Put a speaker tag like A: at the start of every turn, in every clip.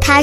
A: 他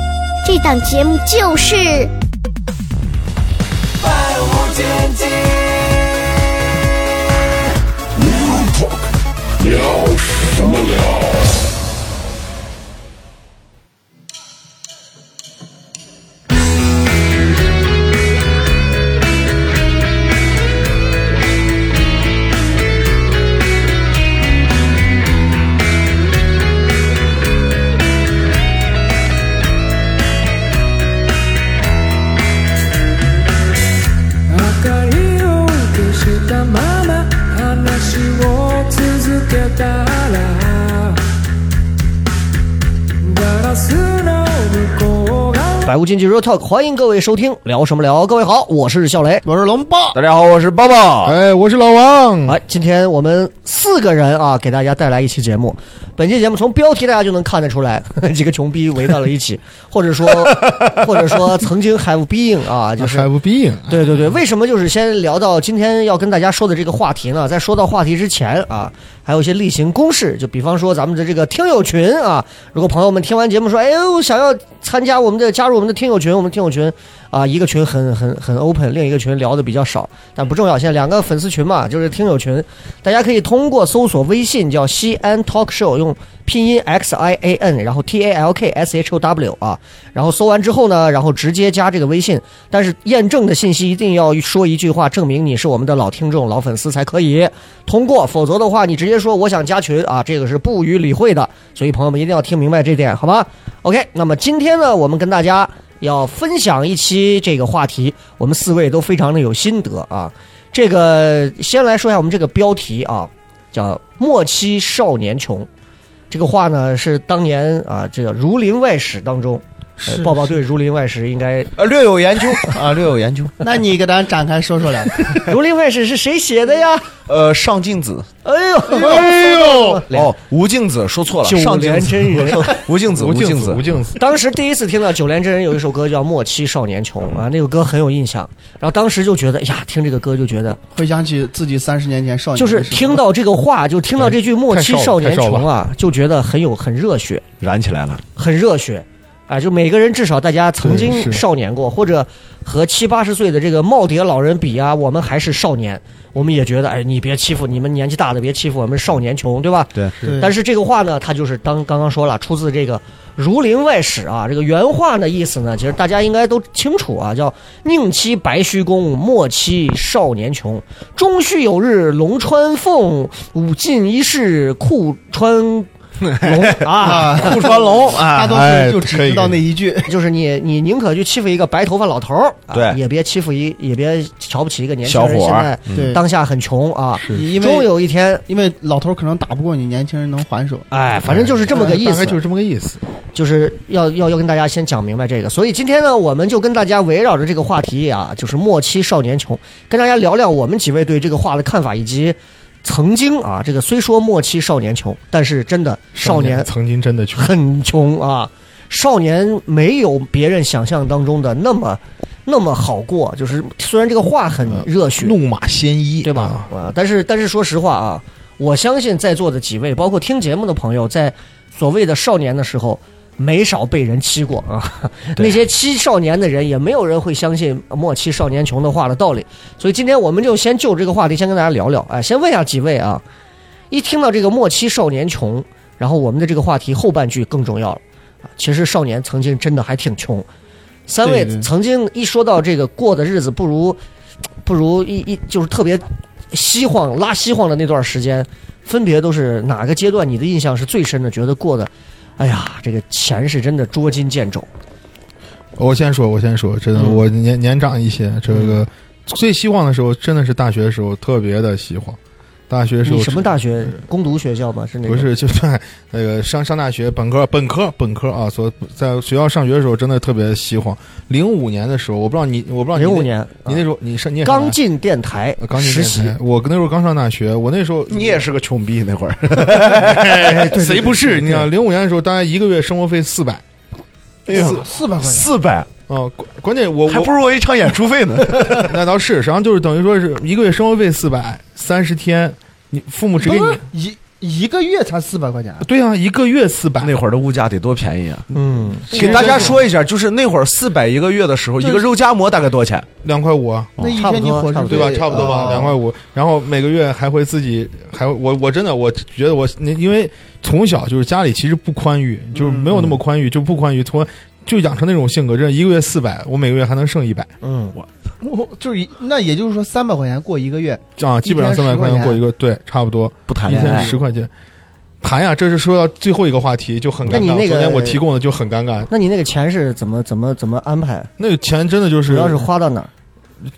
A: 这档节目就是《
B: 百无禁忌。
C: 赤いを消したまま話を続けたらガラスの向こう側
D: 百无禁忌 Real Talk，欢迎各位收听，聊什么聊？各位好，我是笑雷。
E: 我是龙豹，
F: 大家好，我是包包。
E: 哎，我是老王。
D: 哎，今天我们四个人啊，给大家带来一期节目。本期节目从标题大家就能看得出来， 几个穷逼围到了一起，或者说，或者说曾经 have been 啊， 就是
E: have been，
D: 对对对，为什么就是先聊到今天要跟大家说的这个话题呢？在说到话题之前啊，还有一些例行公事，就比方说咱们的这个听友群啊，如果朋友们听完节目说，哎呦，想要参加我们的加入我们的听友群，我们听友群啊，一个群很很很 open，另一个群聊的比较少，但不重要。现在两个粉丝群嘛，就是听友群，大家可以通过搜索微信叫西安 Talk Show，用拼音 X I A N，然后 T A L K S H O W 啊，然后搜完之后呢，然后直接加这个微信，但是验证的信息一定要说一句话，证明你是我们的老听众、老粉丝才可以通过，否则的话，你直接说我想加群啊，这个是不予理会的。所以朋友们一定要听明白这点，好吗？OK，那么今天呢，我们跟大家要分享一期这个话题，我们四位都非常的有心得啊。这个先来说一下我们这个标题啊，叫“莫欺少年穷”。这个话呢是当年啊，这个《儒林外史》当中，呃
E: 是
D: 抱抱对《儒林外史》应该
F: 呃，略有研究 啊，略有研究。
E: 那你给咱展开说说来。
D: 《儒林外史》是谁写的呀？
F: 呃，上镜子
D: 哎呦，
E: 哎呦，
F: 哦，吴敬子说错了，
D: 九
F: 上镜
D: 连
F: 子，
D: 真人。
F: 吴敬子，
E: 吴敬
F: 子，
E: 吴敬子，
D: 当时第一次听到九连真人有一首歌叫《莫欺少年穷》啊，那个歌很有印象。然后当时就觉得，哎呀，听这个歌就觉得，
G: 回想起自己三十年前少年
D: 就
G: 的时候，
D: 是听到这个话，就听到这句“莫欺少年穷”啊，就觉得很有很热血，
F: 燃起来了。
D: 很热血。啊，就每个人至少大家曾
E: 对
D: 经
E: 是
D: 少年过，或者和七八十岁的这个耄耋老人比啊，我们还是少年，我们也觉得，哎，你别欺负你们年纪大的，别欺负我们少年穷，对吧？
F: 对，
G: 对
D: 但是这个话呢，它就是当刚刚说了，出自这个《儒林外史》啊。这个原话的意思呢，其实大家应该都清楚啊，叫“宁欺白须公，莫欺少年穷。终须有日龙穿凤，五进一世裤穿龙啊。”
F: 顾川龙
G: 大
F: 啊，
G: 多数
D: 哎
G: 人就只知道那一句，
D: 就是你，你宁可去欺负一个白头发老头儿，啊
F: 对
D: 也别欺负一，也别瞧不起一个年轻
F: 小
D: 人。
F: 伙
D: 现
F: 儿嗯
D: 在嗯
G: 对，
D: 当下很穷啊，
G: 因
D: 终
G: 为
D: 有一天，
G: 因为老头可能打不过你，年轻人能还手。
D: 哎，反正就是这么个意
E: 大
D: 思
E: 概。就是这么个意思。
D: 就是要要要跟大家先讲明白这个，所以今天呢，我们就跟大家围绕着这个话题啊，就是莫欺少年穷，跟大家聊聊我们几位对这个话的看法，以及曾经啊，这个虽说莫欺少年穷，但是真的少年
E: 曾经真的穷，
D: 很穷啊，少年没有别人想象当中的那么那么好过，啊就是虽然这个话很热血，
E: 怒马鲜衣，
D: 对吧？？啊，但是但是说实话啊，我相信在座的几位，包括听节目的朋友，在所谓的少年的时候，没少被人欺过啊。那些欺少年的人，也没有人会相信“莫欺少年穷”的话的道理。所以今天我们就先就这个话题，先跟大家聊聊。哎，先问一下几位啊，一听到这个“莫欺少年穷”，然后我们的这个话题后半句更重要了。啊其实少年曾经真的还挺穷。三位
G: 对对
D: 曾经一说到这个过的日子不如不如一一就是特别西晃拉西晃的那段时间，分别都是哪个阶段你的印象是最深的？觉得过的，哎呀，这个钱是真的捉襟见肘。
E: 我先说，我先说，真的，
D: 嗯
E: 我年年长一些，这个最希望的时候真的是大学的时候，特别的希望。大学时候
D: 你什么大学？攻读学校吗？是哪个？
E: 不是，就在那个上上大学本科本科本科啊，所在学校上学的时候真的特别喜欢。零五年的时候，我不知道你，我不知道你那
D: 零五，年，啊
E: 你那时候你上你也上
D: 刚
E: 大
D: 进电台
E: 呃，刚进
D: 实
E: 电
D: 习
E: 台，我那时候刚上大学，我那时候
F: 你也是个穷逼那会儿，
G: 哎
E: 谁不是？你看零五年的时候，大概一个月生活费四百，
G: 四四百块
F: 哎
G: 钱，
F: 四百，
E: 啊，关关键我
F: 还
E: 我
F: 不如我一场演出 费呢。
E: 那倒是，实际上就是等于说是一个月生活费四百，三十天，你父母只给
G: 不是
E: 你，
G: 一一个月才四百块钱，
E: 对啊，一个月四百，
F: 那会儿的物价得多便宜啊！
D: 嗯，
F: 给大家说一下，就是那会儿四百一个月的时候，
G: 就是
F: 一个肉夹馍大概多少钱？
E: 两块五啊，
G: 那一
D: 差不
G: 天你
D: 多
G: 伙食
D: 差不
E: 对吧？差不多
F: 啊
E: 吧，两块。
G: 呃
E: 五。然后每个月还会自己，还会我我真的我觉得我那因为从小就是家里其实不宽裕，就是没
D: 嗯
E: 有那么宽裕，就不宽裕，从就养成那种性格，真的一个月四百，我每个月还能剩一百
D: 嗯，
G: 我就是一那也就是说三百块钱过一个月，
E: 啊，基本上
G: 一天
E: 三百
G: 10
E: 块钱
G: 块
E: 过一个，对，差不多
F: 不谈
E: 一
F: 恋
E: 天
F: 爱，
E: 十块钱。谈呀，这是说到最后一个话题，就很尴
D: 那
E: 尬。
D: 你那个
E: 昨天我提供的就很尴尬，
D: 那你那个钱是怎么怎么怎么安排？
E: 那个钱真的就是
D: 主要是花到哪儿？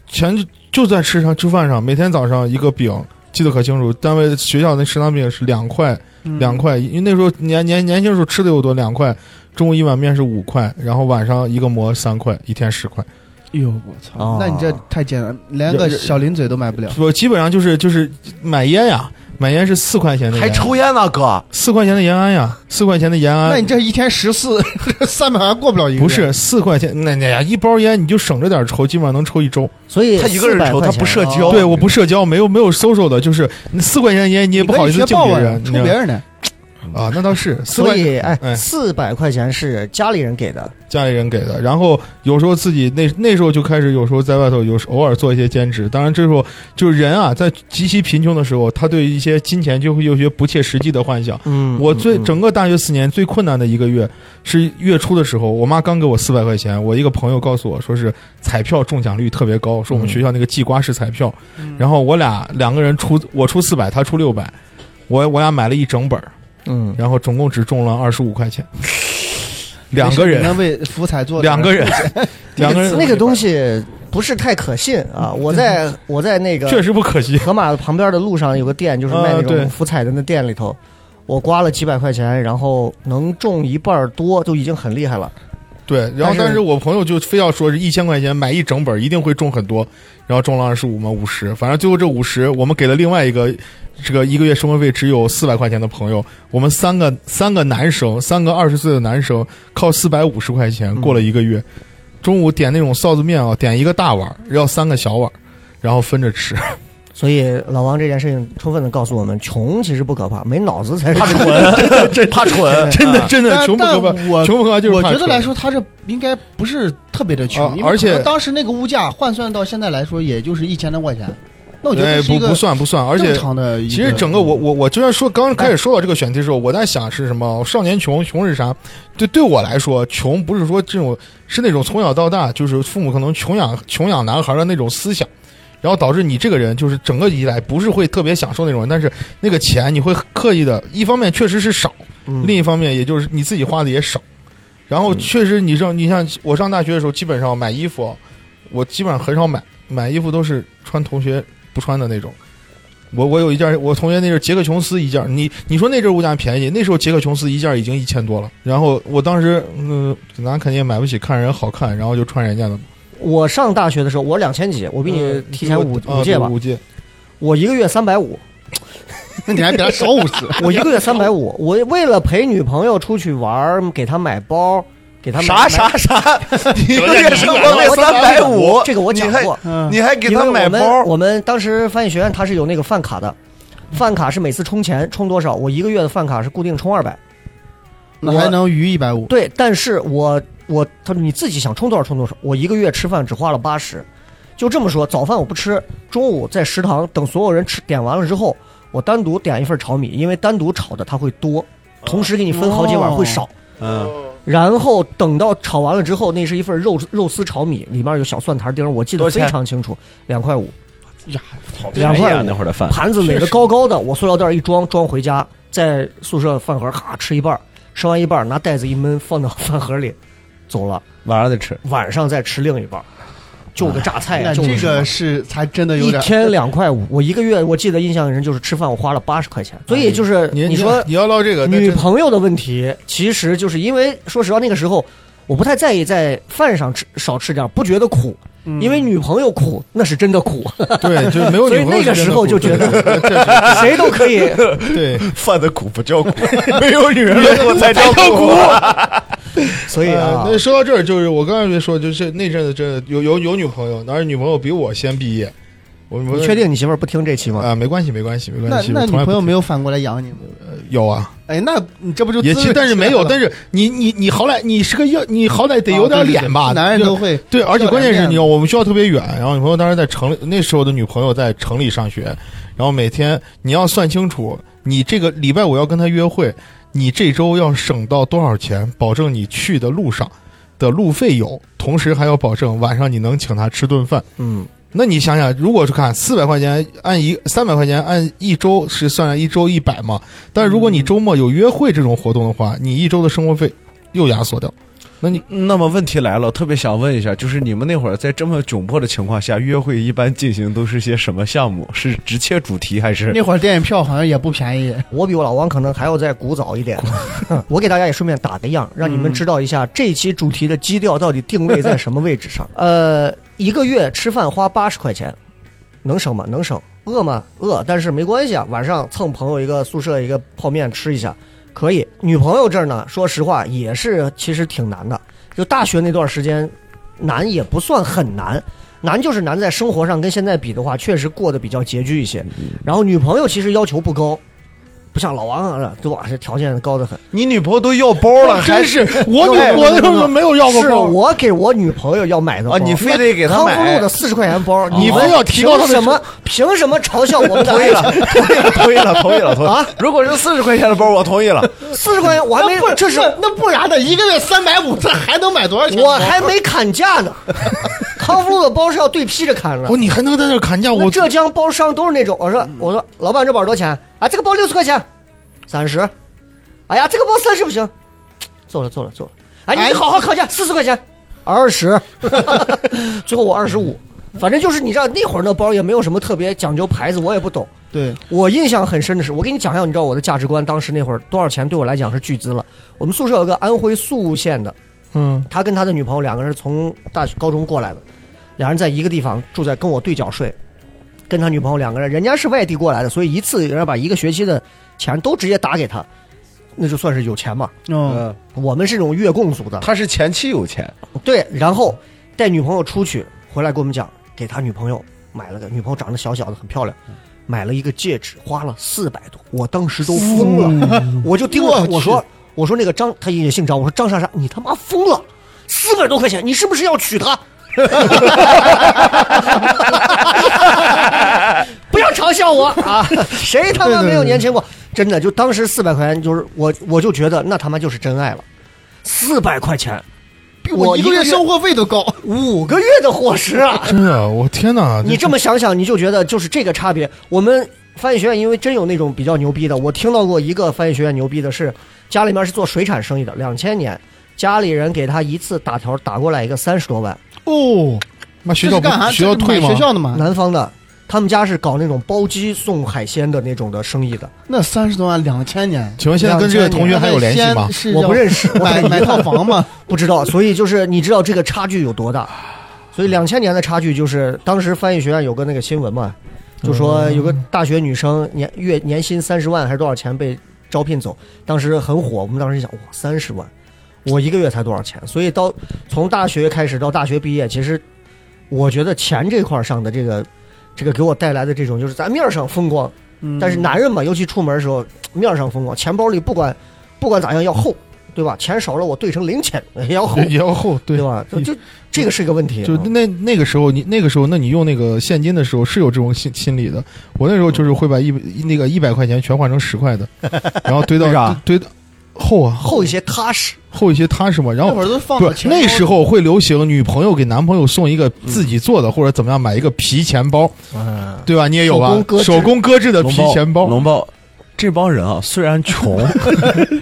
E: 钱就就在吃上吃饭上，每天早上一个饼，记得可清楚。单位学校那食堂饼是两块两块，因为那时候年年年轻时候吃的又多，两块。中午一碗面是五块，然后晚上一个馍三块，一天十块。
G: 哟，我操
D: 哦！
G: 那你这太艰难，连个小零嘴都买不了。
E: 我基本上就是就是买烟呀，买烟是四块钱的烟，
F: 还抽烟呢，哥，
E: 四块钱的延安呀，四块钱的延
G: 那
E: 安
G: 你。这一天十四， 三百还过不了一个
E: 啊
G: 月。
E: 不是四块钱，那那呀一包烟你就省着点抽，基本上能抽一周。
D: 所以
F: 他一个人
D: 400
F: 愁
D: 块
F: 他
D: 钱哦
F: 不社交
E: 对，我不社交，没有没有 social 的，就是那四块钱的烟你也
G: 你
E: 不
G: 可以
E: 好意思
G: 学
E: 敬
G: 豹
E: 别
G: 啊
E: 人，你
G: 抽
E: 知道
G: 别人的。
E: 啊，那倒是。四
D: 所
E: 块
D: 以哎，
E: 哎
D: 四百块钱是家里人给的，
E: 家里人给的，然后有时候自己那那时候就开始，有时候在外头有时偶尔做一些兼职。当然，这时候就是人啊，在极其贫穷的时候，他对一些金钱就会有些不切实际的幻想。
D: 嗯
E: 我最整个大学四年最困难的一个月是月初的时候，我妈刚给我四百块钱，我一个朋友告诉我说是彩票中奖率特别高，说我们学校那个季瓜式彩票，
D: 嗯
E: 然后我俩两个人出我出四百，他出六百，我我俩买了一整本儿，
D: 嗯，
E: 然后总共只中了二十五块钱，两个人
G: 你。能为福彩做
E: 两个人，两个人
D: 那个东西不是太可信啊。我在我在那个
E: 嗯确实不可惜。
D: 河马旁边的路上有个店，就是卖那
E: 啊对
D: 种福彩的那店里头。我刮了几百块钱，然后能中一半儿多，就已经很厉害了。
E: 对，然
D: 但
E: 后
D: 是
E: 但是我朋友就非要说是一千块钱买一整本，一定会中很多，然后中了二十五嘛，五十，反正最后这五十我们给了另外一个这个一个月生活费只有四百块钱的朋友，我们三个三个男生，三个二十岁的男生靠四百五十块钱过了
G: 嗯
E: 一个月，中午点那种臊子面啊，点一个大碗儿，要三个小碗儿，然后分着吃。
D: 所以老王这件事情充分的告诉我们，穷其实不可怕，没脑子才是
F: 怕蠢，怕蠢，
E: 真的真的
G: 啊但
E: 穷不可
G: 但我
E: 怕，穷不可怕就是
G: 我
E: 怕
G: 觉得
E: 穷
G: 来说，他这应该不是特别的穷，
E: 啊
G: 因为
E: 而且
G: 可能当时那个物价换算到现在来说，也就是一千多块钱。那我觉
E: 哎
G: 得这是
E: 不
G: 一个
E: 不算不算，而且
G: 正常的一个。
E: 其实整个我我我就算说刚开始说到这个选题的时候，我在想是什么？少年穷，穷是啥？对对我来说，穷不是说这种，是那种从小到大就是父母可能穷养穷养男孩的那种思想，然后导致你这个人就是整个以来不是会特别享受那种人，但是那个钱你会刻意的，一方面确实是少，
D: 嗯
E: 另一方面也就是你自己花的也少。然后确实你上你像我上大学的时候，基本上买衣服，我基本上很少买，买衣服都是穿同学不穿的那种。我我有一件，我同学那阵杰克琼斯一件，你你说那阵物价便宜，那时候杰克琼斯一件已经一千多了。然后我当时，嗯、咱肯定也买不起，看人好看，然后就穿人家的。
D: 我上大学的时候，我两千几，我比你
E: 嗯
D: 提前五
E: 啊
D: 五届吧
E: 对。五届。
D: 我一个月三百五，
G: 你还比他少五十，
D: 我一个月三百五，我为了陪女朋友出去玩儿，给她买包，给她买
F: 啥
D: 买
F: 啥啥， 你一个月生活费
D: 我
F: 三百五，
D: 这个我讲过，
G: 嗯
F: 你还，你还给
D: 嗯因
F: 他
D: 为
F: 买
D: 我们
F: 包，
D: 我们当时翻译学院它是有那个饭卡的，饭卡是每次充钱充多少，我一个月的饭卡是固定充二百。
G: 那还能余一百五。
D: 对，但是我我他说你自己想充多少充多少，我一个月吃饭只花了八十，就这么说，早饭我不吃，中午在食堂等所有人吃点完了之后，我单独点一份炒米，因为单独炒的它会多，同时给你分好几碗会少。
F: 嗯，
D: 然后等到炒完了之后，那是一份肉肉丝炒米，里面有小蒜苔丁儿，我记得
F: 多少
D: 非
F: 钱哎
D: 常清楚，两块五，
F: 两
D: 两
F: 块
D: 块
F: 那
D: 五，
F: 会儿的饭，
D: 盘子垒得高高的，我塑料袋一装，装回家，在宿舍饭盒咔吃一半儿，吃完一半儿拿袋子一闷，放到饭盒里，走了。
F: 晚上再吃，
D: 晚上再吃另一半儿。就个榨菜啊，
G: 那
D: 就
G: 这
D: 什
G: 个
D: 么
G: 是才真的有
D: 一
G: 点。
D: 天两块五，我一个月我记得印象很深，就是吃饭我花了八十块钱，所以就是
E: 你
D: 你说
E: 你要唠这个，那
D: 女
E: 真
D: 朋友的问题，其实就是因为说实话那个时候。我不太在意在饭上吃少吃点，不觉得苦，因为女朋友苦那是真的苦，
E: 对，就是没有
D: 所
E: 女
D: 以
E: 朋友
D: 那个
E: 是真的
D: 时候
E: 苦
D: 就觉得
E: 对对对
D: 谁都可以
E: 对，
F: 犯的苦不叫 苦，没有女人的苦才叫苦。
D: 所以啊
E: 呃，那说到这儿，就是我刚才没说，就是那阵子真的有有有女朋友，而且女朋友比我先毕业。我我
D: 你确定你媳妇儿不听这期吗？
E: 啊？没关系，没关系，没
G: 那
E: 关系。
G: 那
E: 我
G: 女
E: 从来
G: 朋友
E: 不
G: 没有反过来养你吗？
E: 有啊，
G: 哎，那你这不就
E: 也
G: 自
E: 其但是没有，但
G: 是
E: 是你你你好歹你是个要，你好歹得
G: 啊
E: 有点脸吧？
G: 男人
E: 就
G: 都会
E: 啊对，而且关键是
G: 要脸面
E: 你知道，我们学校特别远，然后女朋友当时在城里，那时候的女朋友在城里上学，然后每天你要算清楚，你这个礼拜五要跟她约会，你这周要省到多少钱，保证你去的路上的路费有，同时还要保证晚上你能请她吃顿饭。
D: 嗯，
E: 那你想想，如果是看四百块钱按一三百块钱按一周是算来一周一百嘛，但是如果你周末有约会这种活动的话，你一周的生活费又压缩掉。那你
F: 那么问题来了，特别想问一下，就是你们那会儿在这么窘迫的情况下，约会一般进行都是些什么项目？是直切主题还是
G: 那会儿电影票好像也不便宜，
D: 我比我老王可能还要再古早一点。 我给大家也顺便打个样，让你们知道一下这期主题的基调到底定位在什么位置上。呃，一个月吃饭花八十块钱，能省吗？能省。饿吗？饿，但是没关系啊，晚上蹭朋友一个宿舍一个泡面吃一下，可以。女朋友这儿呢，说实话也是其实挺难的，就大学那段时间难也不算很难。难就是难在生活上跟现在比的话，确实过得比较拮据一些。然后女朋友其实要求不高，不像老王啊，对吧？这条件高得很。
F: 你女朋友都要包了，还
E: 真是我
D: 哎
E: 我
D: 不
E: 我
D: 不不
E: 我没有要过
D: 是
E: 包。
D: 我给我女朋友要买的包
F: 啊？你非得给她
D: 康复
F: 买
D: 路的？四十块钱包，
E: 你
D: 们
E: 非要提高她
D: 凭什
E: 的
D: 么？凭什么嘲笑我们的
F: 同意
D: 爱
F: 了，
D: 情？
F: 同意了，同意了，同意了，同意
D: 啊
F: 了。如果是四十块钱的包，我同意了。
D: 四十块钱我还没，这是
G: 那不然的，一个月三百五，这还能买多少钱的包？
D: 我还没砍价呢。康复路的包是要对批着砍的
E: 哦我。你还能在这儿砍价？
D: 那
E: 我
D: 浙江包商都是那种，我
G: 嗯
D: 说我说老板这包多少钱？啊，这个包六十块钱，三十。哎呀，这个包三十不行，做了做了做了。哎，你
G: 哎
D: 好好考价，四十块钱，二十。 最后我二十五，反正就是你知道那会儿那包也没有什么特别讲究牌子，我也不懂。
G: 对，
D: 我印象很深的是，我给你讲一下，你知道我的价值观，当时那会儿多少钱对我来讲是巨资了。我们宿舍有个安徽宿县的，
E: 嗯，
D: 他跟他的女朋友两个人是从大学高中过来的，两人在一个地方住在跟我对角睡，跟他女朋友两个人，人家是外地过来的，所以一次人家把一个学期的钱都直接打给他，那就算是有钱嘛。呃
G: 嗯，
F: 嗯，
D: 我们是这种月供族的，
F: 他是前妻有钱，
D: 对，然后带女朋友出去，回来跟我们讲，给他女朋友买了个，女朋友长得小小的，很漂亮，买了一个戒指，花了四百多，我当时都疯了，我就盯着他我说，我说那个张，他也姓张，我说张莎莎，你他妈疯了，四百多块钱，你是不是要娶她？不要嘲笑我啊！谁他妈没有年轻过？真的，就当时四百块钱，就是我，我就觉得那他妈就是真爱了。四百块钱，
G: 比
D: 我
G: 我
D: 一
G: 一
D: 个
G: 个
D: 月
G: 月生活费都高。
D: 五个月的伙食 啊！
E: 真的，我天哪！
D: 你这么想想，你就觉得就是这个差别。我们翻译学院因为真有那种比较牛逼的，我听到过一个翻译学院牛逼的是，家里面是做水产生意的，两千年，家里人给他一次打条打过来一个三十多万，
E: 哦，妈学
G: 这
E: 校
G: 是
E: 不
G: 干啥？
E: 学校
G: 这是
E: 退
G: 买
E: 吗？
G: 学校的嘛？
D: 南方的，他们家是搞那种包机送海鲜的那种的生意的，
G: 那三十多万，两千年，
E: 请问现在跟这位同学还有联系吗
G: 那？先是要
D: 我不认识，我
G: 买
D: 很
G: 买
D: 遗憾
G: 套房嘛？
D: 不知道，所以就是你知道这个差距有多大？所以两千年的差距就是当时翻译学院有个那个新闻嘛，就说有个大学女生年月年薪三十万还是多少钱被招聘走，当时很火。我们当时想，哇，三十万，我一个月才多少钱？所以到从大学开始到大学毕业，其实我觉得钱这块儿上的这个这个给我带来的这种就是咱面儿上风光，
G: 嗯
D: 但是男人嘛，尤其出门的时候，面儿上风光，钱包里不管不管咋样要厚，对吧？钱少了我兑成零钱 也要厚，
E: 也要后对
D: 对吧？就就这个是一个问题啊。
E: 就那那个时候，你那个时候，那你用那个现金的时候是有这种心心理的。我那时候就是会把一那个一百块钱全换成十块 的，然后堆
F: 为
E: 到
F: 啥
E: 堆到厚啊
D: 厚一些踏实，
E: 厚一些踏实嘛。然
G: 那
E: 后
G: 会儿都放
E: 不
G: 到
E: 是
G: 钱
E: 那
G: 包
E: 时候会流行女朋友给男朋友送一个自己做的或者怎么样买一个皮钱包，
D: 嗯，
E: 啊对吧？你也有吧
D: 手工？搁置
E: 手工搁置的皮钱包，
F: 呃龙包，这帮人啊，虽然 穷，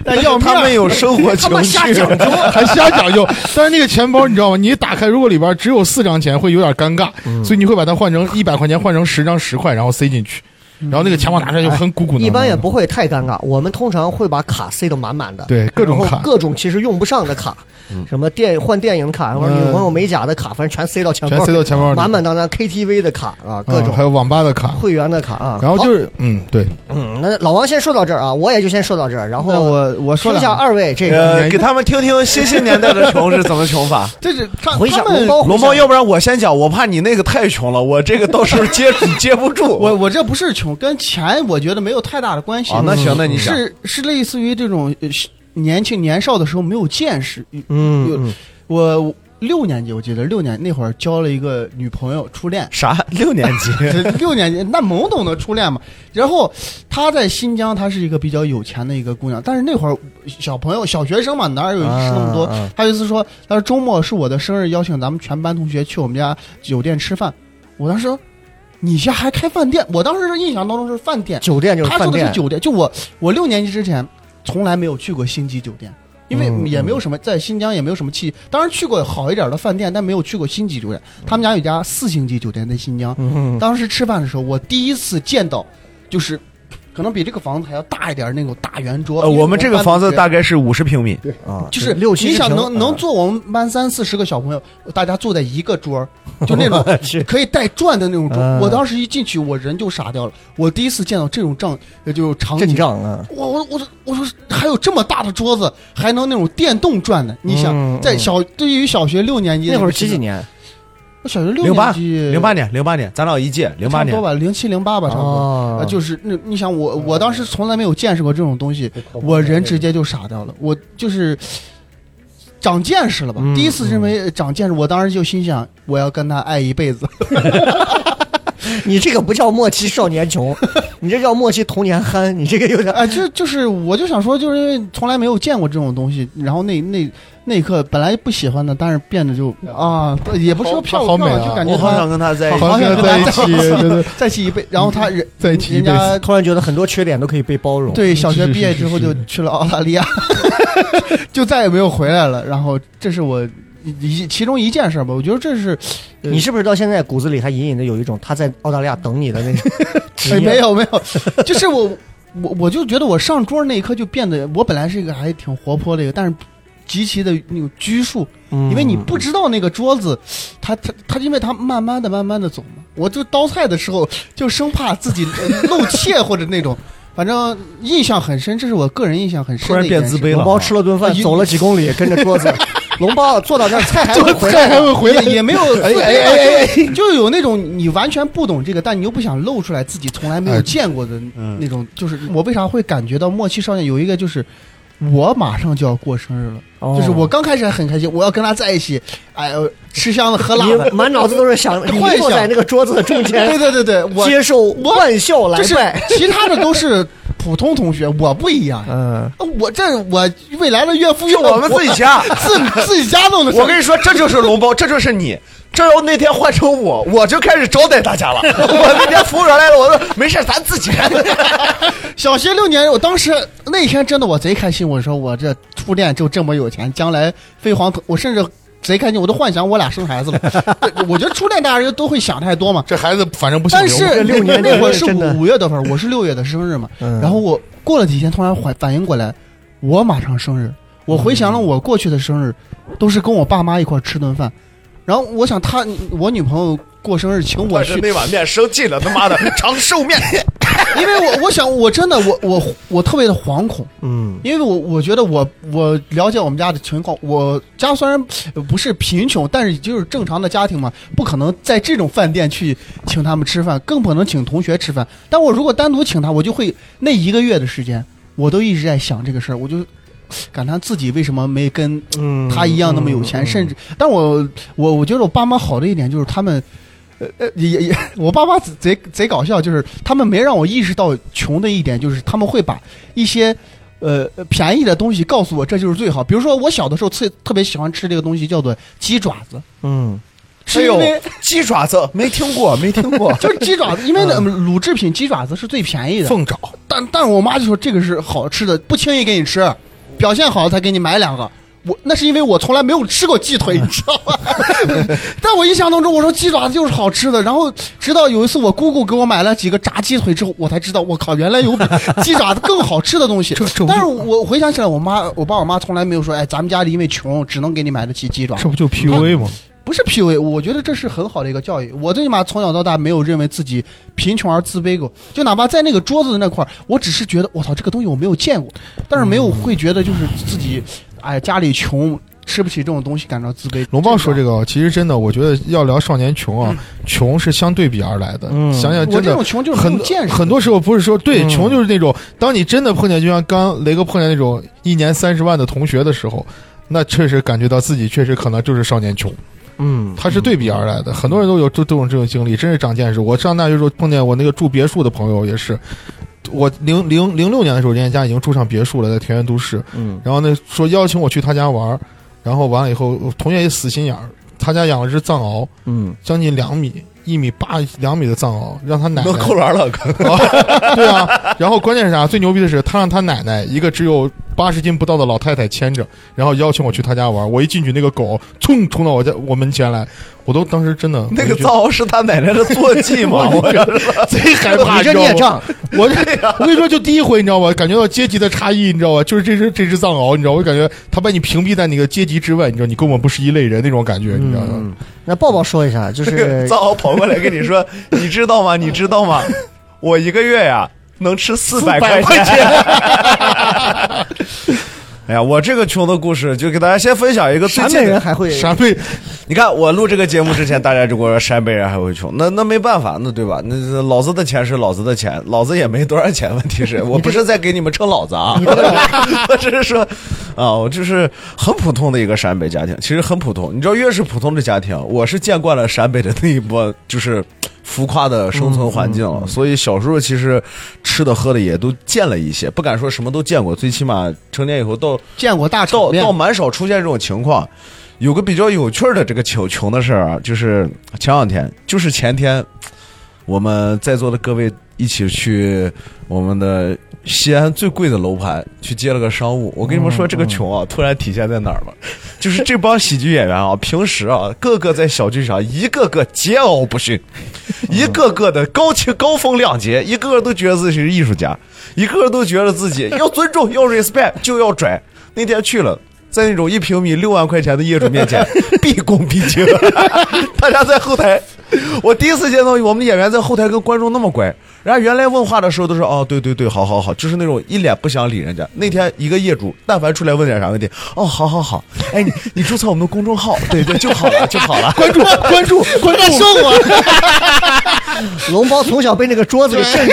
E: 但要
F: 他们
E: 面
F: 有生活情趣。啊
E: 还瞎讲究，但是那个钱包你知道吗？你一打开，如果里边只有四张钱，会有点尴尬，所以你会把它换成一百块钱，换成十张十块，然后塞进去，然后那个钱包拿出来就很鼓鼓囊
D: 嗯
E: 囊。
D: 一般也不会太尴尬。我们通常会把卡塞得满满的，
E: 对各种
D: 然后
E: 卡
D: 各种其实用不上的卡，什么电换电影卡，或者女
E: 嗯
D: 朋友美甲的卡，反正全塞到钱包，
E: 全塞到钱包里，嗯
D: 满满当当 KTV 的卡啊，各
E: 嗯还
D: 种
E: 有网吧的卡，
D: 会员的卡啊。
E: 然后
D: 好
E: 就是嗯，对，
D: 嗯，那老王先说到这儿啊，我也就先说到这儿，然
G: 那
D: 后
G: 我我说
D: 说一下
G: 两个，
D: 二位这个
F: 呃，给他们听听新兴年代的穷是怎么穷法。
G: 这是他
D: 回想
G: 他们
D: 龙包
F: 龙猫，要不然我先讲，我怕你那个太穷了，我这个到时候接接不住。
G: 我我这不是穷，跟钱我觉得没有太大的关系。
F: 啊，那行，那你讲，。
G: 是是类似于这种呃是年轻年少的时候没有见识。
D: 嗯嗯
G: 我我六年级我记得六年那会儿交了一个女朋友，初恋
F: 啥六年级？
G: 六年级那懵懂的初恋嘛，然后她在新疆，她是一个比较有钱的一个姑娘，但是那会儿小朋友小学生嘛，哪有那么多？
D: 啊
G: 她有一次说，她说周末是我的生日，邀请咱们全班同学去我们家酒店吃饭。我当时说，你家还开饭店？我当时是印象当中是饭店，
D: 酒店就是
G: 他
D: 饭
G: 说的
D: 店
G: 是，酒店，就我我六年级之前从来没有去过星级酒店，因为
D: 嗯
G: 也没有什么在新疆也没有什么气，当然去过好一点的饭店，但没有去过星级酒店。他们家有一家四星级酒店在新疆，
D: 嗯
G: 当时吃饭的时候，我第一次见到，就是可能比这个房子还要大一点那种大圆桌。
F: 呃，我们这个房子大
G: 因为
F: 概是五十平米，
D: 啊，
G: 就是
D: 六七
G: 你
D: 十
G: 想
D: 平嗯
G: 能能坐我们班三四十个小朋友，大家坐在一个桌儿，就那种
D: 去
G: 可以带转的那种桌
D: 啊
G: 儿。我当时一进去，我人就傻掉了。我第一次见到这种仗，也就是场景
D: 阵，仗啊，
G: 我我我说我说还有这么大的桌子，还能那种电动转的，你想、
D: 嗯
G: 在小对于小学六年级
D: 那会儿
G: 个时
D: 几几
G: 间？
D: 年？
G: 我小学六
F: 零八
G: 年级，
F: 零八年，零八年，咱俩一届，零八
G: 差不
F: 年
G: 多。吧，零七零八吧，差不多。
D: 哦
G: 啊，就是那你想我，
E: 嗯
G: 我当时从来没有见识过这种东西，我人直接就傻掉了，我就是长见识了吧？
D: 嗯
G: 第一次认为长见识，我当时就心想，我要跟他爱一 辈子。
D: 你这个不叫末期少年 穷，你这叫末期童年憨，你这个有点
G: 哎，就就是我就想说，就是因为从来没有见过这种东西，然后那那那一刻本来不喜欢的，但是变得就啊，也不是说漂
E: 好
G: 亮，
E: 美啊
G: 就感觉
F: 我好
G: 他
F: 想跟他在一起。
E: 好想在一起， 真的
G: 在一起一辈，然后他人
E: 在一嗯起一
G: 人
E: 辈子。
G: 家
D: 突然觉得很多缺点都可以被包容。
G: 哎对小学
E: 是
G: 毕业之后
E: 是
G: 就是去了澳大利亚， 就再也没有回来了。然后这是我一其中一件事儿吧，我觉得这是
D: 你是不是到现在骨子里还隐隐的有一种他在澳大利亚等你的那 种职
G: 哎，
D: 业？
G: 没有没有，就是我我我就觉得我上桌那一刻就变得，我本来是一个还挺活泼的一个，但是极其的那种拘束，
D: 嗯，
G: 因为你不知道那个桌子，它它它，因为它慢慢的慢慢的走嘛，我就刀菜的时候就生怕自己呃露怯或者那种，反正印象很深，这是我个人印象很深
F: 突然
G: 的一件
F: 变自
G: 事
F: 卑
D: 龙
F: 了
D: 包吃了顿饭
G: 啊，一
D: 走了几公里，跟着桌 子，龙包坐到那儿菜还
E: 做
D: 不回
E: 菜还
D: 来。
E: 会回来
G: 也，也没有
E: 哎哎哎哎
G: 就就有那种你完全不懂这个，但你又不想露出来自己从来没有见过的
F: 嗯
G: 那种，就是我为啥会感觉到末期少年有一个就是。我马上就要过生日了，
D: 哦
G: 啊就是我刚开始还很开心，我要跟他在一起，哎呦，吃香的喝辣的
D: 你，满脑子都是 想你
G: 幻想
D: 坐在那个桌子的中
G: 对
D: 间，
G: 对对对，我
D: 接受万笑来
G: 就是
D: 拜。
G: 其他的都是普通同学，我不一样，
D: 嗯，
G: 我这我未来的岳父岳
F: 就
G: 母，
F: 我们自己家。
G: 自自己家弄的，
F: 我跟你说，这就是龙包，这就是你。这要那天换成我，我就开始招待大家了。我那天服务员来了，我说没事，咱自己人。
G: 小学六年，我当时那天真的我贼开心，我说我这初恋就这么有钱，将来飞黄腾，我甚至贼开心，我都幻想我俩生孩子了。对我觉得初恋大家都会想太多嘛，
E: 这孩子反正不姓
G: 但
E: 刘，
G: 是
D: 六年
G: 那会儿是
D: 真的
G: 五五月多份儿，我是六月的生日嘛，
D: 嗯
G: 然后我过了几天突然反反应过来，我马上生日，我回想了我过去的生日，都是跟我爸妈一块儿吃顿饭，然后我想他我女朋友过生日请 我
F: 我是
G: 去，
F: 那碗面生气了，他妈的长寿面。
G: 因为我我想我真的我我我特别的惶恐。
D: 嗯，
G: 因为我我觉得我我了解我们家的情况，我家虽然呃不是贫穷，但是就是正常的家庭嘛，不可能在这种饭店去请他们吃饭，更不可能请同学吃饭。但我如果单独请他，我就会那一个月的时间，我都一直在想这个事儿，我就感叹自己为什么没跟
D: 嗯
G: 他一样那么有钱，甚至，但我我我觉得我爸妈好的一点就是他们，呃呃也 也，我爸妈贼贼搞笑，就是他们没让我意识到穷的一点，就是他们会把一些。呃，便宜的东西告诉我这就是最好。比如说，我小的时候特特别喜欢吃这个东西，叫做鸡爪子。
D: 嗯，
G: 是因为。
F: 哎鸡爪子没听过，没听过
G: 就是鸡爪子，因为嗯乳制品鸡爪子是最便宜的，
E: 凤爪，
G: 但但我妈就说这个是好吃的，不轻易给你吃，表现好才给你买两个。我那是因为我从来没有吃过鸡腿，你知道吧？ 但我印象当中，我说鸡爪子就是好吃的。然后直到有一次我姑姑给我买了几个炸鸡腿之后，我才知道，我靠，原来 有比鸡爪子更好吃的东西
E: 这这。不
G: 但是我回想起来，我妈、我爸、我妈从来没有说，哎，咱们家里因为穷，只能给你买得起鸡爪。
E: 这不就 PUA 吗？
G: 不是 PUA，我觉得这是很好的一个教育。我最起码从小到大没有认为自己贫穷而自卑过，就哪怕在那个桌子的那块儿，我只是觉得我操这个东西我没有见过，但是没有会觉得就是自己哎家里穷吃不起这种东西感到自卑。
E: 龙豹说这
G: 个，
E: 个，其实真的，我觉得要聊少年穷啊，穷是相对比而来的。
D: 嗯
E: 想想
G: 我
E: 真
G: 这
E: 的
G: 种穷就是没
E: 很
G: 有见识，
E: 很多时候不是说对
D: 嗯
E: 穷就是那种，当你真的碰见，就像刚雷哥碰见那种一年三十万的同学的时候，那确实感觉到自己确实可能就是少年穷，
D: 嗯，
E: 他是对比而来的。很多人都有这这种这种经历，真是长见识。我上大学的时候碰见我那个住别墅的朋友也是，我零零零六年的时候，人家家已经住上别墅了，在田园都市。
D: 嗯，
E: 然后呢说邀请我去他家玩儿，然后完了以后，我同学也死心眼儿，他家养了只藏獒，
D: 嗯，
E: 将近两米。一米八两米的藏獒，让他奶奶
F: 能扣篮了，
E: 对啊，然后关键是啥？最牛逼的是，他让他奶奶一个只有八十斤不到的老太太牵着，然后邀请我去他家玩。我一进去，那个狗冲冲到我家我门前来，我都当时真的
F: 那个
E: 我就
F: 藏獒是他奶奶的坐骑吗？我觉得
E: 贼害 怕，
D: 你这孽
E: 你知道吗？
D: 障，
E: 我这我跟你说，就第一回，你知道吧？感觉到阶级的差异，你知道吧？就是这只这只藏獒，你知道，我就感觉它把你屏蔽在那个阶级之外，你知道，你跟我们不是一类人那种感觉，你知道吗？
D: 嗯，那抱抱说一下，就
F: 这个
D: 是
F: 藏獒跑过来跟你说：“你知道吗？你知道吗？我一个月呀能吃四百块钱。 哎呀，我这个穷的故事就给大家先分享一个最
D: 陕
F: 近
D: 北
F: 的
D: 人还会
E: 陕北
F: 你看我录这个节目之前，大家就跟我说陕北人还会穷，那那没办法，那对吧？ 那那老子的钱是老子的钱，老子也没多少钱。问题是 我不是在给你们称老子啊，我只是说啊，我就是很普通的一个陕北家庭，其实很普通。你知道，越是普通的家庭，我是见惯了陕北的那一波就是浮夸的生存环境了，所以小时候其实吃的喝的也都见了一些，不敢说什么都见过，最起码成年以后到
G: 见过大场
F: 倒
G: 面
F: 倒，蛮少出现这种情况。有个比较有趣儿的这个求穷的事儿啊，就是前两天，就是前天，我们在座的各位一起去我们的西安最贵的楼盘去接了个商务。我跟你们说，这
G: 嗯
F: 个穷啊，突然体现在哪儿了？就是这帮喜剧演员啊，平时啊，个个在小剧场，一个个桀骜不驯， 一个个的高情高风亮节，一个个都觉得自己是艺术家，一个个都觉得自己要尊重，要 respect，就要拽。那天去了。在那种一平米六万块钱的业主面前，毕恭毕敬。 大家在后台，我第一次见到我们演员在后台跟观众那么乖。人家原来问话的时候都是哦，对对对，好好好，就是那种一脸不想理人家。那天一个业主，但凡出来问点啥问题，哦，好好好，哎，你你注册我们的公众号，对对，就好了就好了。
E: 关注关注关注，
G: 说我。
D: 龙包从小被那个桌子给震住，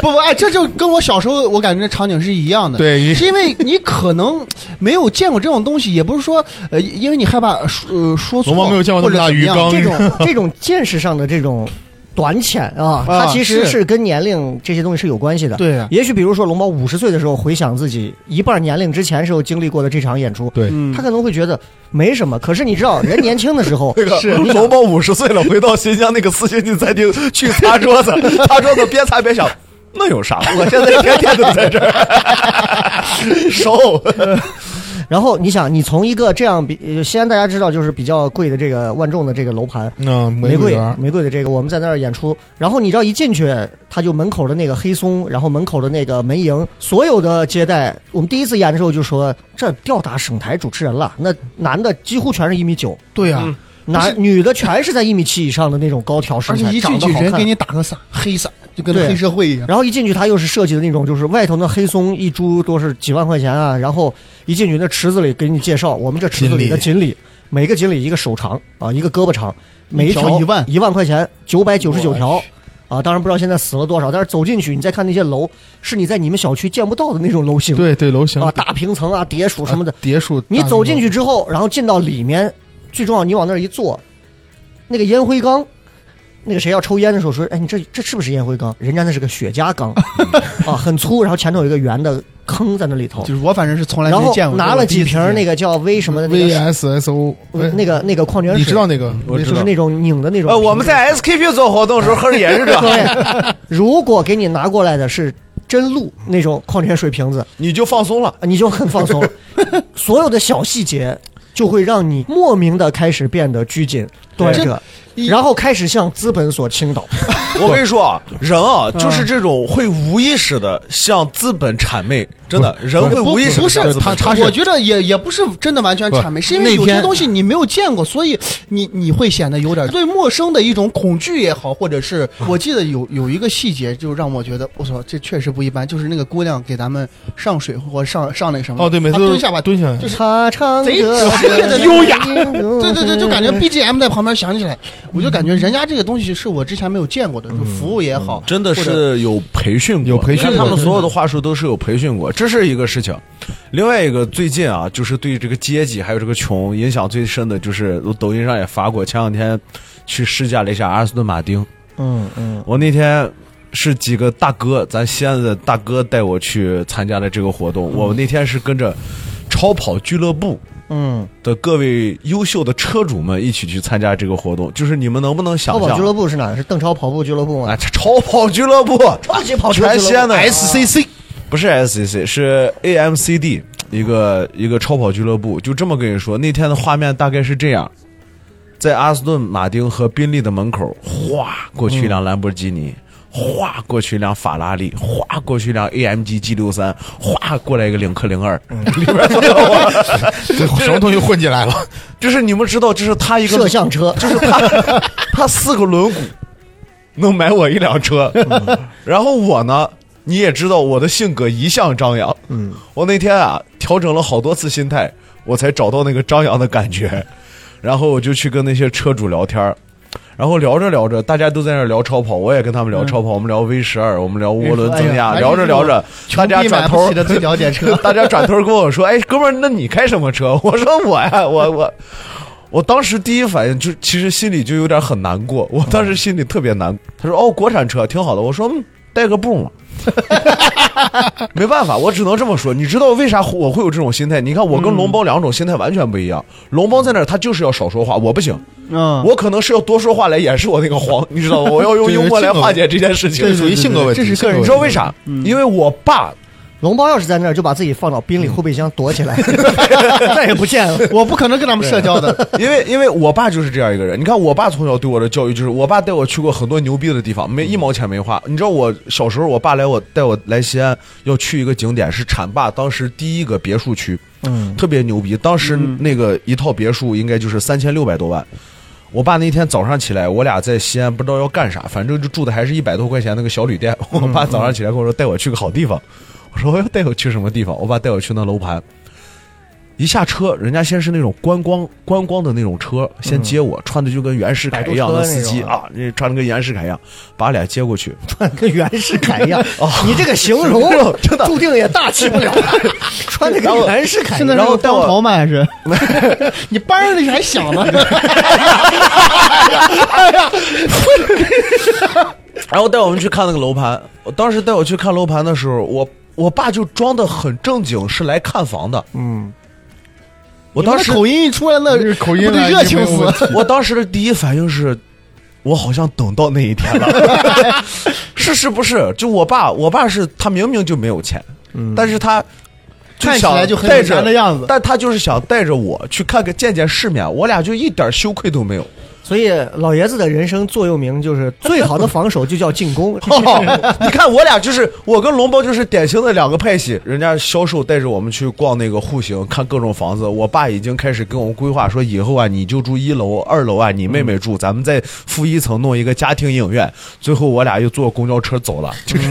G: 不不，哎，这就跟我小时候我感觉场景是一样的。
E: 对
G: 是因为你可能没有见过这种东西，也不是说呃，因为你害怕呃说呃说错，
E: 龙王没有见过那么大
G: 或者怎
E: 鱼
G: 样
E: 缸啊
D: 这种这种见识上的这种短浅啊，它其实是跟年龄这些东西是有关系的。
G: 对啊
D: 也许比如说龙猫五十岁的时候回想自己一半年龄之前时候经历过的这场演出，
E: 对，
G: 嗯
D: 他可能会觉得没什么。可是你知道，人年轻的时 候
F: 那个龙猫五十岁了，回到新疆那个四星级餐厅去擦桌子，擦桌子边擦边想，那有啥？我现在天天都在这儿熟。
D: 然后你想，你从一个这样比呃西安大家知道就是比较贵的这个万众的这个楼盘。
E: 那
D: 玫
E: 玫
D: 瑰
E: 园，
D: 玫瑰的这个，我们在那儿演出，然后你知道一进去，他就门口的那个黑松，然后门口的那个门迎，所有的接待，我们第一次演的时候就说，这吊打省台主持人了。那男的几乎全是一米九，
G: 对啊，
D: 男女的全是在一米七以上的那种高挑
G: 而
D: 身
G: 且
D: 材，
G: 一
D: 长
G: 进
D: 得
G: 去
D: 好
G: 人给
D: 看。
G: 你打个伞，黑伞就跟
D: 对
G: 黑社会一样。
D: 然后一进去，他又是设计的那种，就是外头那黑松一株都是几万块钱啊，然后一进去那池子里给你介绍，我们这池子里的锦鲤，每个锦鲤一个手长啊，一个胳膊长，每
G: 嗯一条
D: 条
G: 一万
D: 一万块钱，九百九十九
E: 我
D: 条。啊，当然不知道现在死了多少，但是走进去，你再看那些楼，是你在你们小区见不到的那种楼型，
E: 对对，楼形
D: 啊，大平层啊，别墅什么的，
E: 啊别墅，
D: 你
E: 大
D: 走
E: 楼
D: 进去之后，然后进到里面，最重要，你往那儿一坐，那个烟灰缸那个谁要抽烟的时候说：“哎，你这这是不是烟灰缸？人家那是个雪茄缸，啊，很粗，然后前头有一个圆的坑在那里头。
G: 就是我反正是从来
D: 然
G: 没
D: 后
G: 见过。
D: 拿了几瓶那
G: 个，
D: 个叫 V 什么的那个
E: VSSO，
D: 呃那个那个矿泉水，
E: 你知道那个？
F: 我知
D: 就
F: 道
D: 是那种拧的那种。
F: 呃，我们 在 SKP 做活动的时候喝的也是这，
D: 对，如果给你拿过来的是真露那种矿泉水瓶子，
F: 你就放松了。
D: 你就很放 松了。所有的小细节就会让你莫名的开始变得拘谨、端着，
G: 一
D: 然后开始向资本所倾 倒。
F: 我跟你说啊，人啊，就是这种会无意识的向资本谄媚，真的，人会
G: 不
F: 无意识
G: 不
F: 地
G: 是
F: 向资本
E: 他他
F: 谄媚
E: 是
G: 我觉得也也不是真的完全谄媚，
E: 不
G: 是因为
E: 那
G: 有些
E: 天
G: 东西你没有见过，所以你你会显得有点对陌生的一种恐惧也好，或者是我记得有有一个细节，就让我觉得我操，这确实不一般。就是那个姑娘给咱们上水或上上那个什么，
E: 哦，对，每次
G: 她
E: 都
G: 蹲下吧，
E: 蹲下来，
G: 就是
D: 他唱
G: 贼
D: 歌
G: 直接的
D: 优
G: 雅
D: 对
G: 对对对，
D: 嗯
G: 就感觉 BGM 在旁边响起来，我就感觉人家这个东西是我之前没有见过的，就服务也好，
F: 嗯真的
G: 或者
F: 是有培训过，
E: 有培训过
F: 因为他们所有的话术都是有培训过，这是一个事情。另外一个，最近啊，就是对这个阶级还有这个穷影响最深的，就是我抖音上也发过，前两天去试驾了一下阿斯顿马丁，
D: 嗯嗯，
F: 我那天。是几个大哥，咱西安的大哥带我去参加的这个活动。我那天是跟着超跑俱乐部，
D: 嗯，
F: 的各位优秀的车主们一起去参加这个活动，就是你们能不能想
D: 超啊跑俱乐
F: 象？
D: 部是哪？是邓超跑步俱乐部
G: 哎
D: 吗？
F: 啊，超跑俱乐部，
D: 超级跑车
F: 全西安的
D: 啊
E: SCC
F: 不是 SCC，是 AMCD 一个一个超跑俱乐部。就这么跟你说，那天的画面大概是这样：在阿斯顿马丁和宾利的门口，哗过去一辆
D: 嗯
F: 兰博基尼，哗过去一辆法拉利，哗过去一辆 AMG G 六三，哗过来一个领克零二，
D: 嗯
F: 里边坐着我，
E: 这什么东西混进 来了？
F: 就是你们知道，就是他一个
D: 摄像车，
F: 就是他他四个 轮毂能买我一辆车， 然后我呢，你也知道我的性格一向张扬，嗯，我那天啊调整了好多次心态，我才找到那个张扬的感觉，然后我就去跟那些车主聊天儿然后聊着聊着，大家都在那儿聊超跑，我也跟他们聊超跑，我们聊 V 十二，我们聊涡轮增压，
G: 嗯 哎呀
F: 聊着聊着，大
G: 穷
F: 家
G: 逼
F: 转
G: 买
F: 头。
G: 不起的最了解车
F: 大家转头跟我说：“哎，哥们儿，那你开什么车？”我说：“我呀，我我。”我当时第一反应就，其实心里就有点很难过。我当时心里特别难。他说：“哦，国产车挺好的。”我说：“嗯，带个步嘛。”没办法，我只能这么说。你知道为啥我会有这种心态？你看，我跟龙
E: 嗯
F: 包两种心态完全不一样。龙包在那儿，他就是要少说话，我不行，
G: 嗯，
F: 我可能是要多说话来掩饰我那个慌，你知道吗？我要用幽默来化解这件事情。
E: 这属于性格问题，
G: 这是
E: 性
G: 个
E: 格问题嗯
F: 你
G: 人
F: 知道为啥？因为我爸
D: 龙包要是在那儿，就把自己放到
G: 嗯
D: 宾利后备箱躲 起来，再也不见了。
G: 我不可能跟他们社交的，
F: 因为因为我爸就是这样一个人，你看我爸从小对我的教育就是，我爸带我去过很多牛逼的地方，没一毛钱没花。你知道我小时候，我爸来我带我来西安，要去一个景点是浐灞当时第一个别墅区，
D: 嗯，
F: 特别牛逼。当时那个一套别墅应该就是三千六百多万。我爸那天早上起来，我俩在西安不知道要干啥，反正就住的还是一百多块钱那个小旅店。我爸早上起来跟我说带我去个好地方，我说我要带我去什么地方？我爸带我去那楼盘。一下车，人家先是那种观光观光的那种车，先接我，穿的就跟袁世凯一样
D: 嗯摆渡
F: 的
D: 车那
F: 司
D: 种
F: 机
D: 啊
F: 啊，那穿的跟袁世凯一样，把我俩接过去。
D: 跟袁世凯一样。
G: 哦
D: 你这个形 容
F: 真的
D: 注定也大气不 了，穿的跟袁世凯一样。
G: 现在
F: 然后
G: 是
F: 带我
G: 当头吗？还是你班里还小呢？
F: 然后带我们去看那个楼盘。我当时带我去看楼盘的时候，我我爸就装的很正经，是来看房的。
D: 嗯，
F: 我当时
G: 口音一出来， 那
E: 这口音
G: 不
E: 啊
G: 得热情
E: 因为我
G: 死。
F: 我当时的第一反应是，我好像等到那一天了， 是是不是？就我爸，我爸是他明明就没有钱，但是他就
G: 嗯看起
F: 想
G: 来就很
F: 带
G: 有钱
F: 着
G: 的样子
F: 但他就是想带着我去看个见见世面，我俩就一点羞愧都没有。
D: 所以老爷子的人生座右铭就是最好的防守就叫进 攻。
F: 哦，你看我俩就是我跟龙包就是典型的两个派系，人家销售带着我们去逛那个户型，看各种房子。我爸已经开始跟我们规划说，以后啊你就住一楼，二楼啊你妹妹住，咱们在负一层弄一个家庭影院。最后我俩又坐公交车走 了，就是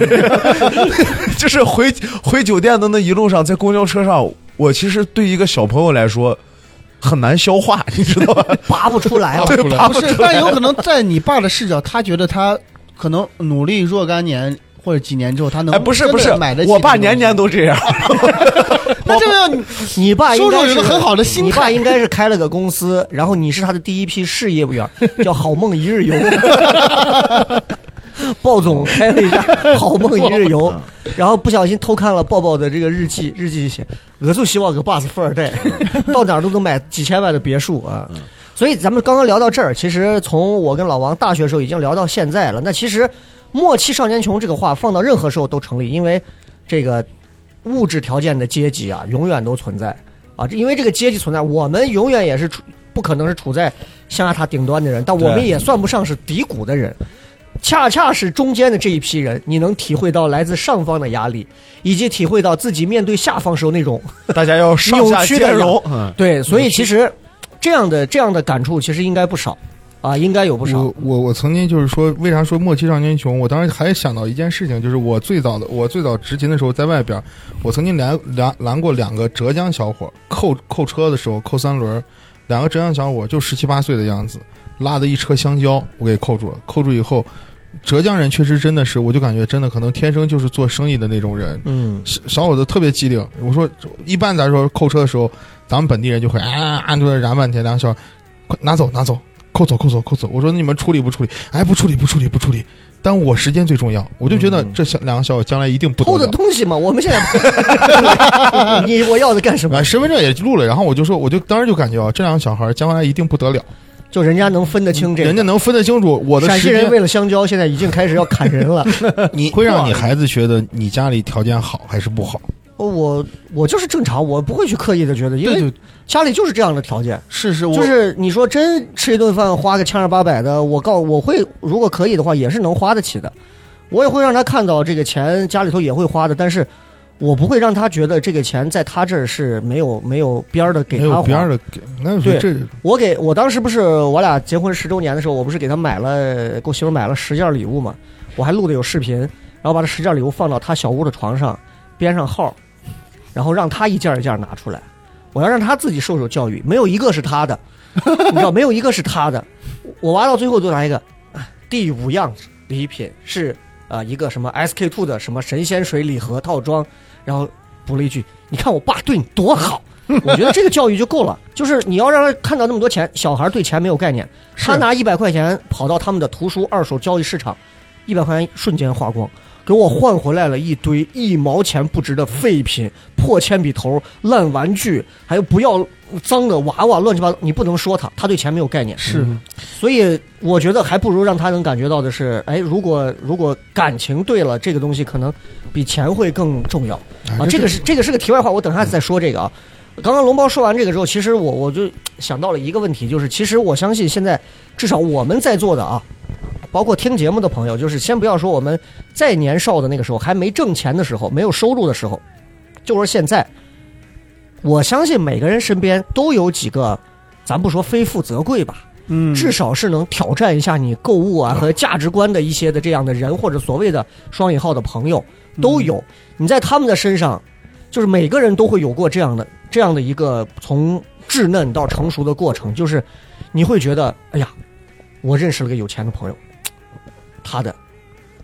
F: 就是回回酒店的那一路上，在公交车上，我其实对一个小朋友来说很难消化，你知道吧？
D: 拔不
G: 哎
D: 出来啊了。
F: 对，
E: 出来
F: 爬
G: 不是，但有可能在你爸的视角，他觉得他可能努力若干年，或者几年之后，他能
F: 哎，不是
G: 真的
F: 不是
G: 买得，起
F: 我爸
G: 这个东
F: 年
G: 西
F: 年都这样。
G: 那这个要
D: 你爸应该
G: 叔叔有
D: 是
G: 个很好的心态
D: 你爸应该是开了个公司，然后你是他的第一批事业 员，叫好梦一日游。鲍总开了一家好梦一日游，
G: 哦
D: 然后不小心偷看了鲍鲍的这个日记，日记写我就希望个爸是富二 代，到哪儿都能买几千万的别墅
G: 嗯
D: 啊。所以咱们刚刚聊到这儿，其实从我跟老王大学时候已经聊到现在了。那其实“莫欺少年穷”这个话放到任何时候都成立，因为这个物质条件的阶级啊，永远都存在啊。这因为这个阶级存在，我们永远也是处不可能是处在象牙塔顶端的人，但我们
F: 对
D: 也算不上是低谷的人。恰恰是中间的这一批人，你能体会到来自上方的压力，以及体会到自己面对下方时候那种
F: 大家要上下
D: 扭曲的
F: 兼
D: 人
F: 容。嗯
D: 对，所以其实这样的这样的感触其实应该不少啊，应该有 不少
E: 我。我我曾经就是说，为啥说莫欺少年穷？我当时还想到一件事情，就是我最早的我最早执勤的时候在外边儿，我曾经拦拦拦过两个浙江小伙儿，扣扣车的时候扣三轮儿，两个浙江小伙儿就十七八岁的样子，拉的一车香蕉，我给扣住了。扣住以后，浙江人确实真的是，我就感觉真的可能天生就是做生意的那种人，
D: 嗯，
E: 小小伙子特别机灵。我说，一般咱说扣车的时候，咱们本地人就会啊，按住那燃半天，两个小孩，快拿走拿走，扣走扣走扣走。我说你们处理不处理？哎，不处理不处理不处理。但我时间最重要，我就觉得这小两个小伙将来一定不
D: 偷
E: 得
D: 的
E: 了。
D: 东西嘛，我们现 在你我要的干什么
E: 啊，？身份证也录了，然后我就说，我就当时就感觉啊，这两个小孩将来一定不得了，
D: 就人家能分得清这个
E: 人家。能分得清楚我的
D: 陕
E: 时
D: 西
E: 间
D: 人为了香蕉，现在已经开始要砍人 了。
E: 你会让你孩子觉得你家里条件好还是不好？
D: 我我就是正常，我不会去刻意的觉得，因
G: 对
D: 为
G: 对
D: 家里就是这样的条件。
G: 是是，我
D: 就是你说真吃一顿饭花个千儿八百的，我告我会如果可以的话，也是能花得起的。我也会让他看到这个钱家里头也会花的，但是我不会让他觉得这个钱在他这儿是没有没有边儿的给
E: 没
D: 他
E: 有边
D: 花
E: 儿。的给，那
D: 对
E: 这
D: 我给我当时不是我俩结婚十周年的时候，我不是给他买了给我媳妇买了十件礼物嘛，我还录的有视频，然后把这十件礼物放到他小屋的床上，编上号，然后让他一件一件拿出来，我要让他自己受受教育，没有一个是他的，你知道没有一个是他的，我娃到最后就拿一个，啊第五样礼品是啊、呃一个什么 SK two 的什么神仙水礼盒套装，然后补了一句：“你看我爸对你多好。”我觉得这个教育就够了，就是你要让他看到那么多钱，小孩对钱没有概念，他拿一百块钱跑到他们的图书二手交易市场，一百块钱瞬间花光，给我换回来了一堆一毛钱不值的废品、破铅笔头、烂玩具，还有不要脏的娃娃，乱七八糟。你不能说他，他对钱没有概念，
G: 是
D: 所以我觉得还不如让他能感觉到的是，哎，如果如果感情对了，这个东西可能比钱会更重要。啊，这个是这个是个题外话，我等下再说这个啊。刚刚龙包说完这个之后，其实我我就想到了一个问题，就是其实我相信现在至少我们在座的啊，包括听节目的朋友，就是先不要说我们在年少的那个时候还没挣钱的时候，没有收入的时候，就说现在，我相信每个人身边都有几个，咱不说非富则贵吧，
G: 嗯
D: 至少是能挑战一下你购物啊和价值观的一些的这样的人，或者所谓的双引号的朋友都有。你在他们的身上，就是每个人都会有过这样的这样的一个从稚嫩到成熟的过程，就是你会觉得，哎呀，我认识了个有钱的朋友，他的，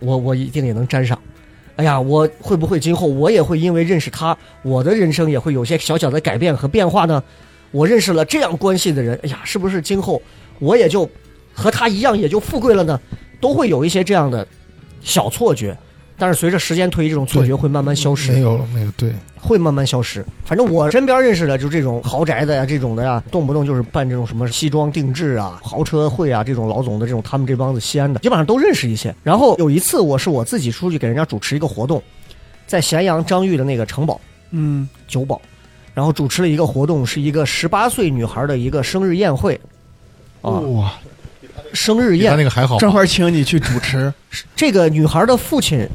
D: 我我一定也能沾上。哎呀，我会不会今后我也会因为认识他，我的人生也会有些小小的改变和变化呢？我认识了这样关系的人，哎呀，是不是今后我也就和他一样，也就富贵了呢？都会有一些这样的小错觉，但是随着时间推移，这种错觉会慢慢消失。
E: 没有了没有对。
D: 会慢慢消失。反正我身边认识的就这种豪宅的呀、这种的呀、动不动就是办这种什么西装定制啊、豪车会啊这种老总的这种，他们这帮子西安的基本上都认识一些。然后有一次我是我自己出去给人家主持一个活动，在咸阳张裕的那个城堡
G: 嗯
D: 酒保，然后主持了一个活动，是一个十八岁女孩的一个生日宴会。啊，
G: 哇，
D: 生日
E: 比他
D: 宴
E: 那个还好，
G: 正好请你去主持，
D: 这个女孩的父亲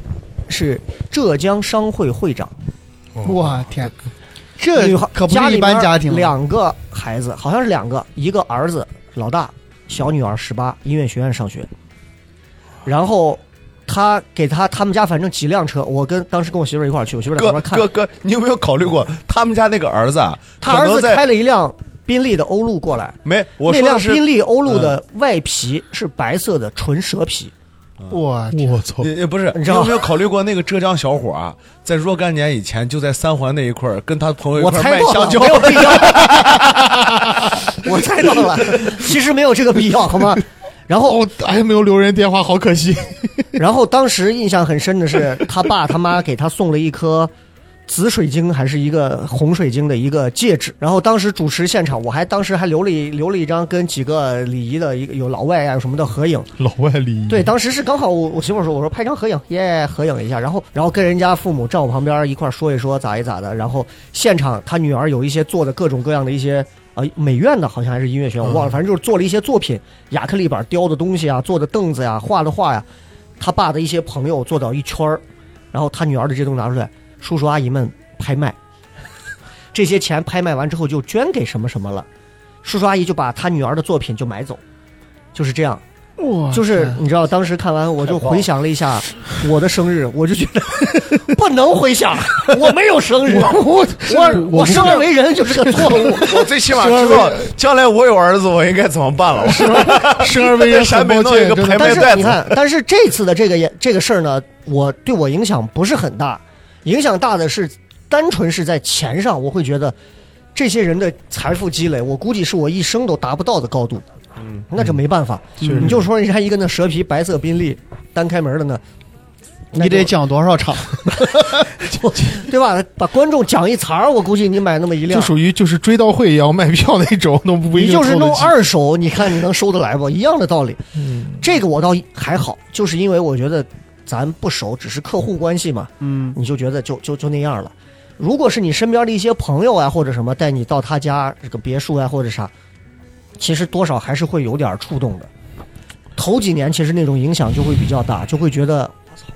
D: 是浙江商会会长，哦
G: 哇天，
D: 女
G: 这
D: 孩
G: 可不是一般家
D: 里
G: 庭啊
D: 面
G: 了，
D: 两个孩子，好像是两个，一个儿子老大，小女儿十八，音乐学院上学。然后他给他他们家反正几辆车，我跟当时跟我媳妇儿一块儿去，我媳妇儿在旁
F: 哥
D: 边看
F: 哥，哥，你有没有考虑过他们家那个儿子啊？
D: 他
F: 可
D: 儿
F: 能
D: 子
F: 在
D: 开了一辆宾利的欧陆过来，
F: 没？我
D: 那
F: 说
D: 辆
F: 的是嗯
D: 宾利欧陆的外皮是白色的纯蛇皮，
G: 我
E: 我操！
F: 呃也也不是，
D: 你
F: 你
D: 知道
F: 有没有考虑过那个浙江小伙啊，在若干年以前就在三环那一块儿跟他朋友一
D: 我
F: 块儿
D: 猜
F: 卖
D: 到了，
F: 香蕉
D: 没？有必要， 我猜到了，其实没有这个必要，好吗？然后
E: 哦，哎，没有留人电话，好可惜。
D: 然后当时印象很深的是，他爸他妈给他送了一颗紫水晶还是一个红水晶的一个戒指。然后当时主持现场，我还当时还留了一留了一张跟几个礼仪的一个有老外啊有什么的合影。
E: 老外礼仪
D: 对，，当时是刚好我我媳妇儿说，我说拍张合影，耶，合影一下，然后然后跟人家父母站我旁边一块儿说一说咋一咋的，然后现场他女儿有一些做的各种各样的一些呃美院的，好像还是音乐学院，我忘了，反正就是做了一些作品，亚克力板雕的东西啊，做的凳子呀、画的画呀，他爸的一些朋友坐到一圈儿，然后他女儿的这东西拿出来，叔叔阿姨们拍卖， 这些钱拍卖完之后就捐给什么什么了，叔叔阿姨就把他女儿的作品就买走，就是这样。
G: 我
D: 啊就是你知道，当时看完我就回想了一下我的生日， 我就觉得 不能回想，我没有生日，我我我生而为人就是个错误。
F: 我最起码知道将来我有儿子，我应该怎么办了。
E: 生而为人
F: 陕
E: 很
F: 北
E: 抱
F: 弄一
E: 歉，
F: 个
E: 真的。
F: 排
D: 但
F: 卖
D: 是
F: 袋
D: 你
F: 子
D: 看，但是这次的这个也这个事儿呢，我对我影响不是很大，影响大的是单纯是在钱上，我会觉得这些人的财富积累，我估计是我一生都达不到的高度。嗯，那这没办法，
E: 实
D: 你就说人家一个那蛇皮白色宾利单开门的呢，那
G: 你
D: 就
G: 得讲多少场？
D: 对吧？把观众讲一茬儿，我估计你买那么一
E: 就
D: 辆，
E: 属于就是追悼会也要卖票那种，都不一
D: 你
E: 定
D: 就是
E: 凑得
D: 弄
E: 齐。
D: 二手，你看你能收得来不？一样的道理。
E: 嗯
D: 这个我倒还好，就是因为我觉得咱不熟，只是客户关系嘛，
G: 嗯，
D: 你就觉得就就就那样了。如果是你身边的一些朋友啊，或者什么带你到他家这个别墅啊，或者啥，其实多少还是会有点触动的。头几年其实那种影响就会比较大，就会觉得我操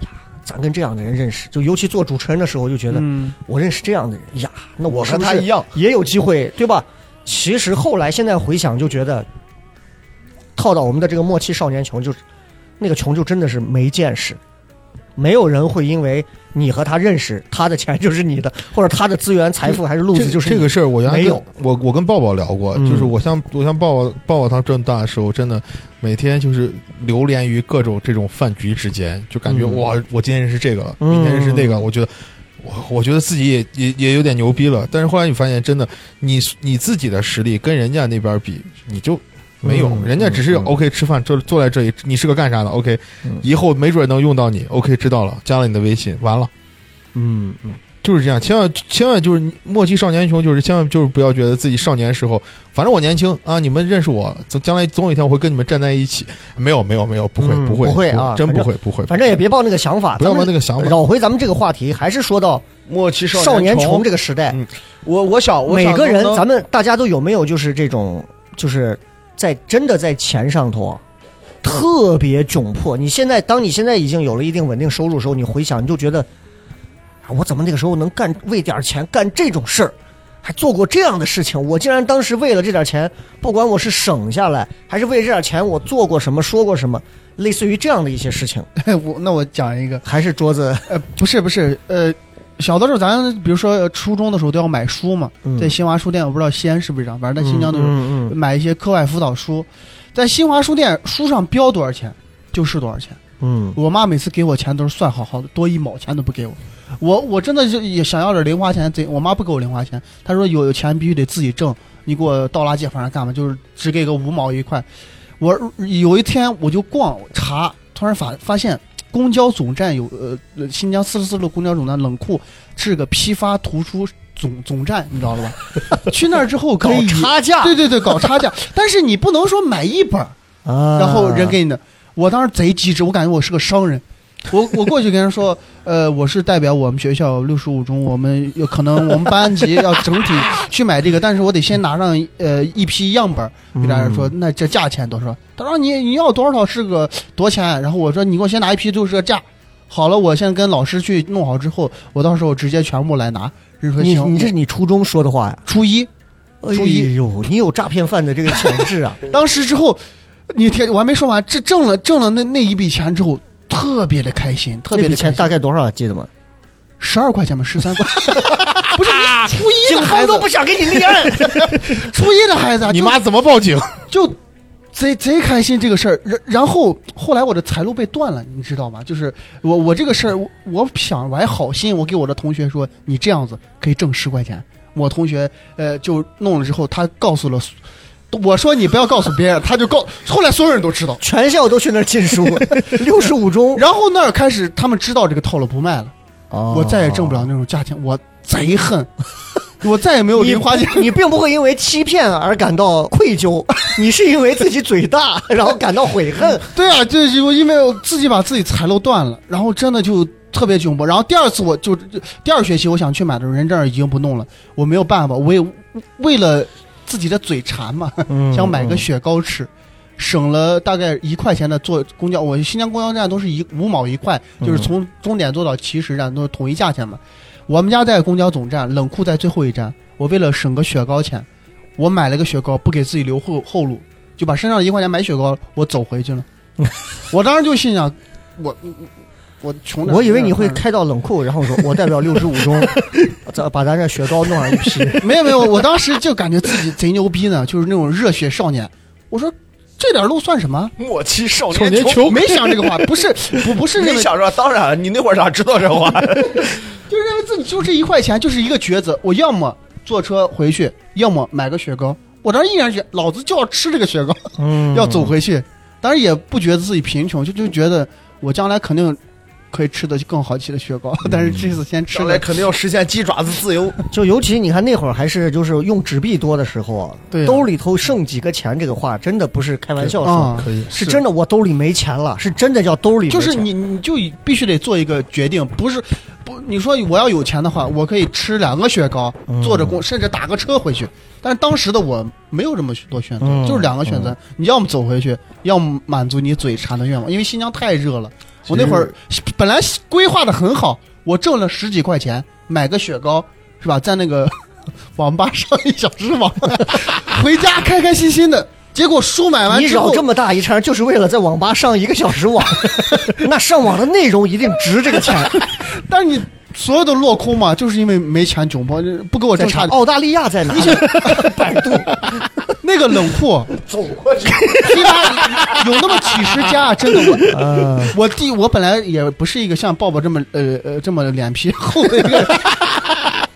D: 呀，咱跟这样的人认识，就尤其做主持人的时候，就觉得
G: 嗯
D: 我认识这样的人呀，那我
F: 我
D: 是
F: 和
D: 不
F: 他一
D: 是
F: 样，
D: 也有机会，对吧？其实后来现在回想，就觉得套到我们的这个默契少年穷，就是那个穷就真的是没见识，没有人会因为你和他认识，他的钱就是你的， 或者他的资源、财富还是路
E: 这
D: 子就是
E: 这
D: 你
E: 个事儿，我原来
D: 没
E: 跟
D: 有
E: 我我跟抱抱聊过，
D: 嗯
E: 就是我像我像抱抱抱抱他这么大的时候，真的每天就是流连于各种这种饭局之间，就感觉、
D: 嗯
E: 哇，我今天认识这个了，
D: 嗯
E: 明天认识那个，我觉得我我觉得自己也也也有点牛逼了。但是后来你发现，真的你你自己的实力跟人家那边比，你就。没有，
D: 嗯嗯
E: 人家只是 OK 吃饭，坐坐在这里，你是个干啥的？OK，以后没准能用到你。OK，知道了，加了你的微信，完了。
D: 嗯嗯，
E: 就是这样，千万千万就是莫欺少年穷，就是千万就是不要觉得自己少年时候，反正我年轻啊，你们认识我，总将来总有一天我会跟你们站在一起。没有没有没有，不会、
D: 嗯
E: 不会
D: 不会啊
E: 真
D: 反
E: 不
D: 正
E: 会不会，
D: 反正也别抱那个想法，
E: 不要问那
D: 个
E: 个想法。
D: 绕回咱们这个话题，还是说到
F: 莫欺
D: 少年
F: 年
D: 穷 这
F: 这，
D: 个时代，
F: 我我想，我想
D: 每个人
F: 能不能
D: 咱们大家都有没有就是这种就是在真的在钱上头啊特别窘迫？你现在当你现在已经有了一定稳定收入的时候，你回想你就觉得，啊我怎么那个时候能干为点钱干这种事儿？还做过这样的事情，我竟然当时为了这点钱，不管我是省下来，还是为这点钱我做过什么、说过什么，类似于这样的一些事情，
G: 哎我那我讲一个，
D: 还是桌子，
G: 呃，不是不是，呃，小的时候咱比如说呃初中的时候都要买书嘛，
D: 嗯
G: 在新华书店，我不知道西安是不是这样，反正在新疆的时候
D: 嗯嗯
G: 买一些课外辅导书，在新华书店书上标多少钱就是多少钱。
D: 嗯
G: 我妈每次给我钱都是算好好的，多一毛钱都不给我。我我真的是也想要点零花钱，贼我妈不给我零花钱，她说有钱必须得自己挣，你给我倒垃圾反正干嘛，就是只给个五毛一块。我有一天我就逛查，突然发发现公交总站有呃呃新疆四十四路公交总站冷库是个批发图书总总站，你知道了吧？去那儿之后可以
D: 搞差价
G: 对对对，搞差价，但是你不能说买一本儿。
D: 嗯，啊
G: 然后人给你的。我当时贼机智，我感觉我是个商人。我我过去跟人说，呃，我是代表我们学校六十五中，我们有可能我们班级要整体去买这个，但是我得先拿上呃一批样本儿
D: 嗯
G: 给大家说，那这价钱多少？他说你你要多少是个多少钱？然后我说你给我先拿一批就是个价。好了，我先跟老师去弄好之后，我到时候直接全部来拿。人说
D: 你
G: 行，
D: 你这是你初中说的话呀？
G: 初一初一
D: 哎呦，你有诈骗犯的这个潜质 啊！
G: 当时之后，你听我还没说完，这挣了挣了那那一笔钱之后，特别的开心，特
D: 那
G: 别
D: 笔
G: 的
D: 钱
G: 开
D: 大
G: 心，
D: 概多少啊记得吗？
G: 十二块钱吧，十三 块，不是初一
D: 警
G: 的孩
D: 方
G: 子
D: 都，不想给你立案。
G: 初一的孩子啊，
E: 你
G: 就
E: 妈怎么报警？
G: 就贼贼开心这个事儿，然然后后来我的财路被断了，你知道吗？就是我我这个事儿，我我想我还好心，我给我的同学说，你这样子可以挣十块钱。我同学呃就弄了之后，他告诉了所，我说你不要告诉别人，他就告，后来所有人都知道，
D: 全校都去那儿禁 书，六十五中，哦
G: 然后那儿开始他们知道这个套路不卖了，
D: 我
G: 我再也挣不了那种价钱，我贼恨，我再也没有
D: 你
G: 零花钱。
D: 你并不会因为欺骗而感到愧 疚，你是因为自己嘴大，然后感到悔恨。
G: 对啊，就是我因为我自己把自己财路断了，然后真的就特别窘迫。然后第二次我就就第二学期我想去买的时候，人证已经不弄了，我没有办法，我也为了自己的嘴馋嘛，嗯想买
D: 嗯
G: 个雪糕吃。省了大概一块钱的坐公交，我新疆公交站都是一五毛一块，
D: 嗯
G: 就是从终点坐到起始站都是统一价钱嘛。我们家在公交总站，冷库在最后一站。我为了省个雪糕钱，我买了个雪糕，不给自己留后后路，就把身上的一块钱买雪糕，我走回 去了。我当时就心想，我我我穷
D: 嗯
G: 点。
D: 我以为你会开到冷库，然后说我代表六十五 中，咱把咱这雪糕弄上一批。
G: 没有没有，我当时就感觉自己贼牛逼呢，就是那种热血少年。我说这点路算什么？
F: 末期少
E: 少年穷
G: 没 想这个话，不是不不是认
F: 你
G: 为
F: 想说，当然，你那会儿咋知道 这话？
G: 就认为自己就这一块钱就是一个抉择，我要么坐车回去，要么买个雪糕。我当时毅然决，老子就要吃这个雪糕，
F: 嗯
G: 要走回去。当然也不觉得自己贫穷，就就觉得我将来肯定可以吃得更好吃的雪糕。 但是这次先吃
F: 将来
G: 了，
F: 肯定要实现鸡爪子自 由。
D: 就尤其你看那会儿还是就是用纸币多的时候啊，
G: 对啊
D: 兜里头剩几个钱这个话真的不是开玩笑说，
G: 啊
E: 可以
D: 是真的我兜里没钱了，是真的叫兜里没
G: 就是
D: 钱
G: 你你就必须得做一个决定，不是不你说我要有钱的话，我可以吃两个雪糕，
D: 嗯
G: 坐着公甚至打个车回去。但是当时的我没有这么多选择，
D: 嗯
G: 就是两个选择，你要么走回去，要么满足你嘴馋的愿望，因为新疆太热了。我那会儿本来规划的很好，我挣了十几块钱买个雪糕，是吧？在那个 网吧上一小时网， 回家开开心心的。结果书买完
D: 你
G: 之
D: 绕
G: 后，
D: 这么大一圈，就是为了在网吧上一个小时网， 那上网的内容一定值这个钱。
G: 但是你所有的落空嘛，就是因为没钱窘迫，就是 不给我
D: 我在
G: 挣
D: 查
G: 差。
D: 澳大利亚在哪里？百度
G: 那个冷库
F: 走过去，
G: 批发有那么几十家，真的我。
D: 嗯
G: 我第我本来也不是一个像抱抱这么呃呃这么脸皮厚的 一个人，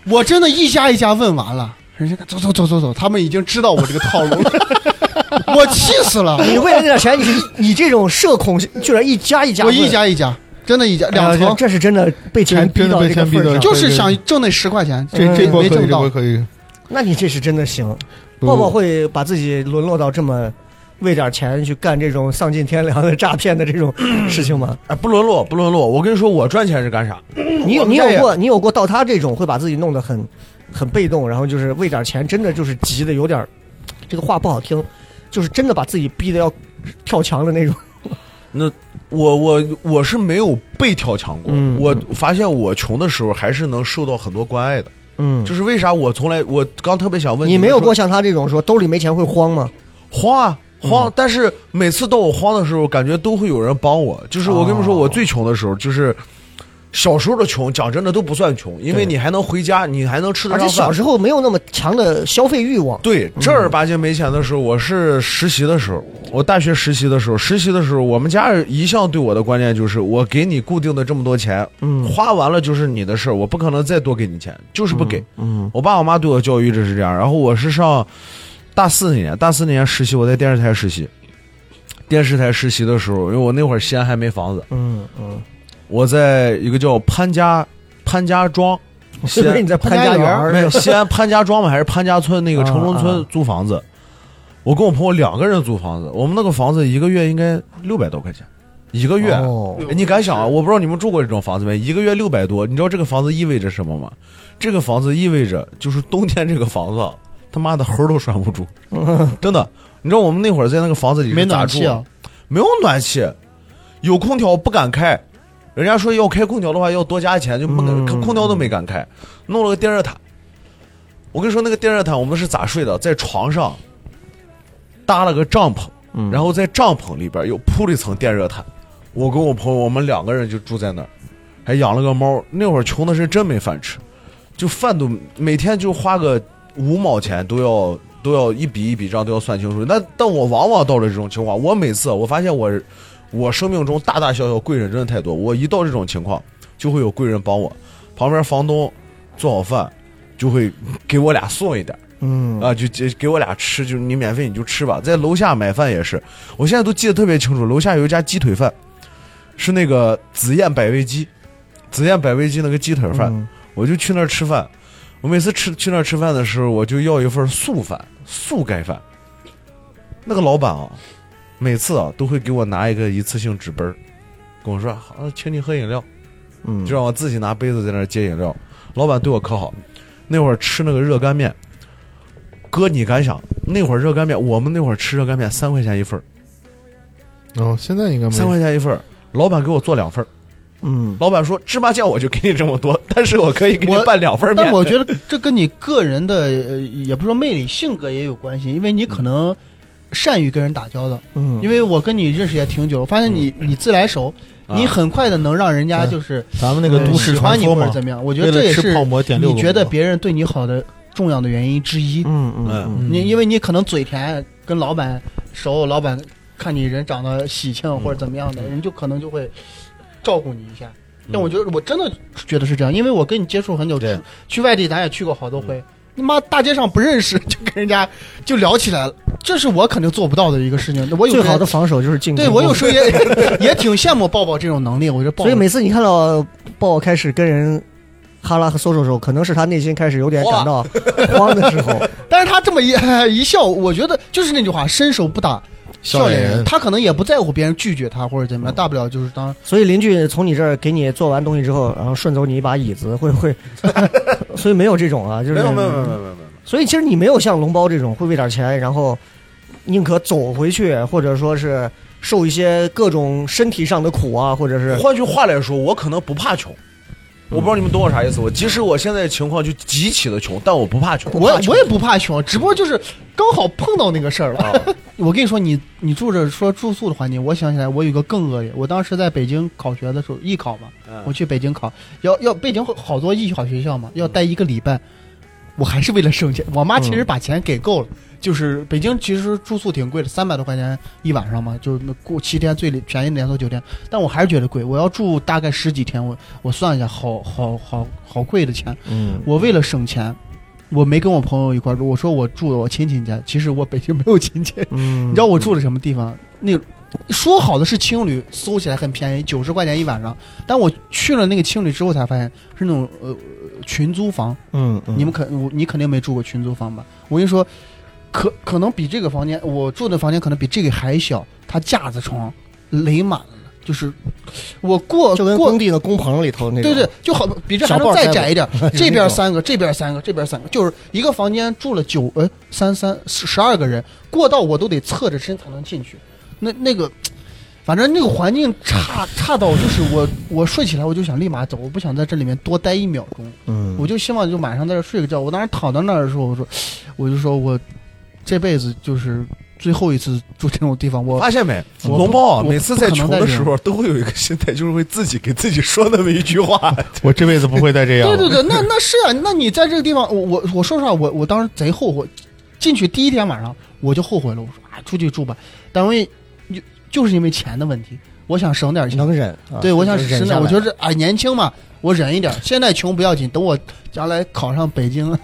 G: 我真的一家一家问完了，人家走走走走走，他们已经知道我这个套 路了，我气死了，
D: 你为了那点钱，你你这种社恐居然一家一家
G: 我
D: 问，
G: 一家一家，真的一家
D: 哎呀
G: 两层，
D: 这是真的被钱逼到这个哎份儿上。
E: 真的被钱
G: 就
E: 逼到
G: 是想挣那十块钱，
E: 这
D: 嗯
G: 没
E: 这波
G: 没
E: 可以，
G: 挣
E: 这
G: 到
E: 波。可以。
D: 那你这是真的行，
E: 不
D: 抱抱会把自己沦落到这么为点钱去干这种丧尽天良的诈骗的这种事情吗？
F: 哎，不沦落，不沦落。我跟你说，我赚钱是干啥？
D: 你有
F: 我们
D: 你
F: 家也
D: 有过你有过到他这种会把自己弄得很很被动，然后就是为点钱真的就是急的有点儿，这个话不好听，就是真的把自己逼的要跳墙的那种。
F: 我我我是没有被跳墙过。
D: 嗯
F: 我发现我穷的时候还是能受到很多关爱的。
D: 嗯
F: 就是为啥我从来我刚特别想问
D: 你没有
F: 们说
D: 过像他这种说兜里没钱会慌吗？
F: 慌啊慌，
D: 嗯
F: 但是每次到我慌的时候，感觉都会有人帮我。就是我跟你们说，
D: 哦
F: 我最穷的时候就是。小时候的穷，讲真的都不算穷，因为你还能回家，你还能吃得
D: 而且
F: 上饭。
D: 小时候没有那么强的消费欲望。
F: 对，正儿八经没钱的时候，我是实习的时候，我大学实习的时候，实习的时候，我们家一向对我的观念就是，我给你固定的这么多钱，
D: 嗯
F: 花完了就是你的事儿，我不可能再多给你钱，就是不给。
D: 嗯
F: 我爸我妈对我教育一直是这样。然后我是上大四那年，大四那年实习，我在电视台实习。电视台实习的时候，因为我那会儿西安还没房子，
D: 嗯嗯，
F: 我在一个叫潘家潘家庄，
D: 是
F: 西
D: 不是
F: 安
D: 你在潘家园儿
F: 没有西安潘家庄嘛，还是潘家村那个城中
D: 啊
F: 村租房子。我跟我朋友两个人租房子，我们那个房子一个月应该六百多块钱，一个月。
D: 哦
F: 哎你敢想啊？我不知道你们住过这种房子没？一个月六百多，你知道这个房子意味着什么吗？这个房子意味着就是冬天这个房子，他妈的猴儿都拴不住，真的。你知道我们那会儿在那个房子里是
G: 没
F: 咋
G: 暖
F: 住
G: 气啊！
F: 没有暖气，有空调不敢开，人家说要开空调的话要多加钱，就不敢、
D: 嗯
F: 空空调都没敢开，弄了个电热毯。我跟你说，那个电热毯我们是咋睡的？在床上搭了个帐篷，然后在帐篷里边又铺了一层电热毯。我跟我朋友，我们两个人就住在那儿，还养了个猫。那会儿穷的是真没饭吃，就饭都每天就花个五毛钱都要都要一笔一笔账都要算清楚。那但我往往到了这种情况，我每次我发现我我生命中大大小小贵人真的太多，我一到这种情况就会有贵人帮我，旁边房东做好饭就会给我俩送一点。
D: 嗯，
F: 啊，就给给我俩吃，就是你免费你就吃吧。在楼下买饭也是，我现在都记得特别清楚，楼下有一家鸡腿饭，是那个紫燕百味鸡，紫燕百味鸡那个鸡腿饭，
D: 嗯
F: 我就去那儿吃饭。我每次吃去那儿吃饭的时候，我就要一份素饭，素盖饭。那个老板啊，每次啊都会给我拿一个一次性纸杯儿，跟我说啊，请你喝饮料。
D: 嗯，
F: 就让我自己拿杯子在那儿接饮料。老板对我可好，那会儿吃那个热干面，哥你敢想，那会儿热干面，我们那会儿吃热干面三块钱一份儿，
E: 哦，现在应该没
F: 三
E: 有。
F: 块钱一份
B: 嗯
F: 儿，老板给我做两份儿。
D: 嗯，
F: 老板说芝麻酱我就给你这么
B: 嗯
F: 多， 但是我可以给你
G: 我
F: 拌两份儿面。
G: 但我觉得这跟你个人的，呃也不是说魅力，性格也有关系，因为你可能善于跟人打交道。
D: 嗯，
G: 因为我跟你认识也挺久，我发现
B: 嗯
G: 你你自来熟，
F: 啊
G: 你很快的能让人家就是
B: 咱们那个
G: 呃
B: 都市
G: 喜
B: 传
G: 欢你
B: 说
G: 或者
B: 嘛，
G: 怎么样。我觉
B: 为
G: 得这
B: 了
G: 也
B: 吃
G: 是
B: 泡馍点六
G: 你
B: 个
G: 觉得
B: 馍
G: 别人对你好的重要的原因之一。
D: 嗯嗯嗯
G: 你因为你可能嘴甜，跟老板熟，老板看你人长得喜庆
D: 嗯
G: 或者怎么样的，人就可能就会照顾你一下。
D: 嗯
G: 但我觉得我真的觉得是这样，因为我跟你接触很久，
F: 对
G: 去去外地咱也去过
D: 嗯
G: 好多回。你妈大街上不认识就跟人家就聊起来了，这是我肯定做不到的一个事情。我有
D: 最
G: 时候
D: 好的防守就是进攻。
G: 对我有时候也也挺羡慕抱抱这种能力，我觉得抱
D: 所以
G: 抱
D: 每次你看到豹开始跟人哈拉和搜索的时候，可能是他内心开始有点感到慌的 时候。
G: 但是他这么一 一笑，我觉得就是那句话，伸手不打
E: 笑
G: 脸
E: 脸人
G: 他可能也不在乎别人拒绝他或者怎么
D: 嗯
G: 样，大不了就是当
D: 所以邻居从你这儿给你做完东西之后，然后顺走你一把椅子，会 会，所以没有这种啊，就是
F: 没有没有没有没有没有没有，
D: 所以其实你没有像龙包这种会为点钱，然后宁可走回去，或者说是受一些各种身体上的苦啊，或者是
F: 换句话来说，我可能不怕
D: 嗯
F: 穷。我不知道你们懂我啥意思。我即使我现在情况就极其的穷，但我不怕穷。
G: 我也我也不怕穷，只不过就是刚好碰到那个事 儿了。
F: 啊
G: 我跟你说，你你住着说住宿的环境，我想起来我有个更恶劣。我当时在北京考学的时候，艺考嘛，
F: 嗯
G: 我去北京考，要要北京好多艺考学校嘛，要待一个礼拜。我还是为了省钱，我妈其实把钱给够了，
F: 嗯
G: 就是北京其实住宿挺贵的，三百多块钱一晚上嘛，就是那过七天最便宜的连锁酒店，但我还是觉得贵。我要住大概十几天，我我算一下，好好好好贵的钱。
D: 嗯
G: 我为了省钱，我没跟我朋友一块儿住，我说我住我亲戚家，其实我北京没有亲戚。
D: 嗯，
G: 你知道我住的什么地方？那说好的是青旅，搜起来很便宜，九十块钱一晚上。但我去了那个青旅之后才发现是那种呃群租房，
D: 嗯，嗯
G: 你们肯我你肯定没住过群租房吧？我跟你说，可可能比这个房间我住的房间可能比这个还小，它架子床垒满了，就是我过
D: 就跟
G: 过
D: 工地的工棚里头那种，
G: 对对，就好比这
D: 小
G: 还能
D: 报
G: 再
D: 拆
G: 窄一点， 这
D: 那
G: 边
D: 种
G: 三个，这边三个，这边三个，就是一个房间住了九呃三三十十二个人，过道我都得侧着身才能进去。那那个，反正那个环境差差到就是我我睡起来我就想立马走，我不想在这里面多待一秒钟，
D: 嗯，
G: 我就希望就晚上在这睡个觉。我当时躺到那儿的时候，我说我就说我这辈子就是最后一次住这种地方，我
F: 发现没，
G: 我
F: 龙猫啊
G: 我
F: 每次在穷的时
G: 不可
F: 候都会有一个心态，就是会自己给自己说那么一句话。
E: 我这辈子不会再这样
G: 对
E: 了。
G: 对对，那那是啊，那你在这个地方，我我我说实话，我我当时贼后悔，进去第一天晚上我就后悔了，我说啊，出去住吧，单位就就是因为钱的问题，我想省点钱，
D: 能忍。啊
G: 对我想
D: 就
G: 省
D: 忍
G: 点，
D: 下
G: 我
D: 来
G: 觉得哎年轻嘛，我忍一点，现在穷不要紧，等我将来考上北京，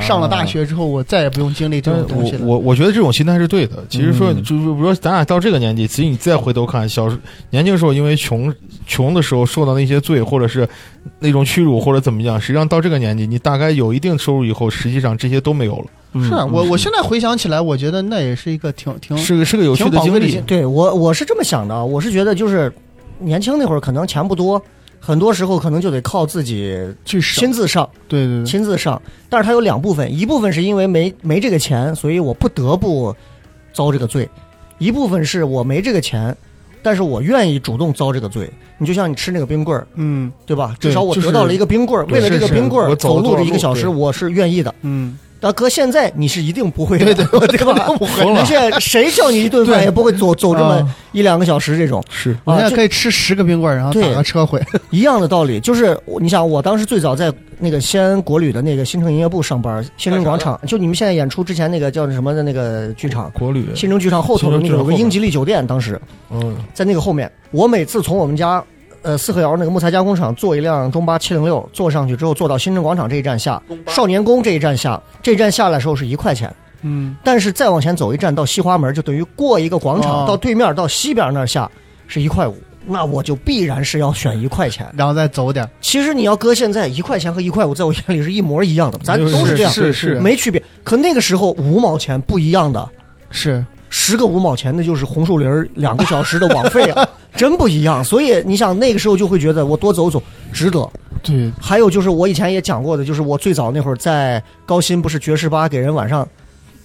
G: 上了
D: 啊
G: 大学之后，我再也不用经历这
E: 但
G: 种
E: 是
G: 东西了。
E: 我我我觉得这种心态是对的。其实说，
D: 嗯
E: 就比如说咱俩到这个年纪，其实你再回头看，小时年轻时候因为穷穷的时候受到那些罪，或者是那种屈辱，或者怎么样，实际上到这个年纪，你大概有一定收入以后，实际上这些都没有了，
G: 是
D: 嗯
G: 啊，我我现在回想起来，我觉得那也是一个挺挺
E: 是个是个有趣
G: 挺
E: 的
G: 宝贵
E: 经
G: 的
E: 历
G: 经。
D: 对我我是这么想的，啊我是觉得就是年轻那会儿可能钱不多，很多时候可能就得靠自己
G: 去省，
D: 亲自上，
G: 对对对，
D: 亲自上。但是它有两部分，一部分是因为没没这个钱，所以我不得不遭这个罪；一部分是我没这个钱，但是我愿意主动遭这个罪。你就像你吃那个冰棍儿，
G: 嗯
D: 对吧？
E: 对
D: 至少我
E: 就是
D: 得到了一个冰棍儿，
E: 对
D: 为了这个
E: 是是
D: 冰棍儿
E: 我走
D: 走
E: 了
D: 路
E: 多少
D: 这一个
E: 路
D: 小时，
E: 对
D: 我是愿意的。
G: 嗯，
D: 大哥，现在你是一定不会的，对对，我肯定不
E: 疯了
D: 现在谁叫你一顿饭
G: 对
D: 也不会走走这么
G: 啊
D: 一两个小时这种。
E: 是
G: 我
D: 啊
G: 现在
D: 这
G: 可以吃十个冰棍儿，然后
D: 对
G: 打个车回。
D: 一样的道理，就是我你想，我当时最早在那个西安国旅的那个新城营业部上班，新城广场，就你们现在演出之前那个叫什么的那个剧场，
E: 国旅，
D: 新城剧场后头的那
E: 新
D: 个
E: 城剧场
D: 有个
E: 后面
D: 英吉利酒店，当时
E: 嗯，
D: 在那个后面，我每次从我们家。呃，四合窑那个木材加工厂坐一辆中巴七零六，坐上去之后坐到新城广场这一站下，少年宫这一站下，这一站下来的时候是一块钱，
G: 嗯，
D: 但是再往前走一站到西花门，就等于过一个广场、
G: 哦
D: 到对面到西边那儿下是一块五，那我就必然是要选一块钱。
G: 然后再走点儿，
D: 其实你要搁现在一块钱和一块五，在我眼里是一模一样的，咱
E: 就是
D: 都是这样，
G: 是是
D: 没区别。可那个时候五毛钱不一样的，
G: 是
D: 十个五毛钱那就是红树林儿两个小时的网费 啊，真不一样。所以你想那个时候就会觉得我多走走值得。
G: 对，
D: 还有就是我以前也讲过的，就是我最早那会儿在高新不是爵士吧给人晚上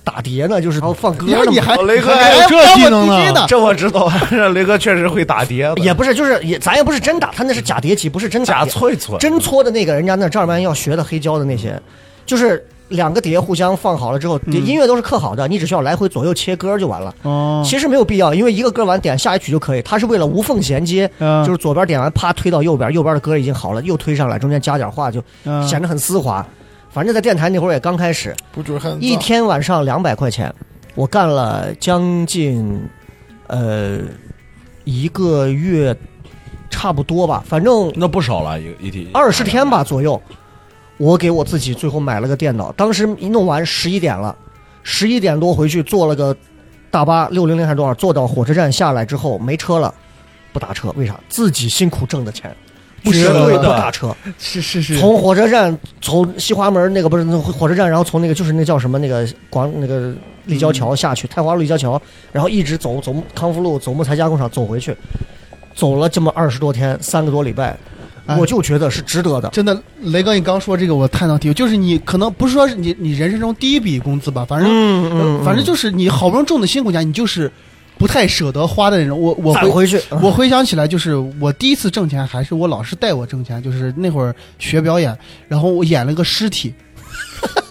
D: 打碟呢，就是然后放歌
G: 你
D: 呢嘛
G: 你还
F: 老雷
D: 哎
F: 哥
G: 还
E: 还有这
G: 当过
E: 技能
G: DJ
E: 呢
G: 呢？
F: 啊 这我知道，雷哥确实会打碟，
D: 也不是，就是也咱也不是真打，他那是假碟机，不是真打
F: 假
D: 碟，
F: 搓一搓，
D: 真搓的那个人家那正儿八经要学的黑胶的那些，就是两个碟互相放好了之后，碟音乐都是刻好的，你只需要来回左右切歌就完了。
G: 哦，
D: 其实没有必要，因为一个歌完点下一曲就可以。它是为了无缝衔接，
G: 嗯
D: 就是左边点完啪推到右边，右边的歌已经好了，又推上来，中间加点话就
G: 嗯
D: 显得很丝滑。反正，在电台那会儿也刚开始，
E: 不就是汉
D: 一天晚上两百块钱，我干了将近呃一个月，差不多吧，反正
F: 那不少了，一一天
D: 二十天吧，左右。我给我自己最后买了个电脑，当时一弄完十一点了，十一点多回去坐了个大巴六零零还是多少，坐到火车站下来之后没车了，不打车，为啥？自己辛苦挣的钱，
F: 不
D: 绝
F: 舍得
D: 对不打车。
G: 是是是，
D: 从火车站，从西华门那个不是那火车站，然后从那个就是那叫什么那个广那个立交桥下去，太华路立交桥，然后一直走走康复路，走木材加工厂走回去，走了这么二十多天，三个多礼拜，
G: 哎
D: 我就觉得是值得的。
G: 真的，雷哥，你刚说这个，我探到题，就是你可能不是说是你你人生中第一笔工资吧，反正、
D: 嗯嗯，
G: 反正就是你好不容易挣的辛苦钱，你就是不太舍得花的那种。我我
D: 攒
G: 回
D: 回去， 啊
G: 我回想起来，就是我第一次挣钱，还是我老师带我挣钱，就是那会儿学表演，然后我演了个尸体，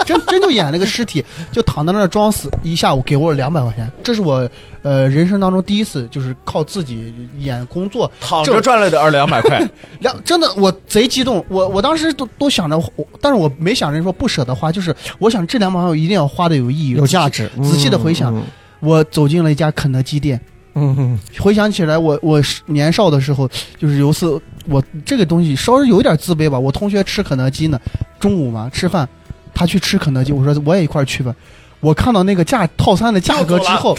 G: 真真就演了个尸体，就躺在那儿装死一下午，给我两百块钱，这是我呃人生当中第一次，就是靠自己演工作
F: 躺
G: 这
F: 着赚来的二两百块，
G: 两真的，我贼激动，我我当时都都想着，我但是我没想着说不舍得花，就是我想这两百块我一定要花的有意义、
D: 有价。值。
G: 仔细地回想
D: 嗯，
G: 我走进了一家肯德基店，
D: 嗯嗯
G: 回想起来我，我是年少的时候，就是有一次我这个东西稍微有点自卑吧。我同学吃肯德基呢，中午嘛吃饭，他去吃肯德基，我说我也一块儿去吧。我看到那个价套餐的价格之后，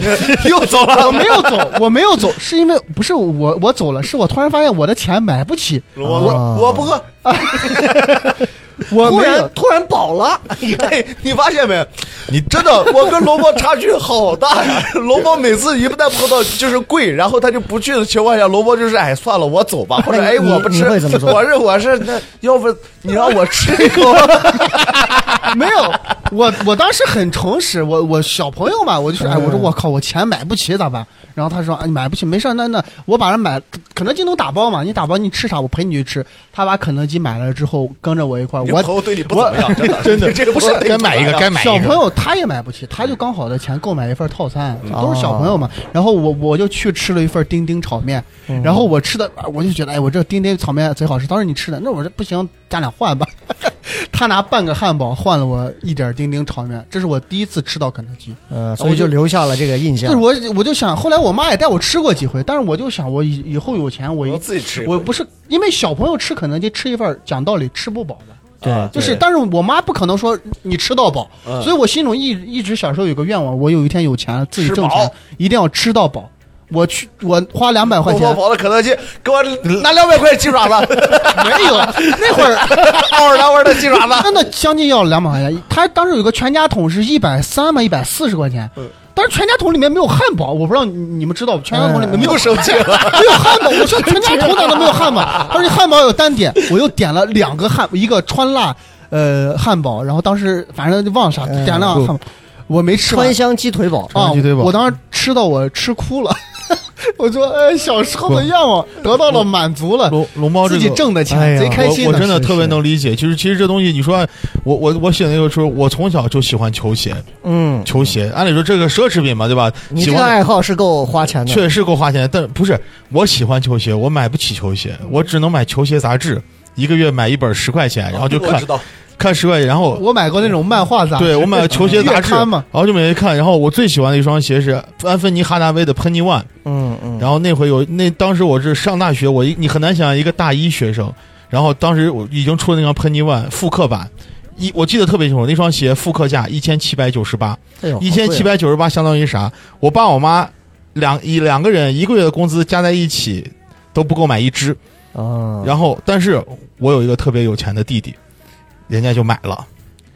F: 又走了，
G: 我没有走，我没有走，是因为不是我我走了，是我突然发现我的钱买不起，
F: 我
D: 啊
F: 我我不喝。
G: 我
D: 突
G: 没
D: 然
G: 有。
D: 突然饱了，
F: 哎，你发现没？你真的，我跟龙波差距好大呀！龙波每次一旦碰到就是贵，然后他就不去的情况下，龙波就是哎算了，我走吧，或者
D: 那
F: 哎
D: 你
F: 我不吃，
D: 你会怎么做
F: 我是我是那，要不你让我吃一口，
G: 没有，我我当时很诚实，我我小朋友嘛，我就是哎，我说我靠，我钱买不起咋办？然后他说啊，你买不起没事儿，那那我把它买，肯德基能打包嘛？你打包你吃啥，我陪你去吃。他把肯德基买了之后，跟着我一块儿，
F: 你
G: 我
F: 朋友对你不怎么样，真的，
E: 真的
F: 你这个不是
E: 该买一个，该买一
G: 小
E: 个。
G: 朋友他也买不起，他就刚好的钱购买一份套餐，都是小朋友
E: 哦
G: 嘛。然后我我就去吃了一份丁丁炒面，然后我吃的啊我就觉得，哎，我这丁丁炒面贼好吃。当时你吃的，那我说不行，咱俩换吧。 他拿半个汉堡换了我一点丁丁炒面，这是我第一次吃到肯德基。
D: 呃，所以就留下了这个印
G: 就是
D: 象。
G: 我我就想，后来我妈也带我吃过几回，但是我就想，我以以后有钱我一
F: 我自己吃一口
G: 我不是因为小朋友吃肯德基吃一份儿，讲道理吃不饱的。
D: 对，
G: 就是，
F: 对
G: 但是我妈不可能说你吃到饱，
F: 嗯
G: 所以我心中一一直小时候有个愿望，我有一天有钱了自己
F: 吃
G: 挣钱
F: 饱，
G: 一定要吃到饱。我去，我花两百块
F: 龙
G: 钱
F: 波，跑到肯德基，给我拿两百块鸡爪子，
G: 没有那会儿
F: 奥尔良味的鸡爪子。
G: 真的将近要两百块钱。他当时有个全家桶是一百三吧，一百四十块钱，
F: 嗯
G: 但是全家桶里面没有汉堡，我不知道你你们知道不？全家桶里面没有
F: 又生气了，
G: 没有汉堡，我 说全家桶哪能没有汉堡？他说汉堡有单点，我又点了两个汉，一个川辣呃汉堡，然后当时反正就忘了啥，
F: 哎
G: 点了汉堡，我没吃完
D: 川香鸡腿堡，
G: 啊
E: 川鸡腿，堡
G: 我当时吃到我吃哭了， 我说哎，小时候的愿望得到了满足了，
E: 龙龙猫这
G: 自
E: 个
G: 己挣的钱
D: 哎呀
G: 贼开心
E: 我我真的
D: 是
E: 特别
D: 是
E: 能理解。其实其实这东西，你说我我我写那个时候，我从小就喜欢球鞋，
D: 嗯，
E: 球鞋。按理说这个奢侈品嘛，对吧？
D: 你
E: 喜
D: 这个
E: 欢
D: 爱好是够花钱的。
E: 确实够花钱，但不是我喜欢球鞋，我买不起球鞋，我只能买球鞋杂志。一个月买一本十块钱，然后就
F: 哦我
E: 看
F: 知道，
E: 看十块钱，然后
G: 我买过那种漫画杂志，
E: 对我买球鞋杂志，
G: 月刊嘛
E: 然后就每天看。然后我最喜欢的一双鞋是安芬尼哈达威的 Penny One，
D: 嗯嗯，
E: 然后那回有那当时我是上大学，我一你很难想象一个大一学生，然后当时我已经出了那双 Penny One 复刻版，一我记得特别清楚，那双鞋复刻价一千七百九十八，
D: 哎呦
E: 一千七，百九十八相当于啥？我爸我妈两一两个人一个月的工资加在一起都不够买一只，
D: 好贵啊，
E: 然后但是我有一个特别有钱的弟弟，人家就买了。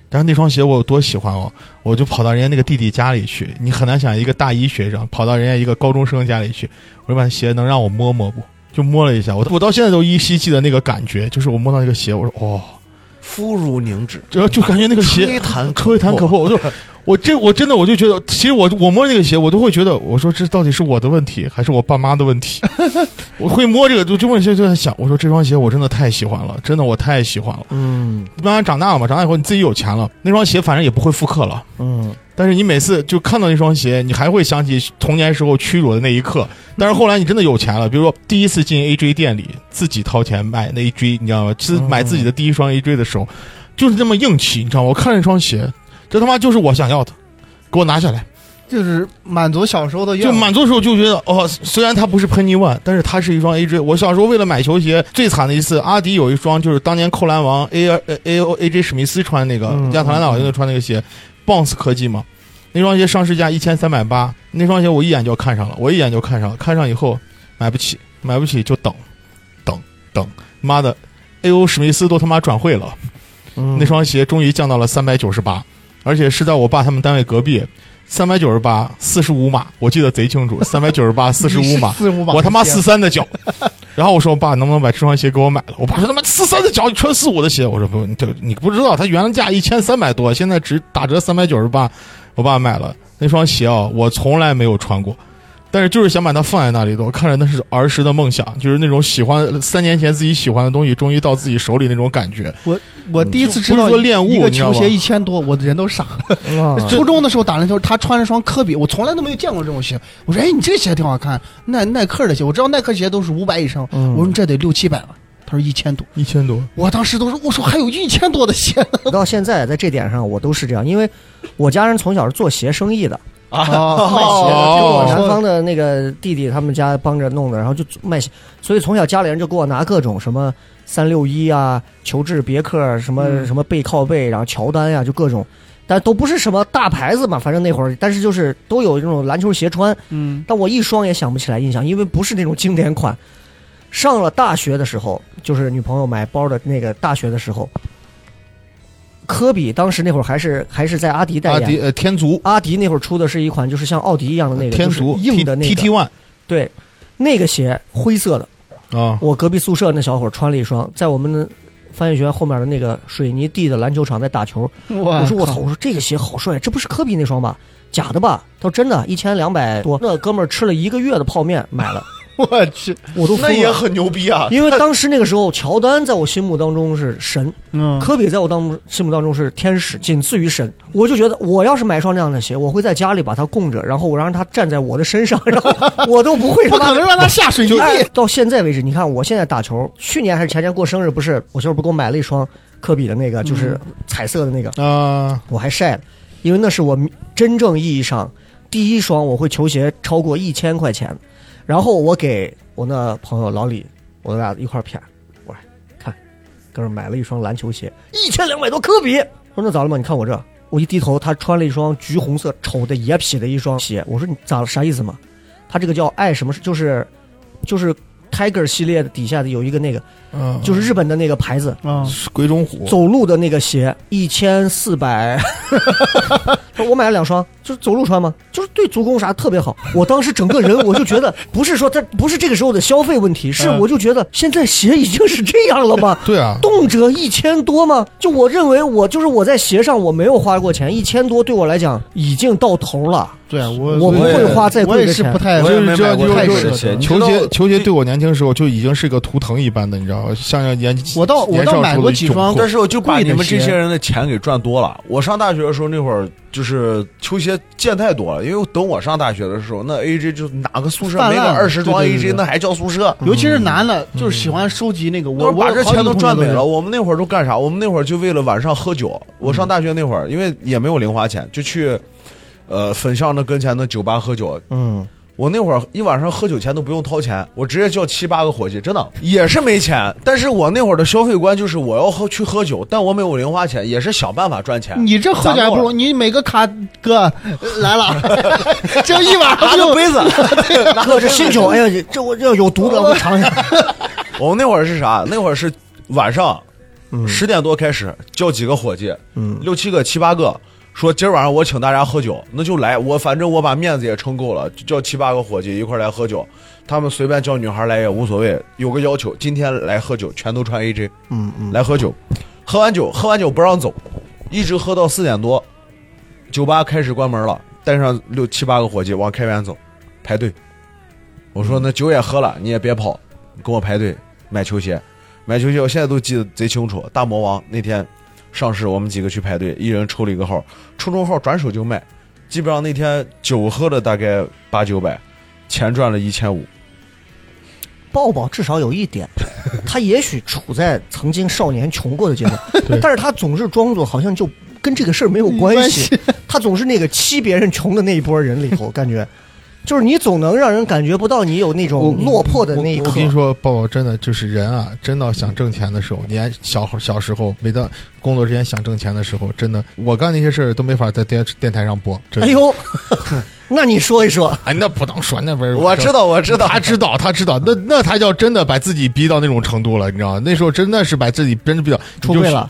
E: 但是那双鞋我有多喜欢哦，我就跑到人家那个弟弟家里去。你很难想一个大一学生跑到人家一个高中生家里去，我就把鞋能让我摸摸不？就摸了一下，我我到现在都依稀记得那个感觉，就是我摸到那个鞋，我说哦，
F: 肤如凝脂，
E: 然后就感觉那个鞋
F: 吹弹
E: 吹弹可破，我就我这我真的我就觉得，其实我我摸那个鞋，我都会觉得，我说这到底是我的问题还是我爸妈的问题？我会摸这个，就就问就就在想，我说这双鞋我真的太喜欢了，真的我太喜欢了。
D: 嗯
E: 慢慢长大了嘛，长大以后你自己有钱了，那双鞋反正也不会复刻了。
D: 嗯，
E: 但是你每次就看到那双鞋，你还会想起童年时候屈辱的那一刻。但是后来你真的有钱了，比如说第一次进 AJ 店里，自己掏钱买那 AJ，你知道吗？自
D: 嗯
E: 买自己的第一双 AJ 的时候，就是这么硬气，你知道吗？我看那双鞋，这他妈就是我想要的，给我拿下来。
G: 就是满足小时候的愿
E: 就
G: 望。
E: 满足的时候就觉得，哦，虽然它不是喷尼万，但是它是一双 AJ。我小时候为了买球鞋，最惨的一次，阿迪有一双就是当年扣篮王 A 二 A O A J 史密斯穿那个
D: 嗯，
E: 亚特兰大老鹰队穿那个鞋，Bounce 科技嘛。那双鞋上市价一千三百八，那双鞋我一眼就看上了，我一眼就看上了，看上以后买不起，买不起就等，等等，妈的，A O 史密斯都他妈转会了。那
G: 嗯
D: 那
E: 双鞋终于降到了三百九十八，而且是在我爸他们单位隔壁，三百九十八，四十五码，我记得贼清楚，三百九十 八，四十五码，
G: 四十五码，啊
E: 我他妈四三的 脚。然后我说我爸能不能把这双鞋给我买了？我爸说他妈四三的脚，你穿四五的鞋。我说不，你这你不知道，它原价一千三百多，现在只打折三百九十八。我爸买了那双鞋啊，我从来没有穿过。但是就是想把它放在那里的，我看着那是儿时的梦想，就是那种喜欢三年前自己喜欢的东西，终于到自己手里那种感觉。
G: 我我第一次知
E: 不
G: 道
E: 是说恋物
G: 一个
E: 你知道
G: 球
E: 吗啊
G: 鞋一千多，我的人都傻了。
D: 嗯啊
G: 初中的时候打篮球，他穿了双科比，我从来都没有见过这种鞋。我说，哎，你这鞋挺好看，耐耐克的鞋，我知道耐克鞋都是五百以上，
D: 嗯
G: 我说你这得六七百吧。他说一千多，
E: 一千多，
G: 我当时都说，我说还有一千多的鞋呢。
D: 到现在在这点上我都是这样，因为我家人从小是做鞋生意的，我
E: 哦
G: 卖鞋的，听
D: 南
G: 我
D: 方
G: 说，
D: 的那个弟弟他们家帮着弄的，然后就卖鞋，所以从小家里人就给我拿各种什么三六一啊、球质、别克啊什么什么背靠背，然后乔丹呀、就各种，但都不是什么大牌子嘛，反正那会儿，但是就是都有这种篮球鞋穿，
G: 嗯，
D: 但我一双也想不起来印象，因为不是那种经典款。上了大学的时候，就是女朋友买包的那个大学的时候，科比当时那会儿还是还是在阿迪代
E: 阿
D: 言。
E: 迪呃天族，
D: 阿迪那会儿出的是一款就是像奥迪一样的那个，
E: 天
D: 族
E: 族
D: 硬的那
E: T T
D: 个，
E: One
D: 对，那个鞋灰色的。
E: 啊，
D: 我隔壁宿舍那小伙儿穿了一双，在我们翻译学院后面的那个水泥地的篮球场在打球。我
G: 我
D: 说我操，我说这个鞋好帅，这不是科比那双吧？假的吧？他说真的，一千两百多。那哥们儿吃了一个月的泡面买 了，
G: 我去，
D: 我都疯了。
F: 很牛逼啊
D: 因为当时那个时候，乔丹在我心目当中是神，
G: 嗯，
D: 科比在我当中心目当中是天使，仅次于神。我就觉得，我要是买一双那样的鞋，我会在家里把它供着，然后我让他站在我的身上，然后我都不会
G: 不
D: 让
G: 可
D: 他。
G: 能让他下水泥
D: 就哎
G: 地。
D: 到现在为止，你看我现在打球，去年还是前年过生日，不是我媳妇儿不给我买了一双科比的那个，就是
G: 嗯
D: 彩色的那个，
E: 啊，
D: 我还晒了，因为那是我真正意义上第一双我会球鞋超过一千块钱的。然后我给我那朋友老李，我俩一块儿谝，我说看，哥们儿买了一双篮球鞋，一千两百多科比。我说那咋了嘛？你看我这，我一低头，他穿了一双橘红色丑的野痞的一双鞋。我说你咋了？啥意思嘛？他这个叫爱什么？就是就是 Tiger 系列的底下的有一个那个，
E: 嗯
D: 就是日本的那个牌子，
G: 啊，
E: 鬼冢虎
D: 走路的那个鞋一千四百，我买了两双，就是走路穿嘛，就是对足弓啥特别好。我当时整个人我就觉得，不是说它不是这个时候的消费问题，是
G: 嗯
D: 我就觉得现在鞋已经是这样了吗？
E: 对啊，
D: 动辄一千多吗？就我认为我就是我在鞋上我没有花过钱，一千多对我来讲已经到头了，
G: 对啊我
D: 我不会花再
G: 我
D: 贵
G: 也
D: 的
G: 是
D: 钱
G: 不。太
E: 我
F: 也
E: 就
F: 没
E: 是这样，
F: 买过
E: 就是
G: 太
E: 就
G: 奢
E: 是
G: 侈了
E: 球
F: 你知
E: 鞋
F: 道
E: 球鞋对我年轻时候就已经是个图腾一般的，你知道吗？像像年
G: 我倒我
E: 年
G: 倒
E: 少
G: 买
E: 时候
G: 过
E: 的一
G: 几
E: 种
G: 双
E: 痛
F: 但是我就把
G: 贵的
F: 你们这
G: 鞋
F: 些人的钱给赚多了。我上大学的时候那会儿，就是球鞋见太多了，因为等我上大学的时候，那 AJ 就哪个宿舍
G: 泛
F: 没个
G: 滥
F: 二十双
G: 对对
F: AJ，
G: 对对
F: 那还叫宿舍？
G: 尤其是男的，就是喜欢收集那个。我
F: 我
G: 我
F: 把
G: 有
F: 这
G: 好几
F: 钱
G: 个
F: 都
G: 同学
F: 赚没
G: 是嗯
F: 了。我们那会儿都干啥？我们那会儿就为了晚上喝酒。我上大学那会儿，因为也没有零花钱，就去，呃，粉巷那跟前的酒吧喝酒。
D: 嗯，
F: 我那会儿一晚上喝酒钱都不用掏钱，我直接叫七八个伙计，真的也是没钱。但是我那会儿的消费观就是我要喝去喝酒，但我没有零花钱，也是想办法赚钱。
G: 你这喝酒还不如你每个卡哥来了， 这一晚上
F: 拿
G: 就
F: 个杯子， 拿
D: 我这新酒，哎呀，这我这有毒的，我尝一下。
F: 我们那会儿是啥？那会儿是晚上
D: 嗯
F: 十点多开始，叫几个伙计，六七个、七八个，说今儿晚上我请大家喝酒，那就来。我反正我把面子也撑够了，就叫七八个伙计一块儿来喝酒。他们随便叫女孩来也无所谓，有个要求，今天来喝酒全都穿 AJ，嗯嗯，来喝酒，喝完酒喝完酒不让走，一直喝到四点多，酒吧开始关门了，带上六七八个伙计往开元走，排队。我说那酒也喝了，你也别跑，跟我排队买球鞋，买球鞋，我现在都记得贼清楚。大魔王那天上市，我们几个去排队，一人抽了一个号，抽中号转手就卖，基本上那天酒喝了大概八九百，钱赚了一千五。
D: 抱抱至少有一点，他也许处在曾经少年穷过的阶段，但是他总是装作好像就跟这个事儿没有关系，他总是那个欺别人穷的那一波人里头，感觉就是你总能让人感觉不到你有那种落魄的那一
E: 我
D: 刻。
E: 跟你说，抱抱真的就是人啊，真到想挣钱的时候，你还小小时候，每当工作之前想挣钱的时候，真的，我干那些事儿都没法在电电台上播。真的
D: 哎，呦，那你说一说，
E: 哎，那不能说，那不是
F: 我知。道，我知道，
E: 他知道，他知道，那那他叫真的把自己逼到那种程度了，你知道吗？那时候真的是把自己真的逼到
D: 出柜了，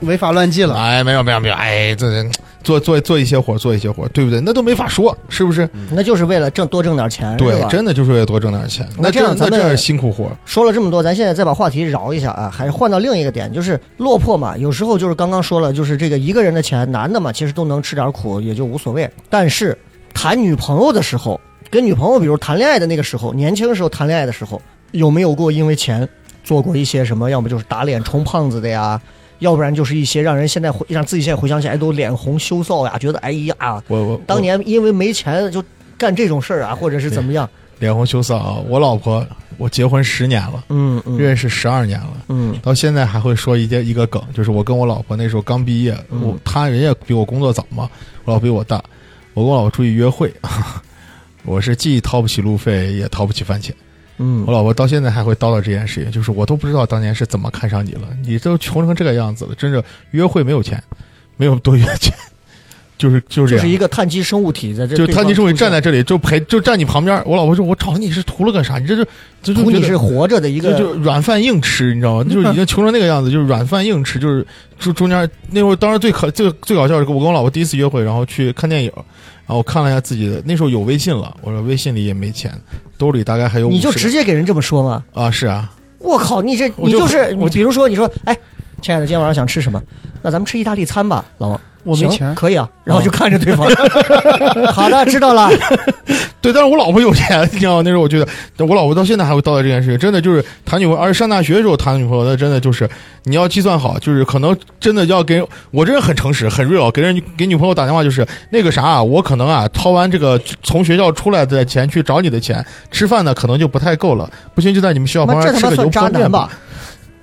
G: 违法乱纪了。
E: 哎，没有没有没有，哎，这人做做做一些活，做一些活，对不对？那都没法说，是不是？
D: 那就是为了挣多挣点钱，哎是
E: 对
D: 吧，？
E: 真的就是为了多挣点钱。
D: 那
E: 那
D: 这样
E: 真那
D: 咱们
E: 真是辛苦活。
D: 说了这么多，咱现在再把话题饶一下啊，还是换到另一个点，就是落魄嘛。有时候就是刚刚说了，就是这个一个人的钱，男的嘛，其实都能吃点苦，也就无所谓。但是谈女朋友的时候，跟女朋友比如谈恋爱的那个时候，年轻的时候谈恋爱的时候，有没有过因为钱做过一些什么？要么就是打脸充胖子的呀，要不然就是一些让人现在回让自己现在回想起来哎都脸红羞臊呀，觉得哎呀，
E: 我我
D: 当
E: 我
D: 年因为没钱就干这种事儿啊，或者是怎么样？
E: 脸红羞臊啊！我老婆，我结婚十年了，
D: 嗯嗯
E: 认识十二年了。
D: 嗯
E: 到现在还会说一件一个梗，就是我跟我老婆那时候刚毕业，
D: 嗯
E: 我她人家比我工作早嘛，我老婆比我大，我跟我老婆出去约会， 我是既掏不起路费，也掏不起饭钱。
D: 嗯
E: 我，老婆到现在还会叨叨这件事情，就是我都不知道当年是怎么看上你了，你都穷成这个样子了，真是约会没有钱，没有多余的钱， 就是就是
D: 就
E: 这
D: 是
E: 样。
D: 一个碳基生物体在这，
E: 就他，你说你站在这里，就陪，就站你旁边。我老婆说：“我找你是图了个啥？你这就这就
D: 图
E: 觉
D: 你
E: 得
D: 是活着的一
E: 就
D: 个，
E: 就软饭硬吃，你知道吗？就是已经穷成那个样子，就是软饭硬吃，就是就中间那会儿，当时最可最最搞笑的是，我跟我老婆第一次约会，然后去看电影，然后我看了一下自己的，那时候有微信了，我说微信里也没钱，兜里大概还有
D: 你就
E: 50
D: 直接给人这么说吗？
E: 啊是啊，
D: 我靠，你这
E: 我
D: 你
E: 就
D: 就是你，
E: 我
D: 比如说你说，哎，亲爱的，今天晚上想吃什么？那咱们吃意大利餐吧，老王。
G: 我没
D: 行
G: 钱
D: 可以啊。然后就看着对方， 好的，知 道了。
E: 对，但是我老婆有钱， 你知道吗？那时候我觉得，我老婆到现在还会叨叨这件事情，真的就是谈女朋友，而且上大学的时候谈女朋友，那真的就是你要计算好，就是可能真的要给我这人很诚实，很 real，给人给女朋友打电话就是那个啥、我可能啊掏完这个从学校出来的钱去找你的钱，吃饭呢可能就不太够了，不行就在你们学校旁
D: 妈，这
E: 边
D: 他妈
E: 吃个
D: 算
E: 油
D: 渣
E: 泼面
D: 男吧？？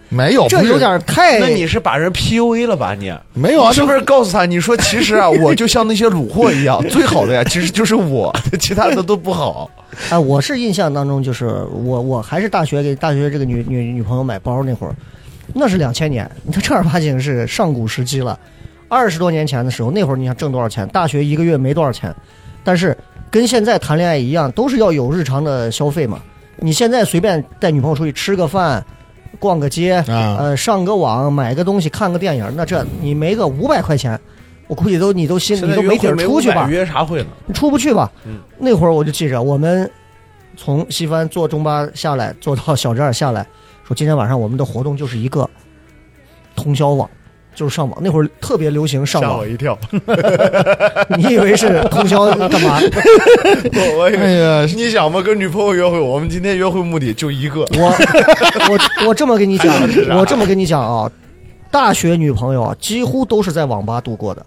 E: 没有，
D: 这
E: 不是
D: 有点太……
F: 那你是把人 PUA 了吧你？
E: 没有啊，
F: 是
E: 这
F: 不哎是告诉他你说其实啊，我就像那些虏获一样，最好的呀，其实就是我，其他的都不好。
D: 哎，我是印象当中就是我我还是大学给大学这个女女女朋友买包那会儿，那是两千年，你看正儿八经是上古时期了，二十多年前的时候，那会儿你想挣多少钱？大学一个月没多少钱，但是跟现在谈恋爱一样，都是要有日常的消费嘛。你现在随便带女朋友出去吃个饭，逛个街，
E: 啊
D: 呃，上个网买个东西，看个电影，那这你没个五百块钱，我估计都你都心
F: 现
D: 你
F: 在
D: 都
F: 约
D: 没底
F: 会
D: 儿
F: 没
D: 出去吧？
F: 约啥会呢？
D: 你出不去吧？
F: 嗯
D: 那会儿我就记着，我们从西番坐中巴下来，坐到小寨儿下来，说今天晚上我们的活动就是一个通宵网，就是上网。那会儿特别流行上
F: 吓
D: 网
F: 我，一 跳，
D: 你以为是通宵干嘛？
F: 我以为
E: 哎呀，
F: 你想嘛，跟女朋友约会，我们今天约会目的就一个，
D: 我我我这么跟你讲
F: 还是，啥
D: 我这么跟你讲啊，大学女朋友啊，几乎都是在网吧度过的。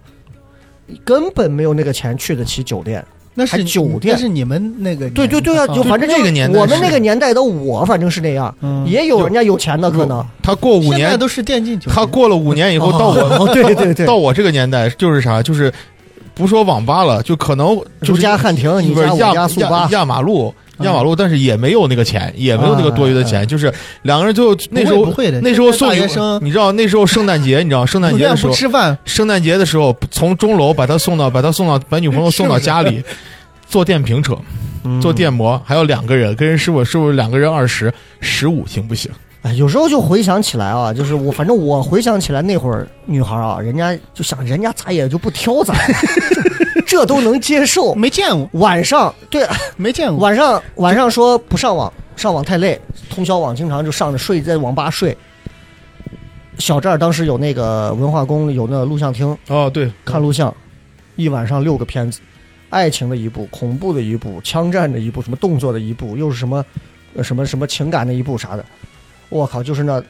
D: 根本没有那个钱去得起酒店。
G: 那是
D: 还酒店
G: 那是你们那个年代
D: 对对对啊，就反正就
E: 哦那个年代
D: 我们
E: 是
D: 那个年代的我，反正是那样，
G: 嗯
D: 也有人家有钱的可能。
E: 他过五
G: 现在
E: 年，
G: 都是电竞酒店，
E: 他过了五年以后 到我
D: 哦，对对对
E: 到，我这个年代就是啥，就是不说网吧了，就可能就
D: 如
E: 是
D: 家汉庭，你
E: 不
D: 家
E: 是
D: 我
E: 压
D: 家速
E: 压
D: 八，
E: 压马路，压马路，但是也没有那个钱，也没有那个多余的钱，就是两个人最后那时
G: 不
E: 候
G: 会的，
E: 那时候送
G: 大
E: 礼
G: 学生，
E: 你知道那时候圣诞节，你知道圣诞
G: 酒
E: 节
G: 店
E: 的时
G: 不
E: 候，
G: 吃饭，
E: 圣诞节的时候从钟楼把他送到，把他送到，把女朋友送到家里，坐电瓶车，
D: 嗯
E: 坐电摩，还有两个人，跟人师傅师傅两个人二十十五行不行？
D: 哎，有时候就回想起来啊，就是我，反正我回想起来那会儿女孩啊，人家就想，人家咋也就不挑咱， 这都能接受。
G: 没见过，
D: 晚上对，
G: 没见过，
D: 晚上晚上说不上网，上网太累，通宵网经常就上着睡，在网吧睡。小寨儿当时有那个文化宫有那录像厅，
E: 哦，对，
D: 看录像，一晚上六个片子，爱情的一部，恐怖的一部，枪战的一部，什么动作的一部，又是什么呃什么什么情感的一部啥的，我靠，就是那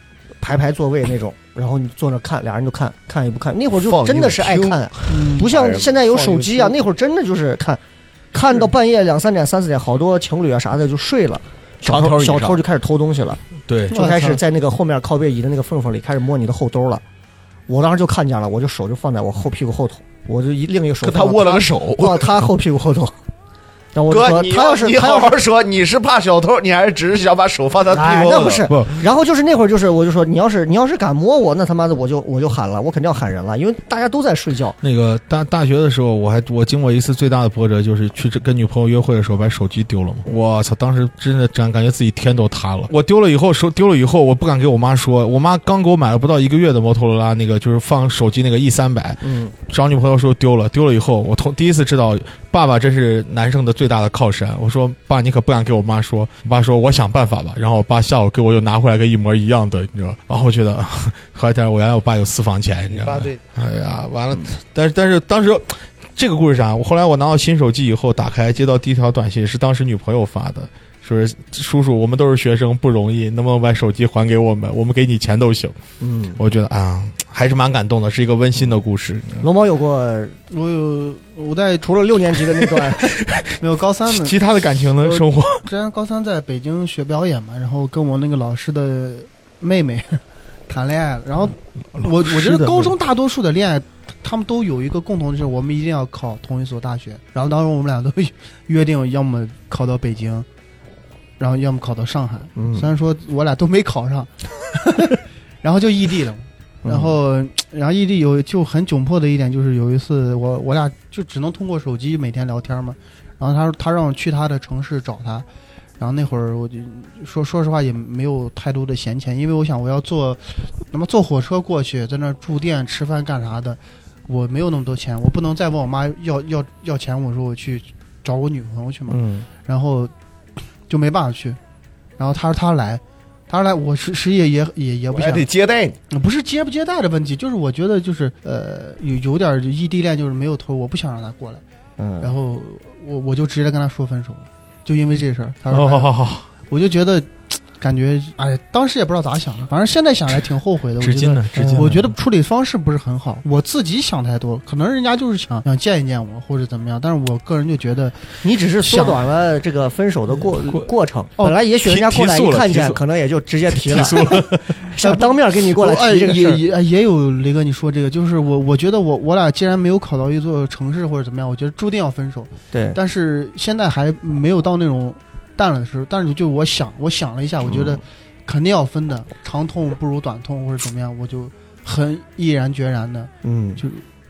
D: 排排座位那种，然后你坐那看，俩人就看看一部看，那会儿就
F: 放一
D: 真的是爱
F: 听
D: 看，
G: 嗯
D: 不像
F: 哎
D: 现在有
F: 放一
D: 手机啊，
F: 听
D: 那会儿真的就是看，看到半夜两三点三四点，好多情侣啊啥的就睡了。小
F: 长
D: 偷
F: 头以
D: 小
F: 上
D: 偷就开始偷东西了，
E: 对
D: 就开始在那个后面靠背椅的那个缝缝里开始摸你的后兜了。我当时就看见了，我就手就放在我后屁股后头，我就一另一个手
F: 跟他
D: 放到
F: 握了个手。
D: 放到他后屁股后头。然后我就
F: 哥，
D: 说
F: 你
D: 他要是
F: 你
D: 他要
F: 好
D: 是
F: 好说，你是怕小偷，你还是只是想把手放在
D: 哎
F: 屁股？
D: 那不是
E: 不，
D: 然后就是那会儿就是我就说你要是你要是敢摸我，那他妈的我就我就喊了，我肯定要喊人了，因为大家都在睡觉。
E: 那个大大学的时候，我还我经过一次最大的波折，就是去这跟女朋友约会的时候把手机丢了嘛。我操，当时真的感感觉自己天都塌了。我丢了以后，手丢了以后，我不敢给我妈说。我妈刚给我买了不到一个月的摩托罗拉，那个就是放手机那个 E 三百，
D: 嗯，
E: 找女朋友说丢了，丢了以后，我同第一次知道爸爸真是男生的最大的靠山。我说爸，你可不敢给我妈说。我爸说我想办法吧。然后我爸下午给我又拿回来个一模一样的，你知道。然后我觉得， 后来但是我原来我爸有私房钱，你知道吗？
F: 对，
E: 哎呀，完了！但是但是当时这个故事啥？我后来我拿到新手机以后，打开接到第一条短信是当时女朋友发的，说是叔叔，我们都是学生，不容易，能不能把手机还给我们？我们给你钱都行。
D: 嗯，
E: 我觉得啊，还是蛮感动的，是一个温馨的故事。
D: 龙猫有过
G: 我有我在
D: 除了六年级的那段，
G: 没有高三的
E: 其他的感情的生活，
G: 之前高三在北京学表演嘛，然后跟我那个老师的妹妹 谈恋爱了，然后我我觉得高中大多数的恋爱，他们都有一个共同的就是我们一定要考同一所大学。然后当时我们俩都约定，要么考到北京，然后要么考到上海。
D: 嗯
G: 虽然说我俩都没考上，然后就异地了嘛。然后，然后异地有就很窘迫的一点就是有一次我我俩就只能通过手机每天聊天嘛。然后他说他让我去他的城市找他，然后那会儿我就说说实话也没有太多的闲钱，因为我想我要坐，那么坐火车过去，在那儿住店吃饭干啥的，我没有那么多钱，我不能再问我妈要要要钱，我说我去找我女朋友去嘛。
E: 嗯，
G: 然后就没办法去。然后他说他来，他说来，我实实也也也也
F: 我
G: 不
F: 还
G: 想
F: 得，接待你。
G: 不是接不接待的问题，就是我觉得就是呃有有点儿异地恋，就是没有头，我不想让他过来。
D: 嗯，
G: 然后我我就直接跟他说分手了，就因为这事儿。他说
E: 好哦
G: 来、
E: 好好好，
G: 我就觉得感觉哎，当时也不知道咋想的，反正现在想来挺后悔的。我
E: 纸
G: 觉
E: 巾
G: 得
E: 呢？纸巾呢。
G: 我觉得处理方式不是很好，我自己想太多，可能人家就是想想见一见我或者怎么样，但是我个人就觉得
D: 你只是缩短了这个分手的过
E: 过
D: 过程，
G: 哦
D: 本来也许人家
E: 提
D: 过来
E: 提速
D: 一
E: 了
D: 看
E: 提
D: 见，
E: 速
D: 可能也就直接提
E: 提
D: 了，
E: 速了，
D: 想当面跟你 过来
G: 哎
D: 提这个事
G: 也
D: 儿。
G: 也哎也有雷哥你说这个，就是我我觉得我我俩既然没有考到一座城市或者怎么样，我觉得注定要分手，
D: 对，
G: 但是现在还没有到那种淡了的时候，但是就我想我想了一下，我
D: 嗯
G: 觉得肯定要分的，长痛不如短痛或者怎么样，我就很毅然决然的
D: 嗯，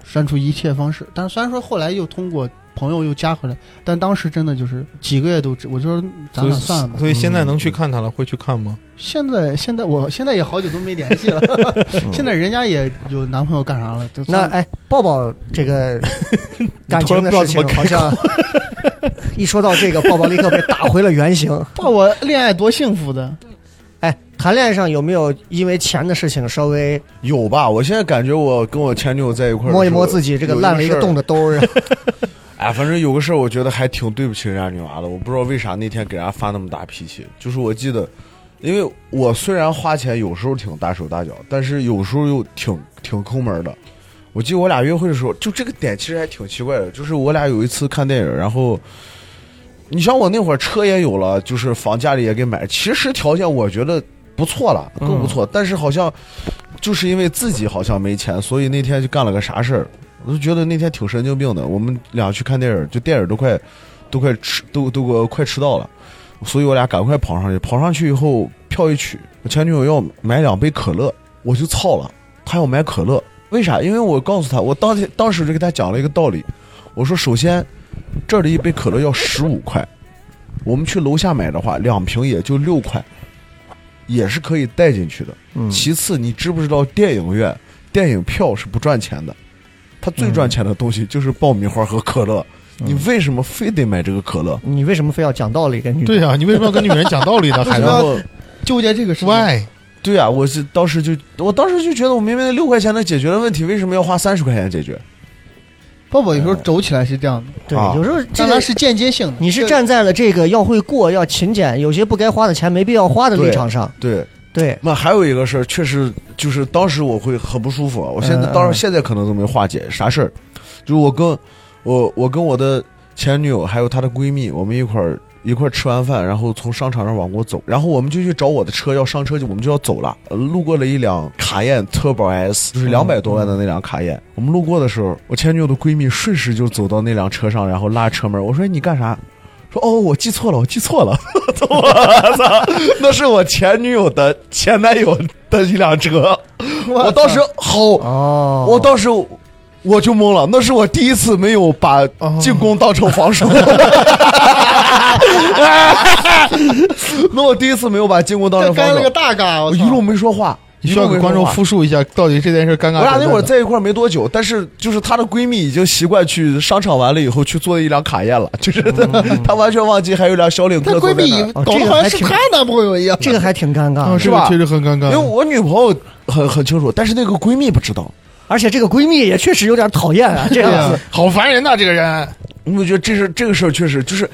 G: 删除一切方式。但是虽然说后来又通过朋友又加回来，但当时真的就是几个月都只，我就说咱
E: 所以
G: 俩算了吧。
E: 所以现在能去看他了，会去看吗？
G: 现在现在我现在也好久都没联系了，现在人家也有男朋友干啥了？就
D: 那
G: 算
D: 哎，抱抱这个感
E: 突
D: 情
E: 然
D: 的
E: 不知道
D: 事
E: 怎
D: 情，
E: 么开
D: 好像一说到这个，抱抱立刻被打回了原形。
G: 爸，我恋爱多幸福的，
D: 哎，谈恋爱上有没有因为钱的事情稍微
F: 有吧？我现在感觉我跟我前女友在一块儿
D: 摸一摸自己这个烂了一个洞的
F: 的时
D: 兜儿啊？
F: 候。有事儿哎，反正有个事儿，我觉得还挺对不起人家女娃的。我不知道为啥那天给人家发那么大脾气。就是我记得，因为我虽然花钱有时候挺大手大脚，但是有时候又挺挺抠门儿的。我记得我俩约会的时候，就这个点其实还挺奇怪的，就是我俩有一次看电影，然后。你像我那会儿车也有了，就是房家里也给买，其实条件我觉得不错了，够不错。但是好像就是因为自己好像没钱，所以那天就干了个啥事儿，我就觉得那天挺神经病的。我们俩去看电影，就电影都快都快吃都都给我快迟到了，所以我俩赶快跑上去。跑上去以后，票一取，我前女友要买两杯可乐，我就操了，她要买可乐，为啥？因为我告诉她，我当天当时就给她讲了一个道理，我说首先这儿的一杯可乐要十五块，我们去楼下买的话，两瓶也就六块，也是可以带进去的。其次，你知不知道电影院电影票是不赚钱的，它最赚钱的东西就是爆米花和可乐。你为什么非得买这个可乐？
D: 你为什么非要讲道理跟女？
E: 对呀、啊你为什么要跟女人讲道理 呢？还子
G: 对啊
F: 然后，
G: 纠结这个事情。
E: why？
F: 对呀、我是当时就，我当时就觉得，我明明六块钱能解决的问题，为什么要花三十块钱解决？
G: 包包有时候走起来是这样的，
D: 对
F: 啊
D: 有时候这
G: 当然
D: 个
G: 是间接性的。
D: 你是
G: 这
D: 站在了这个要会过、要勤俭，有些不该花的钱没必要花的立场上。
F: 对，
D: 对，
F: 那还有一个事儿，确实就是当时我会很不舒服啊。我现在
D: 嗯
F: 当然
D: 嗯
F: 现在可能都没化解啥事儿，就是我跟我我跟我的前女友还有她的闺蜜，我们一块儿一块儿吃完饭，然后从商场上往过走，然后我们就去找我的车，要上车就我们就要走了。呃路过了一辆卡宴 Turbo S，就是两百多万的那辆卡宴。我们路过的时候，我前女友的闺蜜顺势就走到那辆车上，然后拉车门。我说你干啥？说哦，我记错了，我记错了， 我操，那是我前女友的前男友的一辆车，
G: 操
F: 我当时好，
D: 哦，
F: 我当时我就懵了，那是我第一次没有把进攻当成防守， 那我第一次没有把进攻当
G: 这
F: 成防
G: 干了个
F: 守，
G: 大嘎，我
F: 我
G: 操
F: 一路没说话，
E: 你需要给观众
F: 复。
E: 复述一下到底这件事尴尬。
F: 我俩那会儿，在一块儿没多久，但是就是她的闺蜜已经习惯去商场完了以后去坐一辆卡宴了， 就是她她完全忘记还有一辆小领
G: 她
F: 克坐
G: 闺
F: 在
G: 蜜
F: 那儿。
D: 哦
G: 搞
D: 这
G: 得
D: 个
G: 好
D: 还
G: 像是
D: 挺
G: 她男朋友一样。
D: 这个还挺尴尬
E: 啊，
D: 的，
E: 这
F: 吧
E: 个确实很尴尬。
F: 因为我女朋友很很清楚，但是那个闺蜜不知道。
D: 而且这个闺蜜也确实有点讨厌啊，这样子。
E: 好烦人呐、这个人。
F: 你们觉得这是这个事儿确实就是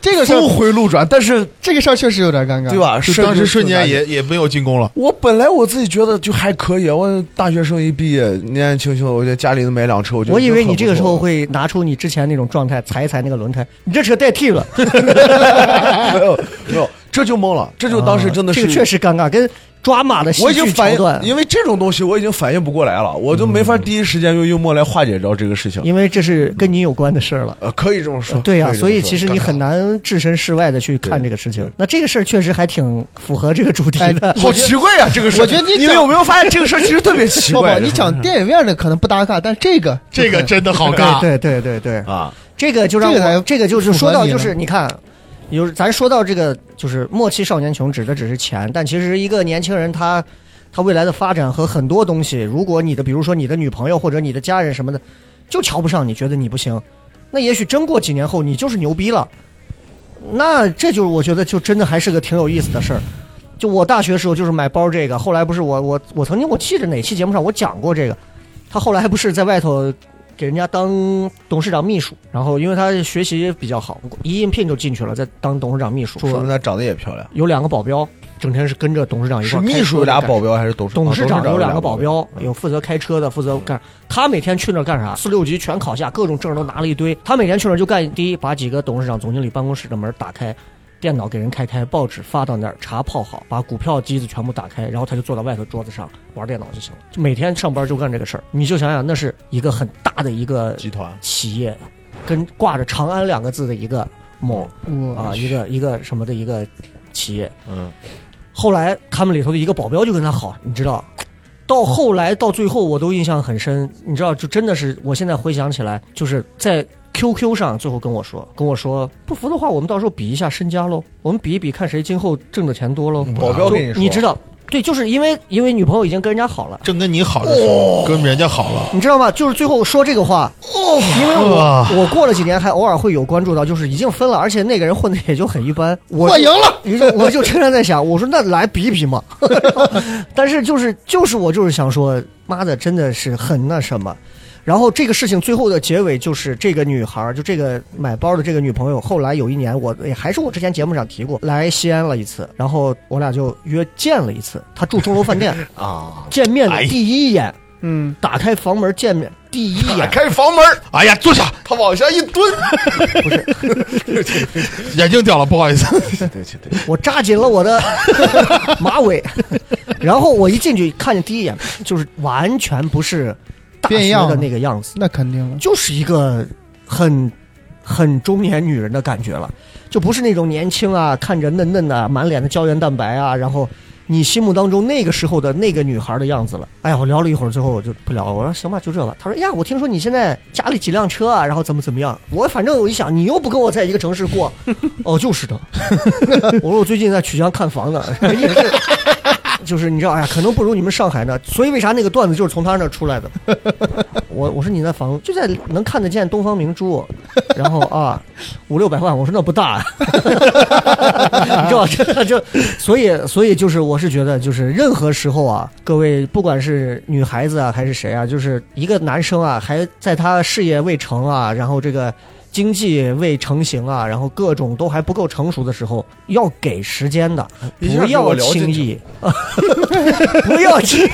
G: 这个事儿
F: 峰回路转，但是
G: 这个事儿确实有点尴尬，
F: 对？吧？
E: 就
F: 事儿
E: 当时瞬
F: 啊就
E: 间
F: 是
E: 也也没有进攻了。
F: 我本来我自己觉得就还可以，我大学生一毕业，年年轻轻的，我觉得家里能买辆车，我就
D: 我以为你这个时候会拿出你之前那种状态，踩一踩那个轮胎，你这车代替 了，
F: 没有没有，这就懵了，这就当时真的是、
D: 啊这个确实尴尬，跟抓马的戏
F: 我已
D: 剧
F: 经
D: 桥
F: 反应
D: 段，，嗯
F: 因为这种东西我已经反应不过来了，我就没法第一时间用幽默来化解掉这个事情。
D: 因为这是跟你有关的事儿了。
F: 呃，可以这么说。
D: 对呀、
F: 可这么说
D: 所以其实你很。
F: 尴尬
D: 难置身事外的去看这个事情。那这个事儿确实还挺符合这个主题的。
F: 哎 好奇怪呀、这个事儿
G: 我觉得你
F: 你们
G: 讲
F: 有没有发现这个事儿其实特别奇
G: 不不
F: 怪？，
G: 你讲电影院的可能不搭嘎，但这个
E: 这个真的好尬。
D: 对对对对对，
F: 啊，
D: 这个就让
G: 这个才
D: 我这个就是说到
G: 符合你
D: 就
G: 了
D: 是你看，有咱说到这个就是末期少年穷指的只是钱，但其实一个年轻人他他未来的发展和很多东西，如果你的比如说你的女朋友或者你的家人什么的就瞧不上你，觉得你不行，那也许真过几年后你就是牛逼了，那这就是我觉得就真的还是个挺有意思的事儿。就我大学时候就是买包这个，后来不是我我我曾经我记着哪期节目上我讲过这个，他后来不是在外头给人家当董事长秘书，然后因为他学习比较好，一应聘就进去了，在当董事长秘书。
F: 说明她长得也漂亮。
D: 有两个保俩保镖，整天是跟着董事啊长一
F: 是
D: 块儿开车
F: 秘书有俩
D: 干
F: 保，镖还是董事
D: 啊董事长有两
F: 个
D: 个保？镖，有负责开车的，负责干。他每天去那儿干啥？四六级全考下，各种证都拿了一堆。他每天去那儿就干：第一，把几个董事长、总经理办公室的门打开，电脑给人开开，报纸发到那儿，茶泡好，把股票机子全部打开，然后他就坐到外头桌子上玩电脑就行了。就每天上班就干这个事儿，你就想想，那是一个很大的一个
F: 集团
D: 企业，跟挂着“长安”两个字的一个某
G: 我
D: 啊，一个一个什么的一个企业。
F: 嗯，
D: 后来他们里头的一个保镖就跟他好，你知道，到后来到最后我都印象很深，你知道，就真的是我现在回想起来，就是在 QQ 上最后跟我说，跟我说不服的话，我们到时候比一下身家喽，我们比一比看谁今后挣的钱多喽。
F: 嗯保镖
D: 就
F: 跟你说，
D: 你知道，对，就是因为因为女朋友已经跟人家好了。
E: 正跟你好的时候，跟人家好了。
D: 你知道吗？就是最后说这个话，因为
F: 嗯啊
D: 我我过了几年还偶尔会有关注到，就是已经分了，而且那个人混的也就很一般。我
G: 赢了，
D: 于是我就经常在想，我说那来比一比嘛。 但是就是就是我就是想说，妈的，真的是很那什么。然后这个事情最后的结尾就是这个女孩儿，就这个买包的这个女朋友，后来有一年我也还是我之前节目上提过，来西安了一次，然后我俩就约见了一次，她住钟楼饭店啊，见面的第一眼
G: 嗯，
D: 打开房门见面，第一
E: 打
D: 眼
E: 开房门，
F: 哎呀，坐下，
E: 他往下一蹲，不是，眼镜掉了，不好意思。
F: 对对对，
D: 我扎紧了我的 马尾，然后我一进去看见第一眼就是完全不是大
G: 变
D: 学
G: 样
D: 的
G: 了
D: 那个样子，
G: 那肯定了。
D: 就是一个很很中年女人的感觉了，就不是那种年轻啊，看着嫩嫩的，满脸的胶原蛋白啊，然后你心目当中那个时候的那个女孩的样子了。哎呀，我聊了一会儿，最后我就不聊了，我说行吧，就这吧。他说哎呀，我听说你现在家里几辆车啊，然后怎么怎么样？我反正我一想，你又不跟我在一个城市过，哦，就是的。 我说我最近在曲江看房呢， 一直。就是你知道，哎呀，可能不如你们上海呢，所以为啥那个段子就是从他那儿出来的？我我说你那房就在能看得见东方明珠，然后啊，五六百万，我说那不大、啊， 你知道 这这，所以所以就是我是觉得就是任何时候啊，各位不管是女孩子啊还是谁啊，就是一个男生啊，还在他事业未成啊，然后这个经济未成型啊，然后各种都还不够成熟的时候，要给时间的，
E: 一下
D: 不
E: 给我
D: 要
E: 聊进
D: 轻
E: 去
D: 易，不要轻易。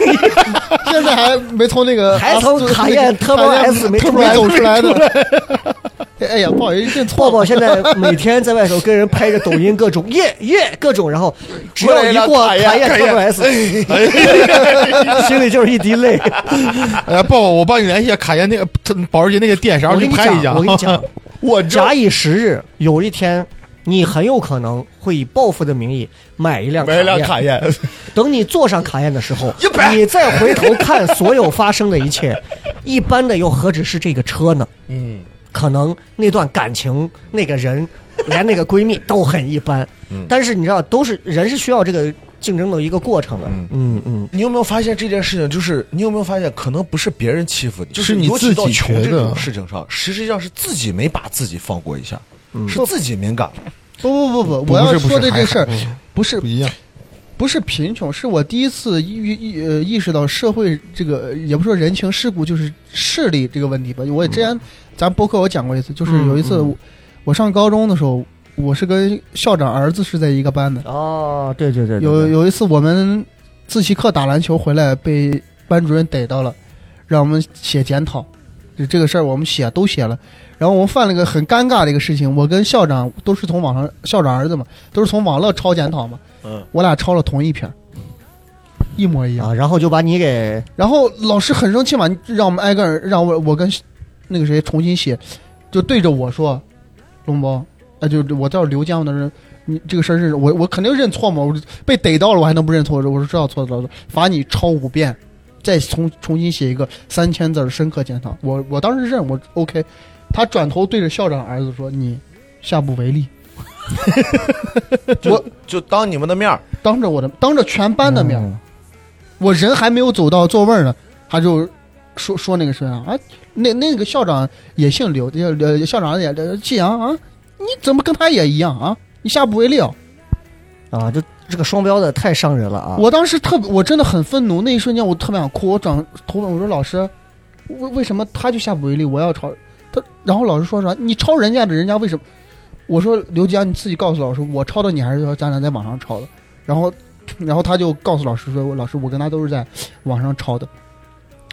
G: 现在还没从那 个
D: 还从卡宴 Turbo S 没
G: Turbo
D: 出来
G: S 走出来的。 哎呀，不好意思，认错
D: 抱
G: 了。
D: 抱现在每天在外头跟人拍着抖音各种耶耶各种，然后只要一过
E: 我
D: 卡
E: 也要
D: 宴
E: 卡宴
D: Turbo S，心里就是一滴泪。
E: 哎，爸爸，我帮你联系一下卡宴那个保时捷那个店，然
D: 我
E: 后
D: 跟
E: 去
D: 你
E: 拍一下。
D: 讲，我 跟你讲，
E: 我这
D: 假以时日，有一天你很有可能会以报复的名义买一辆卡
E: 买一辆
D: 宴。
E: 卡宴，
D: 等你坐上卡宴的时候，你再回头看所有发生的一切，一般的又何止是这个车呢？
E: 嗯，
D: 可能那段感情、那个人，连那个闺蜜都很一般。
E: 嗯
D: 但是你知道，都是人是需要这个竞争的一个过程的。嗯嗯，
F: 你有没有发现这件事情？就是你有没有发现，可能不是别人欺负你，就是
E: 你
F: 尤其
E: 自
F: 到
E: 己
F: 穷
E: 觉
F: 这
E: 得
F: 种事情上，实际上是自己没把自己放过一下，
E: 嗯
F: 是自己 敏感。
G: 不不不
E: 不
G: 不，我要
E: 是不是
G: 说的这事儿
E: 还好
G: 不是
E: 不一样。
G: 不是贫穷，是我第一次意意呃意识到社会这个也不说人情世故，就是势力这个问题吧。我之前、
E: 嗯
G: 咱播客我讲过一次，就是有一次
D: 嗯嗯
G: 我,、我上高中的时候，我是跟校长儿子是在一个班的。
D: 哦，对对对，对
G: 有
D: 对
G: 有一次我们自习课打篮球回来被班主任逮到了，让我们写检讨，就这个事儿我们写都写了。然后我们犯了个很尴尬的一个事情，我跟校长都是从网上校长儿子嘛，都是从网络抄检讨嘛，
F: 嗯，
G: 我俩抄了同一篇儿，一模一样。
D: 啊，然后就把你给
G: 然后老师很生气嘛，让我们挨个儿让我我跟那个谁重新写，就对着我说，龙包，啊，就我叫刘江的人，你这个事儿是我我肯定认错嘛，我被逮到了我还能不认错？我说我说知道错了，罚你抄五遍，再重 重新写一个三千字儿深刻检讨。我我当时认我 OK，他转头对着校长儿子说你下不为例，
F: 就就当你们的面儿，
G: 当着我的当着全班的面儿。
D: 嗯
G: 我人还没有走到座位儿呢，他就说说那个事啊，啊，那那个校长也姓刘，这呃校长也呃季阳啊，你怎么跟他也一样啊？你下不为例啊！
D: 啊，就这个双标的太伤人了啊！
G: 我当时特别，我真的很愤怒，那一瞬间我特别想哭，我转头问我说老师，为为什么他就下不为例，我要抄他？然后老师说啥？你抄人家的，人家为什么？我说刘江，你自己告诉老师，我抄的你还是说咱俩在网上抄的？然后，然后他就告诉老师说，老师我跟他都是在网上抄的。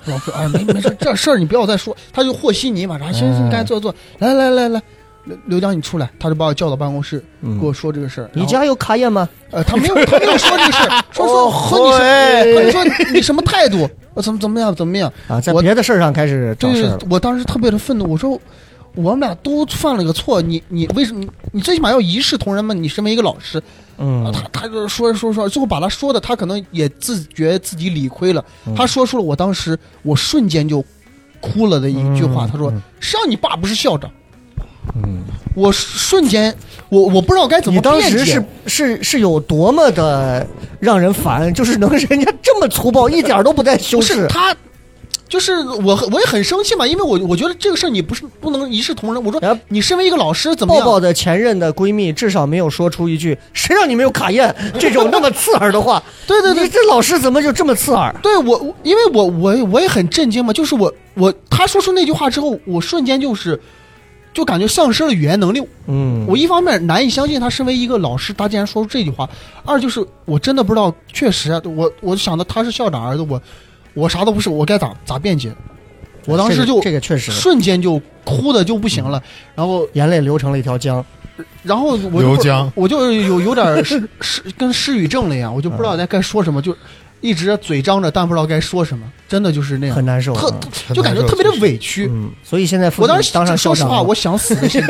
G: 老师啊，没没事，这事儿你不要再说。他就和稀 泥嘛，啥行行，该做做，来来来来，刘刘江你出来，他就把我叫到办公室，
D: 嗯
G: 给我说这个事儿。
D: 你
G: 然后
D: 家有卡宴吗？
G: 呃，他没有，他没有说 这个事儿，说
D: 哦
G: 说说你什么，他说你什么态度，呃怎么怎么样怎么样？
D: 啊，在
G: 我
D: 别的事儿上开始找
G: 对
D: 事儿了。，
G: 我当时特别的愤怒，我说我们俩都犯了个错，你你为什么你你最起码要一视同仁嘛？你身为一个老师，啊
D: 嗯，
G: 他他就是说说说，最后把他说的，他可能也自觉自己理亏了，
D: 嗯
G: 他说出了我当时我瞬间就哭了的一句话，
D: 嗯
G: 他说
D: 嗯
G: 谁让你爸不是校长？我瞬间，我我不知道该怎
D: 你
G: 么辩
D: 当
G: 解。
D: 时是是是有多么的让人烦，就是能人家这么粗暴，一点儿都不带修
G: 不是
D: 饰。
G: 他，就是我很，我也很生气嘛，因为我我觉得这个事儿你不是不能一视同仁。我说、
D: 哎
G: 你身为一个老师怎么
D: 抱
G: 样？
D: 抱的前任的闺蜜至少没有说出一句“谁让你没有卡宴”这种那么刺耳的话。
G: 对对
D: 你
G: 对，
D: 这老师怎么就这么刺耳？
G: 对我我因为我我我也很震惊嘛，就是我我他说出那句话之后，我瞬间就是。就感觉丧失了语言能力。
D: 嗯
G: 我一方面难以相信他身为一个老师，他竟然说出这句话；二就是我真的不知道，确实啊我我想到他是校长儿子，我我啥都不是，我该咋咋辩解？我当
D: 这
G: 时
D: 个
G: 就
D: 这个确实
G: 瞬间就哭的就不行
D: 嗯
G: 了，然后
D: 眼泪流成了一条江。
G: 然后我就
E: 刘
G: 不
E: 江
G: 我就有有点 失失跟失语症了一样，我就不知
E: 嗯
G: 道该该说什么，就一直嘴张着，但不知道该说什么，真的就是那样，
D: 很难受
G: 特
D: 嗯
G: 就感觉特别的委屈。
D: 嗯，所以现在父
G: 我
D: 亲
G: 当时
D: 当上校
G: 说实
D: 长
G: 话，
D: 了，
G: 我想死的 心里，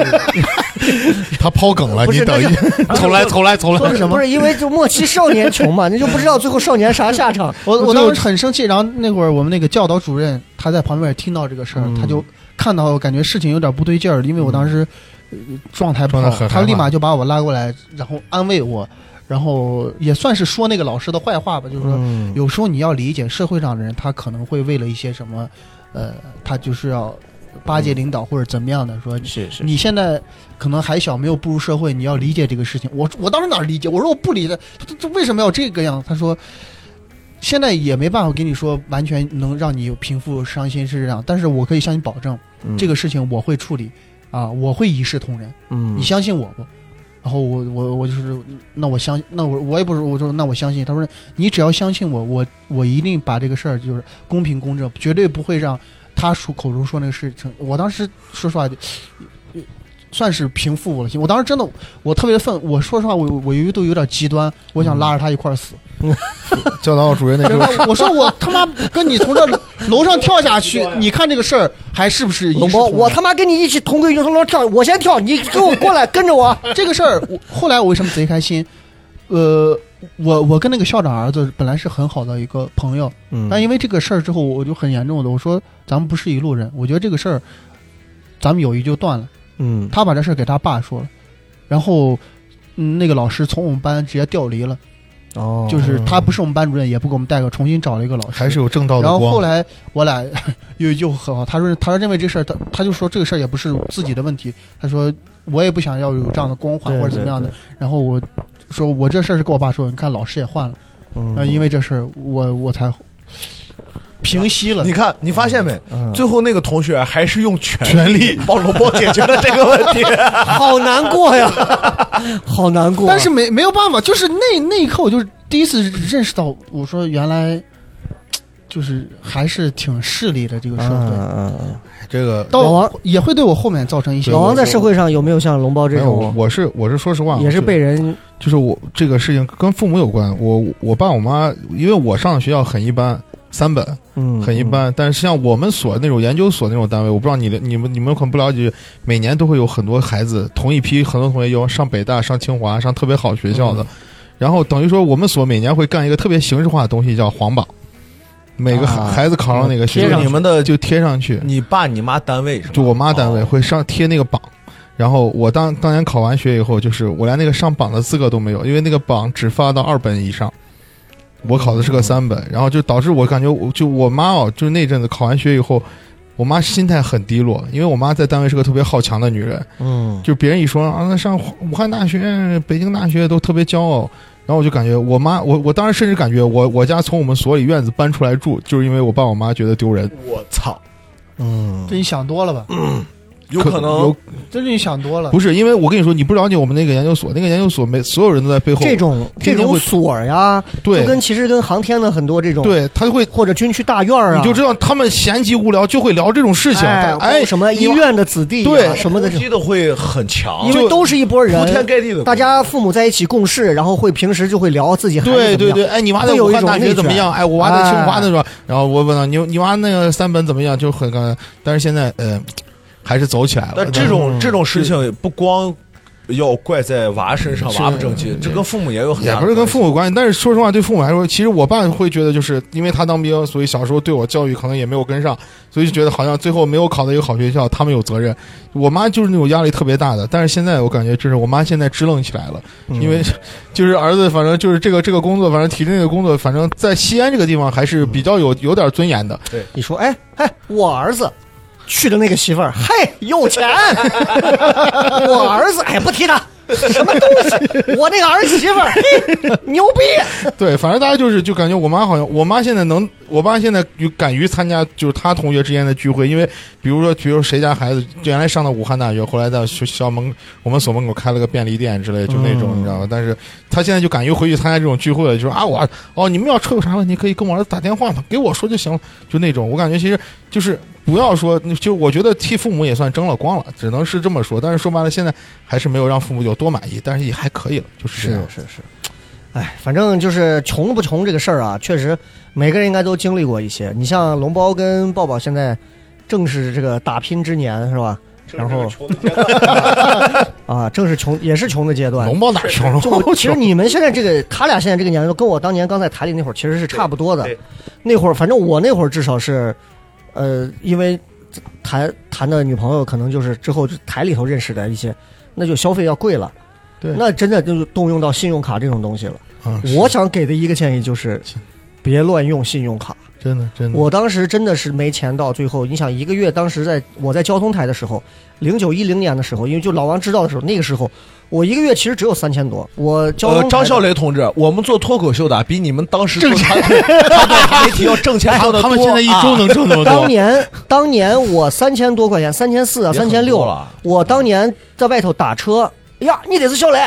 E: 他抛梗了，
D: 不是
E: 啊你等一
D: 那是，
E: 重来，重来，重来。
D: 不是 不是因为就末期少年穷嘛，你就不知道最后少年啥下场。
G: 我
D: 就
G: 我当时很生气。然后那会儿我们那个教导主任他在旁边听到这个事儿，
D: 嗯
G: 他就看到感觉事情有点不对劲儿，因为我当时、呃状态不
E: 嗯状态
G: 好，
E: 很
G: 他
E: 害
G: 立
E: 怕
G: 马就把我拉过来，然后安慰我，然后也算是说那个老师的坏话吧，就是说。
D: 嗯
G: 有时候你要理解社会上的人，他可能会为了一些什么，呃，他就是要巴结领导或者怎么样的，说你
D: 嗯是是
G: 你现在可能还小，没有步入社会，你要理解这个事情。我我当时哪理解？我说我不理解，他这这为什么要这个样？他说。现在也没办法跟你说完全能让你平复伤心是这样，但是我可以向你保证，
D: 嗯
G: 这个事情我会处理，啊，我会一视同仁。
D: 嗯
G: 你相信我不？然后我我我就是，那我相那我我也不是，我说那我相信。他说你只要相信我，我我一定把这个事儿就是公平公正，绝对不会让他说口中说那个事情。我当时说实话，就算是平复我的心。我当时真的我特别愤，我说实话，我我有一度有点极端，我
D: 嗯
G: 想拉着他一块儿死。
E: 教导主任那时
G: 真
E: 候，
G: 的，我说我他妈跟你从这楼上跳 下去，你看这个事儿还是不是一视
D: 龙波，
G: 同仁
D: 我他妈跟你一起同归于尽，龙跳，我先跳，你跟我过来，跟着我。
G: 这个事儿，我后来我为什么贼开心？呃，我我跟那个校长儿子本来是很好的一个朋友，
D: 嗯
G: 但因为这个事儿之后，我就很严重的我说咱们不是一路人，我觉得这个事儿，咱们友谊就断了。
D: 嗯
G: 他把这事儿给他爸说了，然后。嗯，那个老师从我们班直接调离了，
D: 哦
G: 就是他不是我们班主任，也不给我们带课，重新找了一个老师。
E: 还是有正道的
G: 嗯然后后
E: 光。
G: 来我俩 又又很好，他说他说认为这事儿，他他就说这个事儿也不是自己的问题，他说我也不想要有这样的光环
D: 对
G: 或者怎么样的。然后我说我这事儿是跟我爸说，你看老师也换了，然后
D: 嗯
G: 因为这事儿我我才平息了
F: 你。看，你发现没？
D: 嗯
F: 最后那个同学还是用权
E: 权力
F: 帮龙波解决了这个问题。
D: 好难过 呀，好难过啊。
G: 但是没没有办法，就是那那一刻我就是第一次认识到，我说原来就是还是挺势利的这个社
D: 嗯
G: 会，
D: 嗯嗯
E: 这个
G: 到
D: 老王
G: 也会对我后面造成一些
D: 老王在社会上有没有像龙包这
E: 没有，我
D: 种，
E: 我是我是说实话，
D: 也是
E: 就
D: 被人
E: 就是我这个事情跟父母有关。我我爸我妈，因为我上的学校很一般，三本
D: 嗯
E: 很一般，但是像我们所那种研究所那种单位，我不知道你的你们你们可能不了解，每年都会有很多孩子，同一批很多同学要上北大、上清华、上特别好学校
D: 嗯
E: 的，然后等于说我们所每年会干一个特别形式化的东西，叫皇榜，每个孩
D: 啊
E: 孩子考上哪个 学
D: 贴
E: 校
D: 上去
F: 你们的就
E: 就贴上去，
F: 你爸你妈单位是吧？
E: 就我妈单位
F: 哦
E: 会上贴那个榜，然后我当当年考完学以后，就是我连那个上榜的资格都没有，因为那个榜只发到二本以上。我考的是个三本，然后就导致我感觉我就我妈哦，就那阵子考完学以后，我妈心态很低落，因为我妈在单位是个特别好强的女人，
D: 嗯
E: 就别人一说啊，那上武汉大学、北京大学都特别骄傲。然后我就感觉我妈，我我当时甚至感觉我我家从我们所里院子搬出来住，就是因为我爸我妈觉得丢人，
F: 我操，
D: 嗯
G: 这你想多了吧？
F: 有可能
E: 有
G: 这是你想多了。
E: 不是，因为我跟你说，你不了解我们那个研究所，那个研究所没所有人都在背后，
D: 这种
E: 这
D: 这
E: 种
D: 种
E: 会
D: 锁儿呀，就
E: 对
D: 跟其实跟航天的很多这种，
E: 对，他会，
D: 或者军区大院儿啊，
E: 你就知道他们闲极无聊就会聊这种事情，
D: 哎
E: 他哎，
D: 什么医
E: 你
D: 院的子弟啊，
E: 对
D: 什么的这种，
F: 攻击的会很强，
D: 因为都是一波
F: 铺天
D: 人，
F: 盖地的攻击，
D: 大家父母在一起共事，然后会平时就会聊自己孩子
E: 对
D: 怎么
E: 对
D: 样
E: 对，哎，你妈在
D: 会有
E: 武
D: 一
E: 汉
D: 种
E: 大
D: 内
E: 学怎么
D: 卷
E: 样？哎，我娃在清华
D: 哎
E: 那时候，然后我问了你，你娃那个三本怎么样？就很尴尬，但是现在，呃，还是走起来了。
F: 但这种这种事情不光要怪在娃身上，
E: 是
F: 娃不争气，这跟父母也有很
E: 也
F: 大的
E: 不是跟父
F: 母
E: 母关系，但是说实话，对父母来说，其实我爸会觉得，就是因为他当兵，所以小时候对我教育可能也没有跟上，所以就觉得好像最后没有考到一个好学校，他们有责任。我妈就是那种压力特别大的，但是现在我感觉，就是我妈现在支棱起来了，因为就是儿子，反正就是这个这个工作，反正体制内的工作，反正在西安这个地方还是比较有有点尊严的。
D: 你说，哎哎，我儿子 娶的那个媳妇儿，嘿，有钱。我儿子，哎，不提他，我那个儿媳妇儿嘿牛逼，
E: 对，反正大家就是就感觉我妈好像，我妈现在能，我妈现在就敢于参加就是她同学之间的聚会，因为比如说，比如谁家孩子原来上的武汉大学，后来在学校门我们所门口开了个便利店之类，就那种、
D: 嗯
E: 你知道吧？但是她现在就敢于回去参加这种聚会了，就说啊我哦你们要车有啥问题可以跟我儿子打电话嘛，给我说就行了，就那种我感觉其实就是不要说，就我觉得替父母也算争了光了，只能是这么说。但是说白了，现在还是没有让父母有多满意，但是也还可以了，就是这样。
D: 是是，哎，反正就是穷不穷这个事儿啊，确实每个人应该都经历过一些。你像龙包跟抱抱现在正是这个打拼之年，是吧？然后
F: 呃
D: 啊，正是穷也是穷的阶段。
E: 龙包哪穷 了？
D: 就我其实你们现在这个，他俩现在这个年龄，跟我当年刚在台里那会儿其实是差不多的
B: 对对。
D: 那会儿，反正我那会儿至少是，呃，因为谈谈的女朋友可能就是之后就台里头认识的一些，那就消费要贵了。
E: 对
D: 那真的就是动用到信用卡这种东西了。
E: 嗯是
D: 我想给的一个建议就是，别乱用信用卡。
E: 真的
F: 嗯
E: 真的，
D: 我当时真的是没钱到最后，你想一个月，当时在我在交通台的时候，零九一零年的时候，因为就老王知道的时候，那个时候我一个月其实只有三千多，我交通台
F: 呃
D: 的、，
F: 张笑雷同志，我们做脱口秀的比你们当时做
G: 挣钱
F: 传统传统媒体要挣钱挣得多。
E: 哎
F: 啊
E: 他们现在一周能挣这么
D: 啊 当
E: 多，
D: 年当年我三千多块钱，三千四啊，
F: 也
D: 三
F: 很
D: 千六
F: 多了。
D: 我当年在外头打车，哎呀，你得是小磊。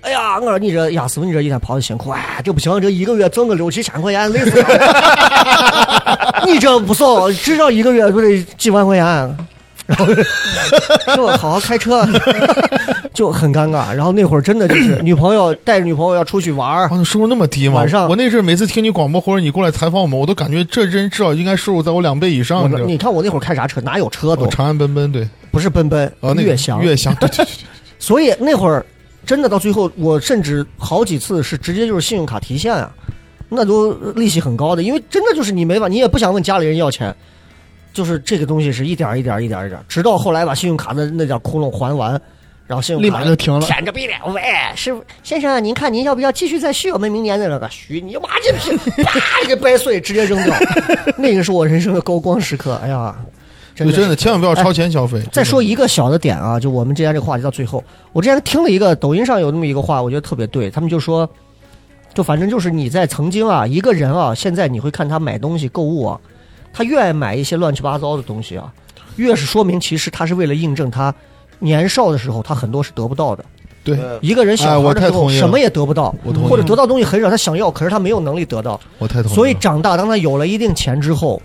D: 哎呀，我说你这呀，师傅，你这一天跑的辛苦，哎，这不行，这一个月挣个六七千块钱，累死了。 你这不少，至少一个月不得几万块钱。然后就好好开车， 就很尴尬。然后那会儿真的就是女朋友带着女朋友要出去玩儿
E: 啊，，你收入那么低吗？
D: 晚上
E: 我那阵儿每次听你广播或者你过来采访我们，我都感觉这人至少应该收入在我两倍以
D: 我
E: 上。
D: 说
E: 这
D: 你看我那会儿开啥车，哪有车都
E: 哦，长安奔奔对，
D: 不是奔奔
E: 哦，那，个
D: 悦翔
E: 悦翔， 对对对对
D: 所以那会儿真的到最后，我甚至好几次是直接就是信用卡提现啊，那都利息很高的，因为真的就是你没法，你也不想问家里人要钱，就是这个东西是一点儿一点儿一点儿一点儿，直到后来把信用卡的那点儿窟窿还完，然后信用卡
G: 立马就停了。
D: 舔着逼脸，喂，师傅先生，您看您要不要继续再续我们明年的那个续？你妈这皮，啪给掰碎，直接扔掉， 那个是我人生的高光时刻，哎呀，真
E: 对，
D: 的是
E: 真的千万不要超前消费。
D: 再说
E: 一，
D: 一个小的点啊，就我们之间这个话题到最后，我之前听了一个抖音上有那么一个话，我觉得特别对，他们就说，就反正就是你在曾经啊，一个人啊，现在你会看他买东西购物啊，他越爱买一些乱七八糟的东西啊，越是说明其实他是为了印证他年少的时候他很多是得不到的。
E: 对，
F: 嗯
D: 一个人小孩
E: 哎我
D: 的时
E: 太
D: 候
E: 同意了
D: 什么也得不到
E: 我同，意
D: 或者得到东西很少，他想要，可是他没有能力得到，
E: 我太同意了。
D: 所以长大，当他有了一定钱之后，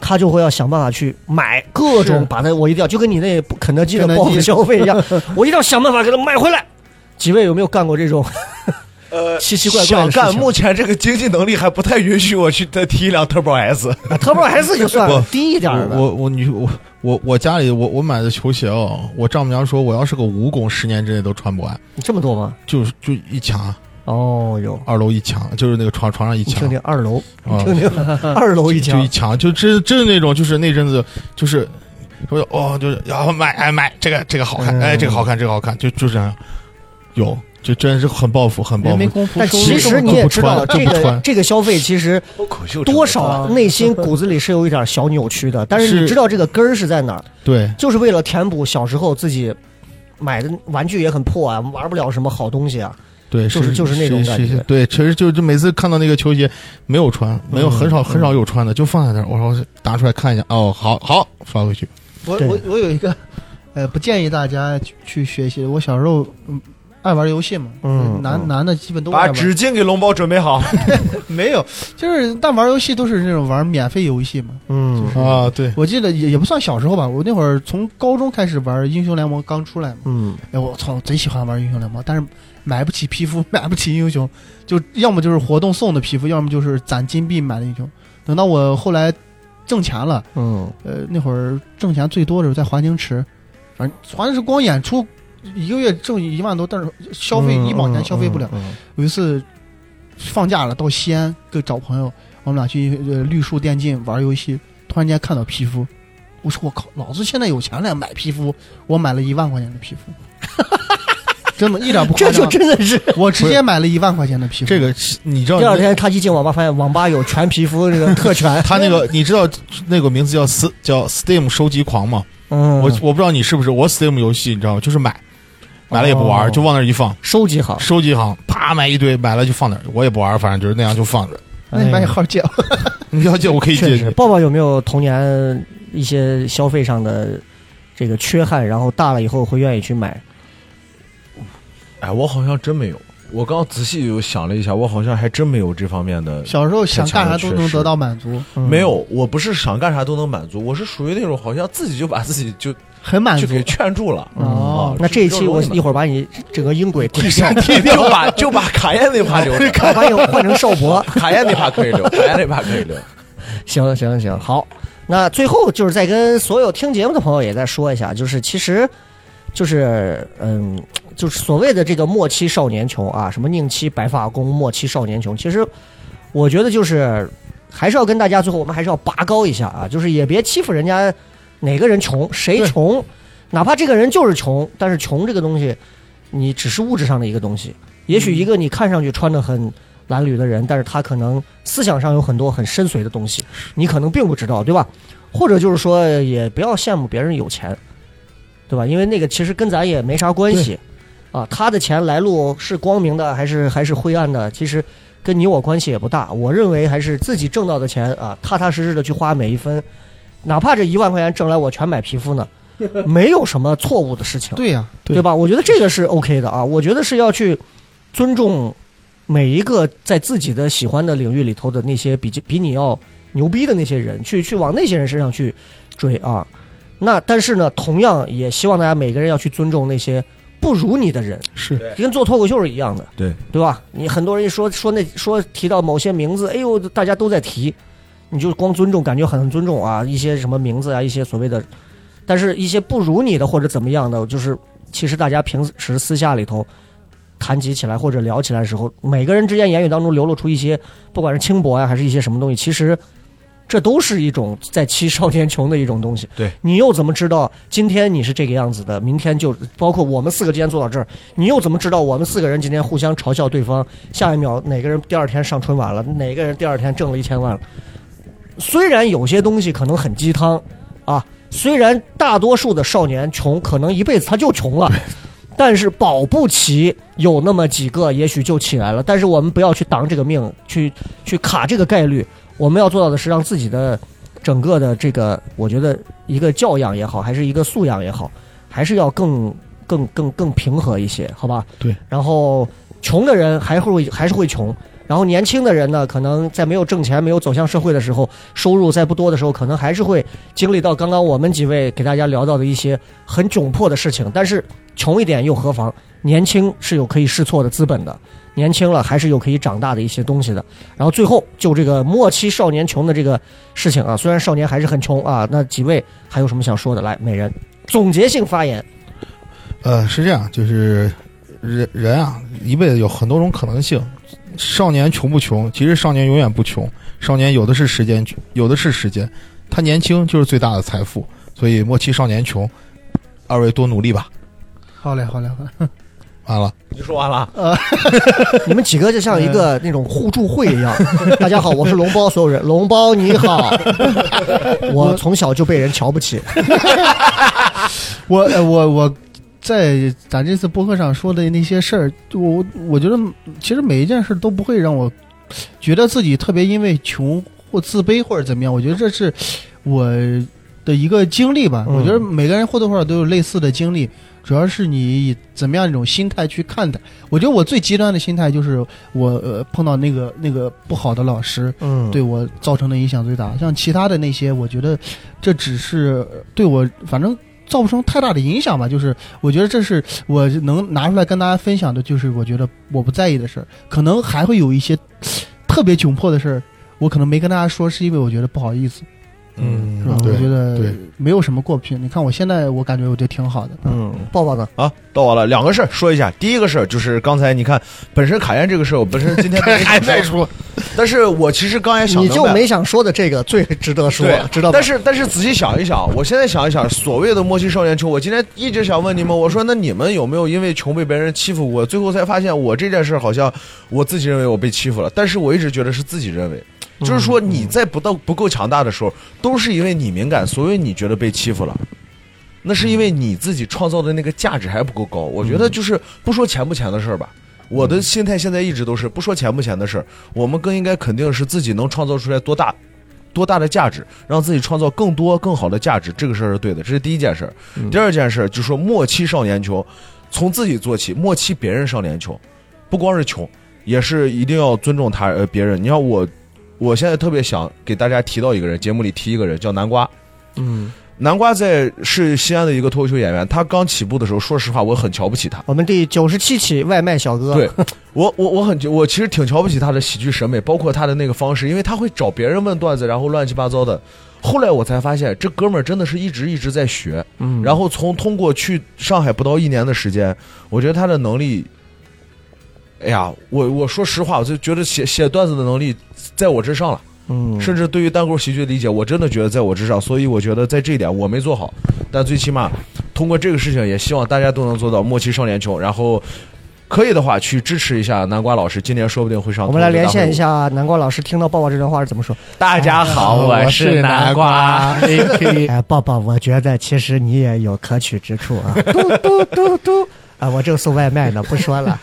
D: 他就会要想办法去买各种，
G: 是
D: 把它我一定要就跟你那肯德基的
G: 肯德
D: 报
G: 基
D: 复消费 一样，我一定要想办法给它买回来。几位有没有干过这种
F: 呃，
D: 奇奇怪怪
F: 想
D: 的事
F: 干，
D: 情
F: 目前这个经济能力还不太允许我去再提一辆 Turbo S。
D: ？Turbo S 就算了
E: 我，
D: 低一点儿的。
E: 我我你我我我家里我我买的球鞋哦，我丈母娘说我要是个蜈蚣，十年之内都穿不完，
D: 你这么多吗？
E: 就是就一墙，
D: 哦哟，
E: 二楼一墙，就是那个床床上一
D: 你
E: 墙
D: 听，听二楼，
E: 啊
D: 你听听二楼一
E: 就一
D: 墙，
E: 墙，就真真的那种，就是那阵子就是说哦，就是要买哎买这个这个好看，
D: 嗯
E: 哎这个好看这个好看，就就这样，有就真是很报复很报
G: 人没
E: 复。
G: 功夫说，
D: 但其实你也知道，
E: 都不
D: 这
E: 穿都不
D: 个
E: 穿
D: 这个消费其实
F: 口秀
D: 多少内心骨子里是有一点小扭曲的，但是你
E: 啊是
D: 知道这个根儿是在哪儿。
E: 对，
D: 就是为了填补小时候自己买的玩具也很破啊，玩不了什么好东西啊。
E: 对，
D: 就是就是那种感觉
E: 是是对，其实就就每次看到那个球鞋没有穿，没有
D: 嗯
E: 很少很少有穿的，就放在那儿，我说拿出来看一下，哦，好好发回去。
G: 我
D: 对
G: 我我有一个，呃，不建议大家去去学习。我小时候嗯爱玩游戏嘛，
D: 嗯
G: 男
D: 嗯
G: 男的基本都
F: 把
G: 爱玩。
F: 纸巾给龙包准备好。
G: 没有，就是但玩游戏都是那种玩免费游戏嘛。
D: 嗯
E: 啊，对，
G: 我记得也也不算小时候吧，我那会儿从高中开始玩英雄联盟刚出来嘛，
D: 嗯，
G: 哎我操，贼喜欢玩英雄联盟，但是买不起皮肤， 买不起英雄，就要么就是活动送的皮肤，要么就是攒金币买的英雄。等到我后来挣钱了，
D: 嗯，
G: 呃，那会儿挣钱最多的时候在华清池，反正华清池光演出一个月挣一万多，但是消费
D: 嗯
G: 一毛钱消费不了。。
D: 嗯嗯
G: 有一次放假了，到西安跟找朋友，我们俩去呃绿树电竞玩游戏，突然间看到皮肤，我说我靠，老子现在有钱了，买皮肤，我买了一万块钱的皮肤， 真的，一点不夸
D: 这就
G: 张，啊
D: 真的是，
G: 我直接买了一万块钱的皮肤。
E: 这个你知道。
D: 第二天他一进网吧，发现网吧有全皮肤这个特权
E: 他那个你知道那个名字叫 S 叫 Steam 收集狂吗？
D: 嗯，
E: 我我不知道你是不是我 Steam 游戏，你知道吗？就是买，买了也不玩，
D: 哦
E: 就往那儿一放，
D: 收集好。
E: 收集行，啪买一堆，买了就放那儿，我也不玩，反正就是那样就放着。
G: 那你把你号借我。
E: 你要借我可以借
D: 哎确实，
E: 你，
D: 抱抱有没有童年一些消费上的这个缺憾，然后大了以后会愿意去买？
F: 哎，我好像真没有。我刚仔细又想了一下，我好像还真没有这方面的。
G: 小时候想干啥都能得到满足，
D: 嗯
F: 没有，我不是想干啥都能满足，我是属于那种好像自己就把自己就
G: 很满
F: 就
G: 足。
F: 给劝住了。
G: 哦
F: 啊
D: 嗯那这一期我
F: 就
D: 一会儿把你整个音轨剃掉，
F: 就把就把卡宴那趴留着，
D: 把你换成邵博。
F: 卡宴那趴可以留，卡宴那趴可以留。
D: 行行行，好，那最后就是再跟所有听节目的朋友也再说一下，就是其实，就是嗯，就是所谓的这个末期少年穷啊，什么宁期白发公，末期少年穷，其实我觉得就是还是要跟大家最后我们还是要拔高一下啊，就是也别欺负人家哪个人穷，谁穷，哪怕这个人就是穷，但是穷这个东西，你只是物质上的一个东西，也许一个你看上去穿的很。褴褛的人，但是他可能思想上有很多很深邃的东西，你可能并不知道，对吧？或者就是说，也不要羡慕别人有钱，对吧？因为那个其实跟咱也没啥关系，啊，他的钱来路是光明的还是还是灰暗的，其实跟你我关系也不大。我认为还是自己挣到的钱啊，踏踏实实的去花每一分，哪怕这一万块钱挣来我全买皮肤呢，没有什么错误的事情。
G: 对呀、
D: 对吧？我觉得这个是 OK 的啊，我觉得是要去尊重每一个在自己的喜欢的领域里头的那些比比你要牛逼的那些人，去去往那些人身上去追啊。那但是呢，同样也希望大家每个人要去尊重那些不如你的人，
G: 是
D: 跟做脱口秀是一样的，
F: 对
D: 对吧？你很多人一说说那说提到某些名字，哎呦，大家都在提，你就光尊重，感觉很尊重啊，一些什么名字啊，一些所谓的，但是一些不如你的或者怎么样的，就是其实大家平时私下里头谈及起来或者聊起来的时候，每个人之间言语当中流露出一些，不管是轻薄呀、还是一些什么东西，其实这都是一种在欺少年穷的一种东西。
F: 对
D: 你又怎么知道今天你是这个样子的，明天就包括我们四个今天坐到这儿，你又怎么知道我们四个人今天互相嘲笑对方，下一秒哪个人第二天上春晚了，哪个人第二天挣了一千万了？虽然有些东西可能很鸡汤啊，虽然大多数的少年穷，可能一辈子他就穷了。但是保不齐有那么几个，也许就起来了。但是我们不要去挡这个命，去去卡这个概率。我们要做到的是让自己的整个的这个，我觉得一个教养也好，还是一个素养也好，还是要更更更更平和一些，好吧？
E: 对。
D: 然后穷的人还会还是会穷，然后年轻的人呢，可能在没有挣钱、没有走向社会的时候，收入在不多的时候，可能还是会经历到刚刚我们几位给大家聊到的一些很窘迫的事情。但是穷一点又何妨？年轻是有可以试错的资本的，年轻了还是有可以长大的一些东西的。然后最后就这个末期少年穷的这个事情啊，虽然少年还是很穷啊，那几位还有什么想说的？来，每人总结性发言。
E: 呃，是这样，就是人人啊，一辈子有很多种可能性。少年穷不穷？其实少年永远不穷，少年有的是时间，有的是时间。他年轻就是最大的财富，所以莫欺少年穷。二位多努力吧。
G: 好嘞，好嘞，好嘞。
E: 完了，
F: 你说完了？
D: 你们几个就像一个那种互助会一样。 大家好，我是龙包，所有人，龙包你好。我从小就被人瞧不起，
G: 我呃我我在咱这次播客上说的那些事儿，就我我觉得其实每一件事都不会让我觉得自己特别因为穷或自卑或者怎么样。我觉得这是我的一个经历吧。
D: 嗯
G: 我觉得每个人或多或少都有类似的经历，主要是你以怎么样一种心态去看待。我觉得我最极端的心态就是我呃碰到那个那个不好的老师，
D: 嗯，
G: 对我造成的影响最大。像其他的那些，我觉得这只是呃对我反正造不成太大的影响吧。就是我觉得这是我能拿出来跟大家分享的，就是我觉得我不在意的事儿。可能还会有一些特别窘迫的事儿，我可能没跟大家说，是因为我觉得不好意思，
E: 嗯
G: 是吧？我觉得
E: 对
G: 没有什么过不去。你看我现在，我感觉我就挺好的。
D: 嗯，抱抱呢？
F: 啊，到我了，两个事儿说一下。第一个事儿就是刚才你看，本身卡宴这个事儿，我本身 今天还在说，但是我其实刚才想
D: 你
F: 明白
D: 就没想说的这个最值得说
F: 对，，
D: 知道吧
F: 但？是但是仔细想一想，我现在想一想，所谓的莫欺少年穷，我今天一直想问你们，我说那你们有没有因为穷被别人欺负过？最后才发现，我这件事儿好像我自己认为我被欺负了，但是我一直觉得是自己认为。就是说，你在不到不够强大的时候，都是因为你敏感，所以你觉得被欺负了。那是因为你自己创造的那个价值还不够高。我觉得就是不说钱不钱的事儿吧，我的心态现在一直都是不说钱不钱的事儿，我们更应该肯定是自己能创造出来多大。多大的价值，让自己创造更多更好的价值，这个事儿是对的，这是第一件事儿。第二件事儿就是说莫欺少年穷，从自己做起，莫欺别人少年穷，不光是穷，也是一定要尊重他呃别人。你看我，我现在特别想给大家提到一个人，节目里提一个人叫南瓜，
D: 嗯，
F: 南瓜在是西安的一个脱口秀演员，他刚起步的时候，说实话，我很瞧不起他。
D: 我们第九十七期外卖小哥，
F: 对 我，我我很我其实挺瞧不起他的喜剧审美，包括他的那个方式，因为他会找别人问段子，然后乱七八糟的。后来我才发现，这哥们儿真的是一直一直在学。
D: 嗯，
F: 然后从通过去上海不到一年的时间，我觉得他的能力，哎呀，我我说实话，我就觉得写写段子的能力在我之上了。
D: 嗯，
F: 甚至对于单口喜剧的理解，我真的觉得在我之上，所以我觉得在这一点我没做好，但最起码通过这个事情，也希望大家都能做到莫欺少年穷，然后可以的话去支持一下南瓜老师，今年说不定会上。
D: 我们来连线一，下南瓜老师，听到抱抱这段话是怎么说？
B: 大家 好，我是南瓜。
D: 哎，抱抱，我觉得其实你也有可取之处啊！嘟嘟嘟嘟 嗯啊！我正送外卖呢，不说 了。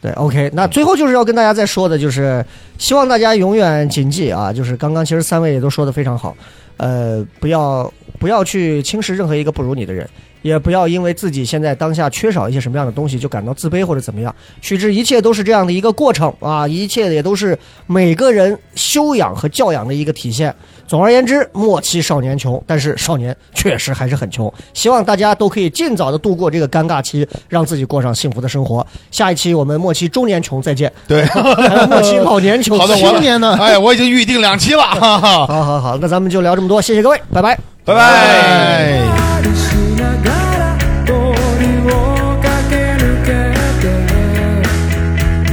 D: 对，OK，那最后就是要跟大家再说的，就是希望大家永远谨记啊，就是刚刚其实三位也都说的非常好，呃，不要不要去轻视任何一个不如你的人，也不要因为自己现在当下缺少一些什么样的东西就感到自卑或者怎么样，须知一切都是这样的一个过程啊，一切也都是每个人修养和教养的一个体现。总而言之，莫欺少年穷，但是少年确实还是很穷。希望大家都可以尽早的度过这个尴尬期，让自己过上幸福的生活。下一期我们莫欺中年穷再见，
E: 对，
D: 还有莫欺老年穷。
E: 好的，我
D: 好
G: 年呢
E: 哎，我已经预定两期了， 哈哈，
D: 好好好，那咱们就聊这么多，谢谢各位，拜 拜。
E: 拜拜。
C: りしながら通りを駆け抜けて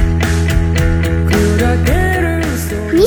C: 砕ける空
A: 你